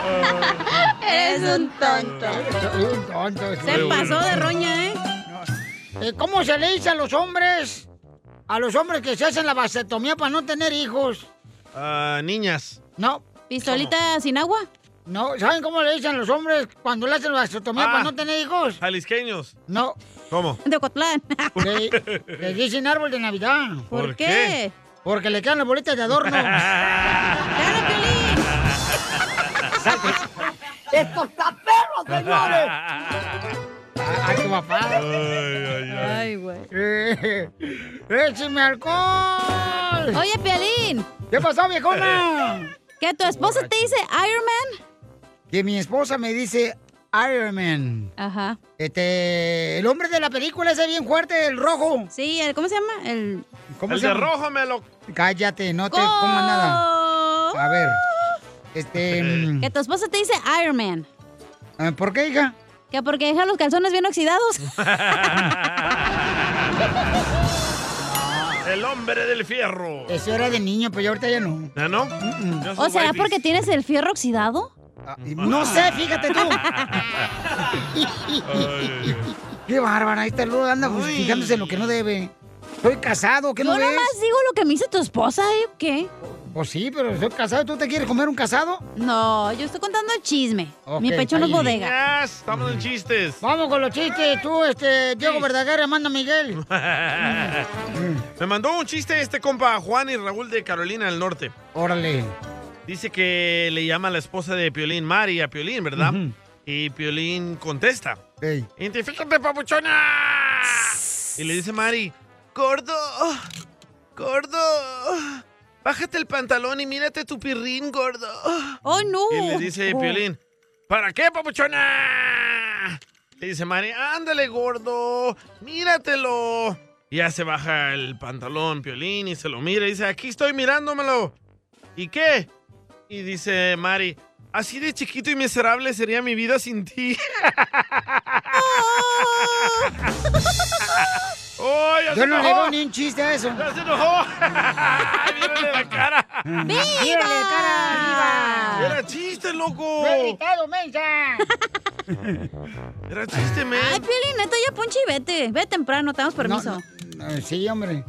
[SPEAKER 5] Oh. Eres un tonto.
[SPEAKER 1] un tonto.
[SPEAKER 5] Se pasó de roña,
[SPEAKER 1] ¿eh? ¿Cómo se le dice a los hombres? A los hombres que se hacen la vasectomía para no tener hijos.
[SPEAKER 3] Ah, niñas.
[SPEAKER 1] No.
[SPEAKER 2] ¿Pistolita sin agua?
[SPEAKER 1] No, ¿saben cómo le dicen los hombres cuando le hacen la vasectomía
[SPEAKER 3] Ah.
[SPEAKER 1] para no tener hijos?
[SPEAKER 3] Jalisqueños.
[SPEAKER 1] No.
[SPEAKER 3] ¿Cómo?
[SPEAKER 2] De Ocotlán.
[SPEAKER 1] Le, le dicen árbol de Navidad.
[SPEAKER 3] ¿Por ¿Por qué? qué?
[SPEAKER 1] Porque le quedan las bolitas de adorno. ¡Estos taperos, ¡A tu papá!
[SPEAKER 12] ay.
[SPEAKER 2] Ay, güey.
[SPEAKER 1] Eh, ¡Écheme alcohol!
[SPEAKER 2] Oye, Pialín.
[SPEAKER 1] ¿Qué pasó, viejona?
[SPEAKER 2] ¿Que tu esposa te dice Iron Man?
[SPEAKER 1] Que mi esposa me dice Iron Man.
[SPEAKER 2] Ajá.
[SPEAKER 1] Este, el hombre de la película ese bien fuerte, el rojo.
[SPEAKER 2] Sí, el, ¿cómo se llama? El,
[SPEAKER 1] ¿Cómo
[SPEAKER 3] El
[SPEAKER 1] se
[SPEAKER 3] de
[SPEAKER 1] llama?
[SPEAKER 3] rojo me lo...
[SPEAKER 1] Cállate, no te comas nada. A ver. Este. mm,
[SPEAKER 2] Que tu esposa te dice Iron Man.
[SPEAKER 1] eh, ¿Por qué, hija?
[SPEAKER 2] Que porque deja los calzones bien oxidados.
[SPEAKER 3] El hombre del fierro.
[SPEAKER 1] Eso era de niño, pero ya ahorita ya no.
[SPEAKER 3] ¿Ya no?
[SPEAKER 2] ¿O será porque tienes el fierro oxidado?
[SPEAKER 1] Ah, No sé, fíjate tú. Qué bárbara, ahí está el Lola, anda justificándose lo que no debe. Soy casado, ¿qué
[SPEAKER 2] Yo
[SPEAKER 1] no
[SPEAKER 2] nada
[SPEAKER 1] ves?
[SPEAKER 2] más digo lo que me dice tu esposa, ¿eh? ¿Qué?
[SPEAKER 1] Pues sí, pero soy casado. ¿Tú te quieres comer un casado?
[SPEAKER 2] No, yo estoy contando el chisme.
[SPEAKER 1] Ok,
[SPEAKER 2] Mi pecho no es
[SPEAKER 1] está bien.
[SPEAKER 2] bodega.
[SPEAKER 3] Yes, estamos en chistes.
[SPEAKER 1] Vamos con los chistes, tú, este, Diego Verdaguer, Amanda Miguel.
[SPEAKER 3] Me mandó un chiste este compa Juan y Raúl de Carolina del Norte.
[SPEAKER 1] Órale.
[SPEAKER 3] Dice que le llama a la esposa de Piolín, Mari, a Piolín, ¿verdad? Y Piolín contesta.
[SPEAKER 1] Ey.
[SPEAKER 3] ¡Identifícate, papuchona! Y le dice Mari, gordo, gordo, bájate el pantalón y mírate tu pirrín, gordo.
[SPEAKER 2] ¡Oh, no!
[SPEAKER 3] Y le dice Piolín, ¿para qué, papuchona? Le dice Mari, ándale, gordo, míratelo. Y Ya se baja el pantalón, Piolín, y se lo mira y dice, aquí estoy mirándomelo. ¿Y qué? Y dice Mari, así de chiquito y miserable sería mi vida sin ti. ¡Oh, ya se
[SPEAKER 1] Yo no le
[SPEAKER 3] enojó!
[SPEAKER 1] veo ni un chiste a eso.
[SPEAKER 3] ¡Ya se enojó! ¡Mírale la cara!
[SPEAKER 1] ¡Mírale la cara! ¡Viva!
[SPEAKER 3] ¡Era chiste, loco!
[SPEAKER 1] ¡No he gritado, mensa!
[SPEAKER 3] ¡Era
[SPEAKER 1] Este
[SPEAKER 3] chiste, men!
[SPEAKER 2] Ay, Piolín, neta, ya ponche y vete. Ve temprano, te damos permiso.
[SPEAKER 1] Eh, Sí, hombre.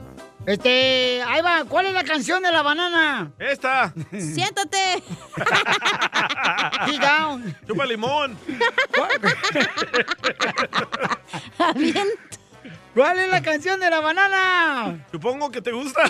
[SPEAKER 1] Este, ahí va, ¿cuál es la canción de la banana?
[SPEAKER 3] ¡Esta!
[SPEAKER 2] Siéntate.
[SPEAKER 1] Sit down.
[SPEAKER 3] Oh, ¡Chupa limón!
[SPEAKER 1] ¿Cuál es la canción de la banana?
[SPEAKER 3] Supongo que te gusta.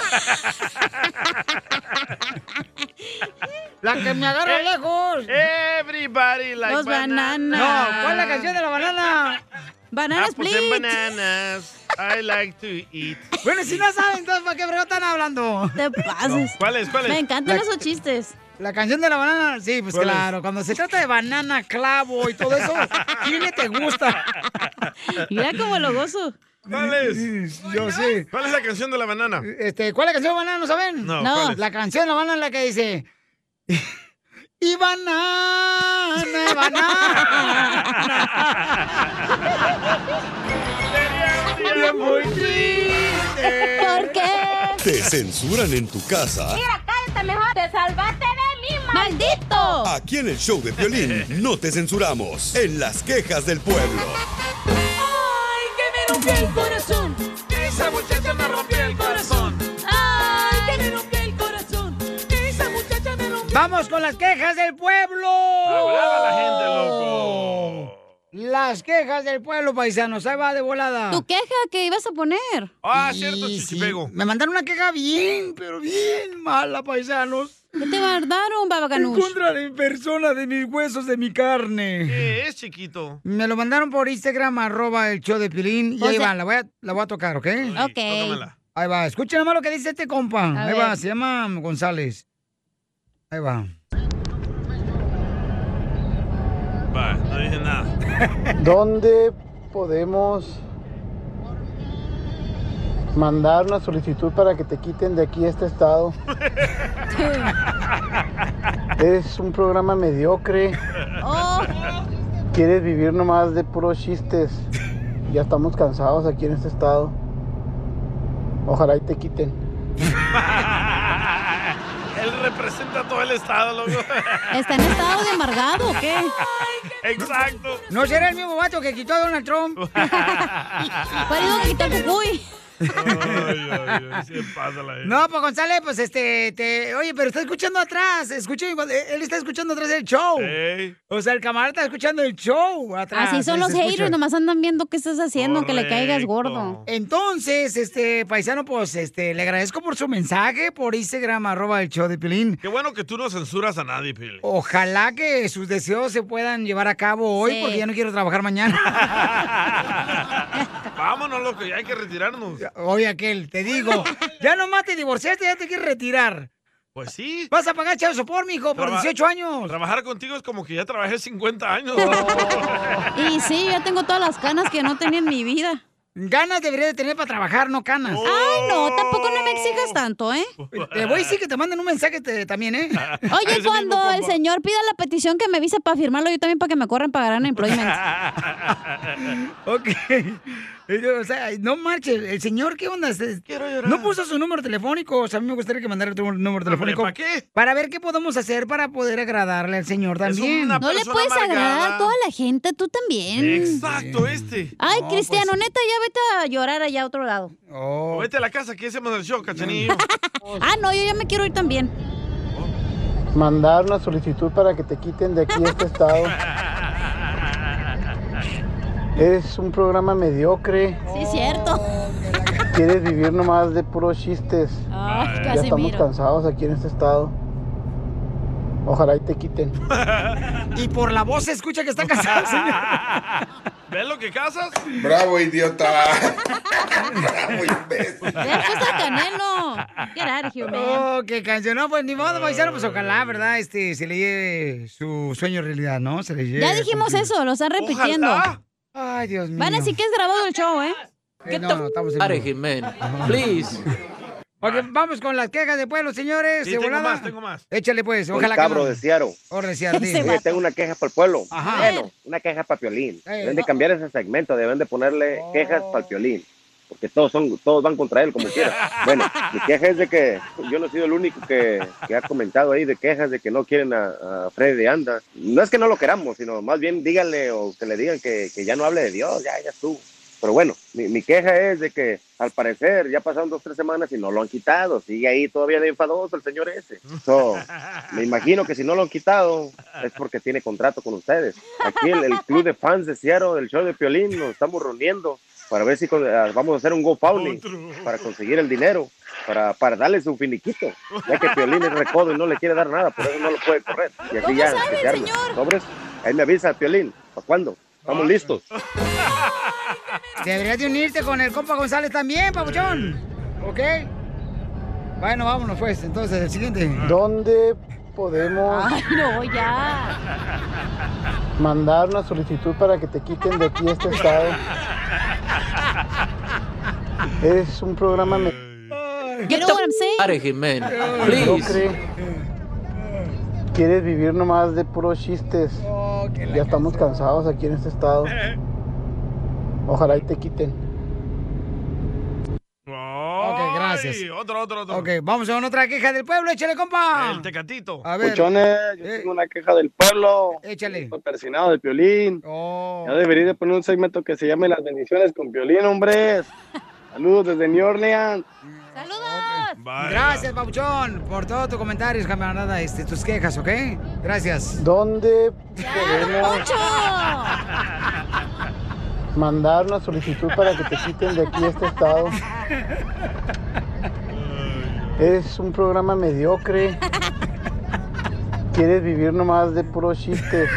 [SPEAKER 1] La que me agarra
[SPEAKER 3] Eh,
[SPEAKER 1] lejos.
[SPEAKER 3] Everybody like
[SPEAKER 2] Los
[SPEAKER 3] bananas.
[SPEAKER 2] bananas.
[SPEAKER 1] No, ¿cuál es la canción de la banana?
[SPEAKER 2] Banana
[SPEAKER 3] Apples and Ah, pues bananas. I like to eat.
[SPEAKER 1] Bueno, si no saben, entonces, ¿para qué brego están hablando?
[SPEAKER 2] Te pases.
[SPEAKER 3] ¿Cuál es? ¿Cuál es?
[SPEAKER 2] Me encantan
[SPEAKER 1] La-
[SPEAKER 2] esos chistes.
[SPEAKER 1] La canción de la banana, sí, pues
[SPEAKER 3] ¿Cuál es?
[SPEAKER 1] claro. Cuando se trata de banana, clavo y todo eso, ¿quién le te gusta?
[SPEAKER 2] Mira cómo lo gozo.
[SPEAKER 3] ¿Cuál es?
[SPEAKER 1] Yo sé.
[SPEAKER 3] ¿Cuál es la canción de la banana?
[SPEAKER 1] Este, ¿Cuál es la canción de banana? ¿No saben?
[SPEAKER 3] No, No. ¿cuál es?
[SPEAKER 1] La canción de la banana es la que dice... Y banana, banana. muy
[SPEAKER 2] ¿Por qué?
[SPEAKER 4] Te censuran en tu casa.
[SPEAKER 2] cállate mejor. Te salvaste de mí, maldito.
[SPEAKER 4] Aquí en el show de violín no te censuramos. En las quejas del pueblo.
[SPEAKER 12] rompió el corazón. Esa muchacha me rompió el corazón. Ay, que me rompió el corazón. Esa muchacha me rompió.
[SPEAKER 1] ¡Vamos con las quejas del pueblo!
[SPEAKER 12] la gente,
[SPEAKER 1] loco! Las quejas del pueblo, paisanos. Ahí va de volada.
[SPEAKER 2] ¿Tu queja que ibas a poner?
[SPEAKER 1] Ah, cierto, chichipego. Me mandaron una queja bien, pero bien mala, paisanos.
[SPEAKER 2] ¿Qué te mandaron,
[SPEAKER 1] En
[SPEAKER 2] Babacanush?
[SPEAKER 1] contra de mi persona, de mis huesos, de mi carne.
[SPEAKER 3] ¿Qué es, chiquito?
[SPEAKER 1] Me lo mandaron por Instagram, arroba el show de Pilín. Y
[SPEAKER 3] O
[SPEAKER 1] ahí
[SPEAKER 3] sea-
[SPEAKER 1] va, la voy, a, la voy a tocar, ¿ok?
[SPEAKER 2] Ok. tócamela.
[SPEAKER 1] Ahí va, escuchen nomás lo que dice este compa.
[SPEAKER 2] A
[SPEAKER 1] ahí va,
[SPEAKER 2] ver.
[SPEAKER 1] se llama González. Ahí va.
[SPEAKER 3] Va, no dije nada.
[SPEAKER 26] ¿Dónde podemos mandar una solicitud para que te quiten de aquí a este estado? es un programa mediocre.
[SPEAKER 12] ¡Oh!
[SPEAKER 26] Quieres vivir nomás de puros chistes. Ya estamos cansados aquí en este estado. Ojalá y te quiten.
[SPEAKER 3] Él representa todo el estado, loco.
[SPEAKER 2] ¿Está en estado de amargado o qué?
[SPEAKER 3] Exacto.
[SPEAKER 1] ¿No será el mismo vato que quitó a Donald Trump?
[SPEAKER 2] Parido que Pues quitó el cucuy.
[SPEAKER 1] No, pues González, pues este, te... oye, pero está escuchando atrás, escucha, él está escuchando atrás del show. O sea, el camarada está escuchando el show atrás.
[SPEAKER 2] Así son
[SPEAKER 1] ahí
[SPEAKER 2] los
[SPEAKER 1] Ah, se escucha.
[SPEAKER 2] haters, nomás andan viendo qué estás haciendo, que le caigas gordo.
[SPEAKER 1] Entonces, este, paisano, pues, este, le agradezco por su mensaje, por Instagram, arroba el show de Pilín.
[SPEAKER 3] Qué bueno que tú no censuras a nadie, Pili.
[SPEAKER 1] Ojalá que sus deseos se puedan llevar a cabo hoy,
[SPEAKER 3] Sí.
[SPEAKER 1] porque ya no quiero trabajar mañana.
[SPEAKER 3] Vámonos, loco, ya hay que retirarnos.
[SPEAKER 1] Oye, aquel, te digo, ya nomás te divorciaste, ya te quieres retirar.
[SPEAKER 3] Pues sí.
[SPEAKER 1] Vas a pagar chavo por mijo, por
[SPEAKER 3] Traba-
[SPEAKER 1] 18 años.
[SPEAKER 3] Trabajar contigo es como que ya trabajé 50 años.
[SPEAKER 1] Oh.
[SPEAKER 2] Y sí, yo tengo todas las canas que no tenía en mi vida.
[SPEAKER 1] Ganas debería de tener para trabajar, no canas.
[SPEAKER 2] Ay, no, tampoco no me exijas tanto, ¿eh?
[SPEAKER 1] Te voy a decir que te manden un mensaje te- también, ¿eh?
[SPEAKER 2] Oye, cuando el señor pida la petición que me avise para firmarlo, yo también para que me corran para ganar employment.
[SPEAKER 1] ok. O sea, no marches. El señor, ¿qué onda? Se- No puso su número telefónico. O sea, a mí me gustaría que mandara tu número telefónico.
[SPEAKER 3] ¿para qué?
[SPEAKER 1] Para ver qué podemos hacer para poder agradarle al señor también.
[SPEAKER 2] no le puedes agradar a toda la gente, tú también.
[SPEAKER 3] Exacto, este.
[SPEAKER 2] Ay,
[SPEAKER 1] pues-
[SPEAKER 2] Cristiano, neta, ya vete a llorar allá a otro lado.
[SPEAKER 1] oh.
[SPEAKER 3] O Vete a la casa, que hacemos el show, cachanillo.
[SPEAKER 2] Ah, no, yo ya me quiero ir también.
[SPEAKER 26] Mandar una solicitud para que te quiten de aquí a este estado. Es un programa mediocre.
[SPEAKER 2] Sí, cierto.
[SPEAKER 26] Quieres vivir nomás de puros chistes.
[SPEAKER 1] Ah,
[SPEAKER 2] Ay,
[SPEAKER 1] eh.
[SPEAKER 26] ya
[SPEAKER 2] Ah, casi
[SPEAKER 26] estamos
[SPEAKER 2] miro.
[SPEAKER 26] cansados aquí en este estado. Ojalá y te quiten.
[SPEAKER 1] Y por la voz se escucha que está casado el señor.
[SPEAKER 3] ¿Ves lo que casas?
[SPEAKER 27] Bravo, idiota.
[SPEAKER 2] Canelo. Get out of here, man.
[SPEAKER 1] Oh, qué canción. No, pues ni modo, paisano, pues ojalá, ¿verdad? Este, se le lleve su sueño realidad, ¿no? Se le lleve.
[SPEAKER 2] Ya dijimos
[SPEAKER 1] cumplido.
[SPEAKER 2] eso, lo están repitiendo.
[SPEAKER 1] Ojalá. Ay, Dios mío.
[SPEAKER 2] Van a decir que es grabado el show, ¿eh?
[SPEAKER 1] Eh, no, no, estamos en vivo.
[SPEAKER 28] please.
[SPEAKER 1] Ok, vamos con las quejas de pueblo, señores.
[SPEAKER 28] Sí,
[SPEAKER 1] de
[SPEAKER 28] tengo
[SPEAKER 1] volada.
[SPEAKER 28] más, tengo más.
[SPEAKER 1] Échale, pues.
[SPEAKER 28] Soy
[SPEAKER 1] Ojalá
[SPEAKER 28] cabro
[SPEAKER 1] que...
[SPEAKER 28] de Seattle.
[SPEAKER 1] O de Seattle,
[SPEAKER 28] Ese
[SPEAKER 1] dice.
[SPEAKER 28] vato. tengo una queja para el pueblo.
[SPEAKER 1] Ajá. Eh,
[SPEAKER 28] Bueno, una queja para Piolín. Deben de
[SPEAKER 1] no.
[SPEAKER 28] cambiar ese segmento, deben de ponerle quejas para Piolín. Porque todos son, todos van contra él como quiera. Bueno, mi queja es de que yo no he sido el único que, que ha comentado ahí de quejas de que no quieren a, a Freddy de Anda. No es que no lo queramos, sino más bien díganle o que le digan que, que ya no hable de Dios, ya, ya estuvo. Pero bueno, mi, mi queja es de que al parecer ya pasaron dos, tres semanas y no lo han quitado. Sigue ahí todavía de enfadoso el señor ese. So, me imagino que si no lo han quitado es porque tiene contrato con ustedes. Aquí el, el club de fans de Seattle, del show de Piolín, nos estamos reuniendo para ver si con- ah, vamos a hacer un GoFundMe para conseguir el dinero, para, para darle su finiquito. Ya que Piolín es recodo y no le quiere dar nada, por eso no lo puede correr. Y aquí
[SPEAKER 12] ¿Cómo
[SPEAKER 28] ya,
[SPEAKER 12] sabe
[SPEAKER 28] que
[SPEAKER 12] el
[SPEAKER 28] se arme.
[SPEAKER 12] señor?
[SPEAKER 28] Sobres, ahí me avisa Piolín. ¿Para cuándo?
[SPEAKER 1] Ah,
[SPEAKER 28] Estamos listos.
[SPEAKER 1] Deberías de unirte con el compa González también, papuchón. ¿Ok? Bueno, vámonos, pues. Entonces, el siguiente.
[SPEAKER 26] ¿Dónde podemos
[SPEAKER 2] Ay, no, ya.
[SPEAKER 26] mandar una solicitud para que te quiten de aquí a este estado? Es un programa
[SPEAKER 2] You know what I'm saying?
[SPEAKER 26] mediocre. Quieres vivir nomás de puros chistes. Ya estamos cansados aquí en este estado. Ojalá y te quiten.
[SPEAKER 1] Ok, gracias. gracias.
[SPEAKER 3] Otro, otro, otro.
[SPEAKER 1] Ok, vamos a otra queja del pueblo, échale, compa.
[SPEAKER 3] El tecatito.
[SPEAKER 1] A ver. Eh.
[SPEAKER 28] Puchones, yo tengo una queja del pueblo.
[SPEAKER 1] Échale.
[SPEAKER 28] Estoy persinado de Piolín.
[SPEAKER 1] Oh.
[SPEAKER 28] Ya debería de poner un segmento que se llame Las bendiciones con Piolín, hombres. Saludos desde New Orleans.
[SPEAKER 1] Gracias, Papuchón, por todos tus comentarios, camarada, este, tus quejas, ¿ok? Gracias.
[SPEAKER 26] ¿Dónde podemos
[SPEAKER 1] Oh.
[SPEAKER 26] mandar una solicitud para que te quiten de aquí este estado? Es un programa mediocre. Quieres vivir nomás de puros chistes.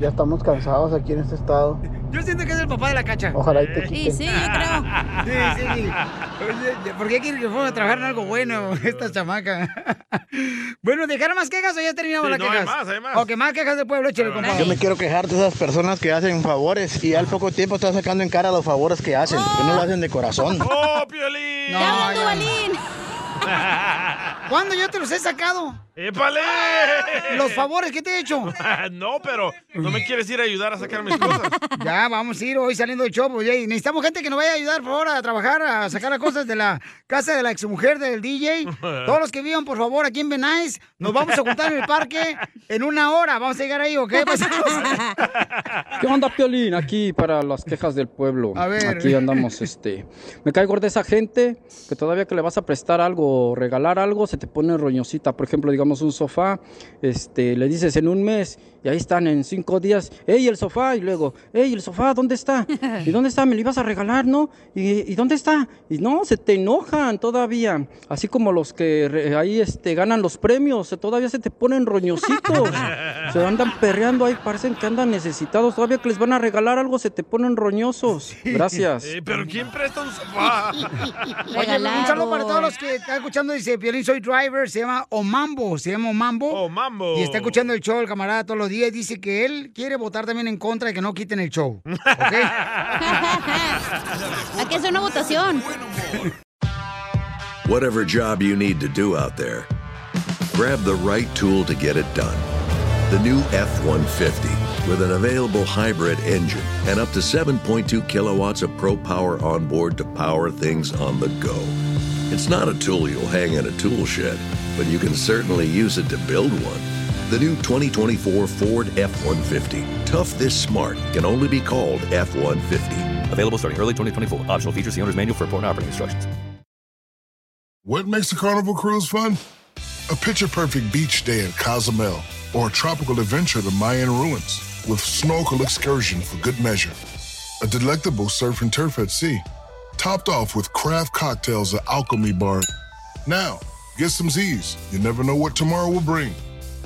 [SPEAKER 26] Ya estamos cansados aquí en este estado.
[SPEAKER 1] Yo siento que es el papá de la cacha.
[SPEAKER 26] Ojalá y te
[SPEAKER 1] Sí,
[SPEAKER 26] quiten.
[SPEAKER 1] sí, yo creo. Sí, sí, sí. Oye, ¿Por qué quieren que fuera a trabajar en algo bueno esta chamaca? Bueno, ¿dejaron más quejas o ya terminamos
[SPEAKER 3] Sí,
[SPEAKER 1] las
[SPEAKER 3] no,
[SPEAKER 1] quejas?
[SPEAKER 3] hay más, hay más.
[SPEAKER 1] Ok, más quejas del pueblo, échale, compa.
[SPEAKER 24] Yo me quiero quejar de esas personas que hacen favores y al poco tiempo están sacando en cara los favores que hacen, que no lo hacen de corazón.
[SPEAKER 3] ¡Oh, Piolín!
[SPEAKER 1] No, hablan, ya. Duvalín. ¿Cuándo yo te los he sacado?
[SPEAKER 3] ¡Épale!
[SPEAKER 1] Los favores, ¿qué te he hecho?
[SPEAKER 3] no, pero no me quieres ir a ayudar a sacar mis cosas.
[SPEAKER 1] Ya, vamos a ir hoy saliendo del chopo. ya, y Necesitamos gente que nos vaya a ayudar, por favor, a trabajar, a sacar las cosas de la casa de la exmujer del DJ. Todos los que vivan, por favor, aquí en Benais, nos vamos a juntar en el parque en una hora. Vamos a llegar ahí, ¿ok? Pues, paisanos?
[SPEAKER 7] ¿Qué onda, Piolín? Aquí para las quejas del pueblo.
[SPEAKER 1] A ver.
[SPEAKER 7] Aquí andamos, este. Me cae gorda esa gente que todavía que le vas a prestar algo o regalar algo, se te pone roñosita. Por ejemplo, digamos un sofá, este, le dices en un mes y ahí están en cinco días. ¡Ey, el sofá! Y luego, ¡Ey, el sofá! ¿Dónde está? ¿Y dónde está? ¿Me lo ibas a regalar, no? ¿Y, y dónde está? Y no, se te enojan todavía. Así como los que re- ahí este, ganan los premios, se- todavía se te ponen roñositos. Se andan perreando ahí, parecen que andan necesitados. Todavía que les van a regalar algo, se te ponen roñosos. Gracias.
[SPEAKER 3] Eh, pero ¿quién presta un sofá?
[SPEAKER 1] Oye, un saludo para todos los que están escuchando. Dice Piolín, soy driver. Se llama Omambo. Se llama Omambo. Omambo. Y está escuchando el show, el camarada, todos los días. Dice que él quiere votar también en contra de que no quiten el show.
[SPEAKER 12] Aquí es una votación.
[SPEAKER 9] Whatever job you need to do out there, grab the right tool to get it done. The new F 150 with an available hybrid engine and up to 7.2 kilowatts of pro power onboard to power things on the go. It's not a tool you'll hang in a tool shed, but you can certainly use it to build one. The new 2024 Ford F 150, tough this smart, can only be called F 150. Available starting early 2024. Optional features the owner's manual for important operating instructions.
[SPEAKER 29] What makes a carnival cruise fun? A picture perfect beach day in Cozumel or a tropical adventure to Mayan ruins with snorkel excursion for good measure. A delectable surf and turf at sea, topped off with craft cocktails at Alchemy Bar. Now, get some Z's. You never know what tomorrow will bring.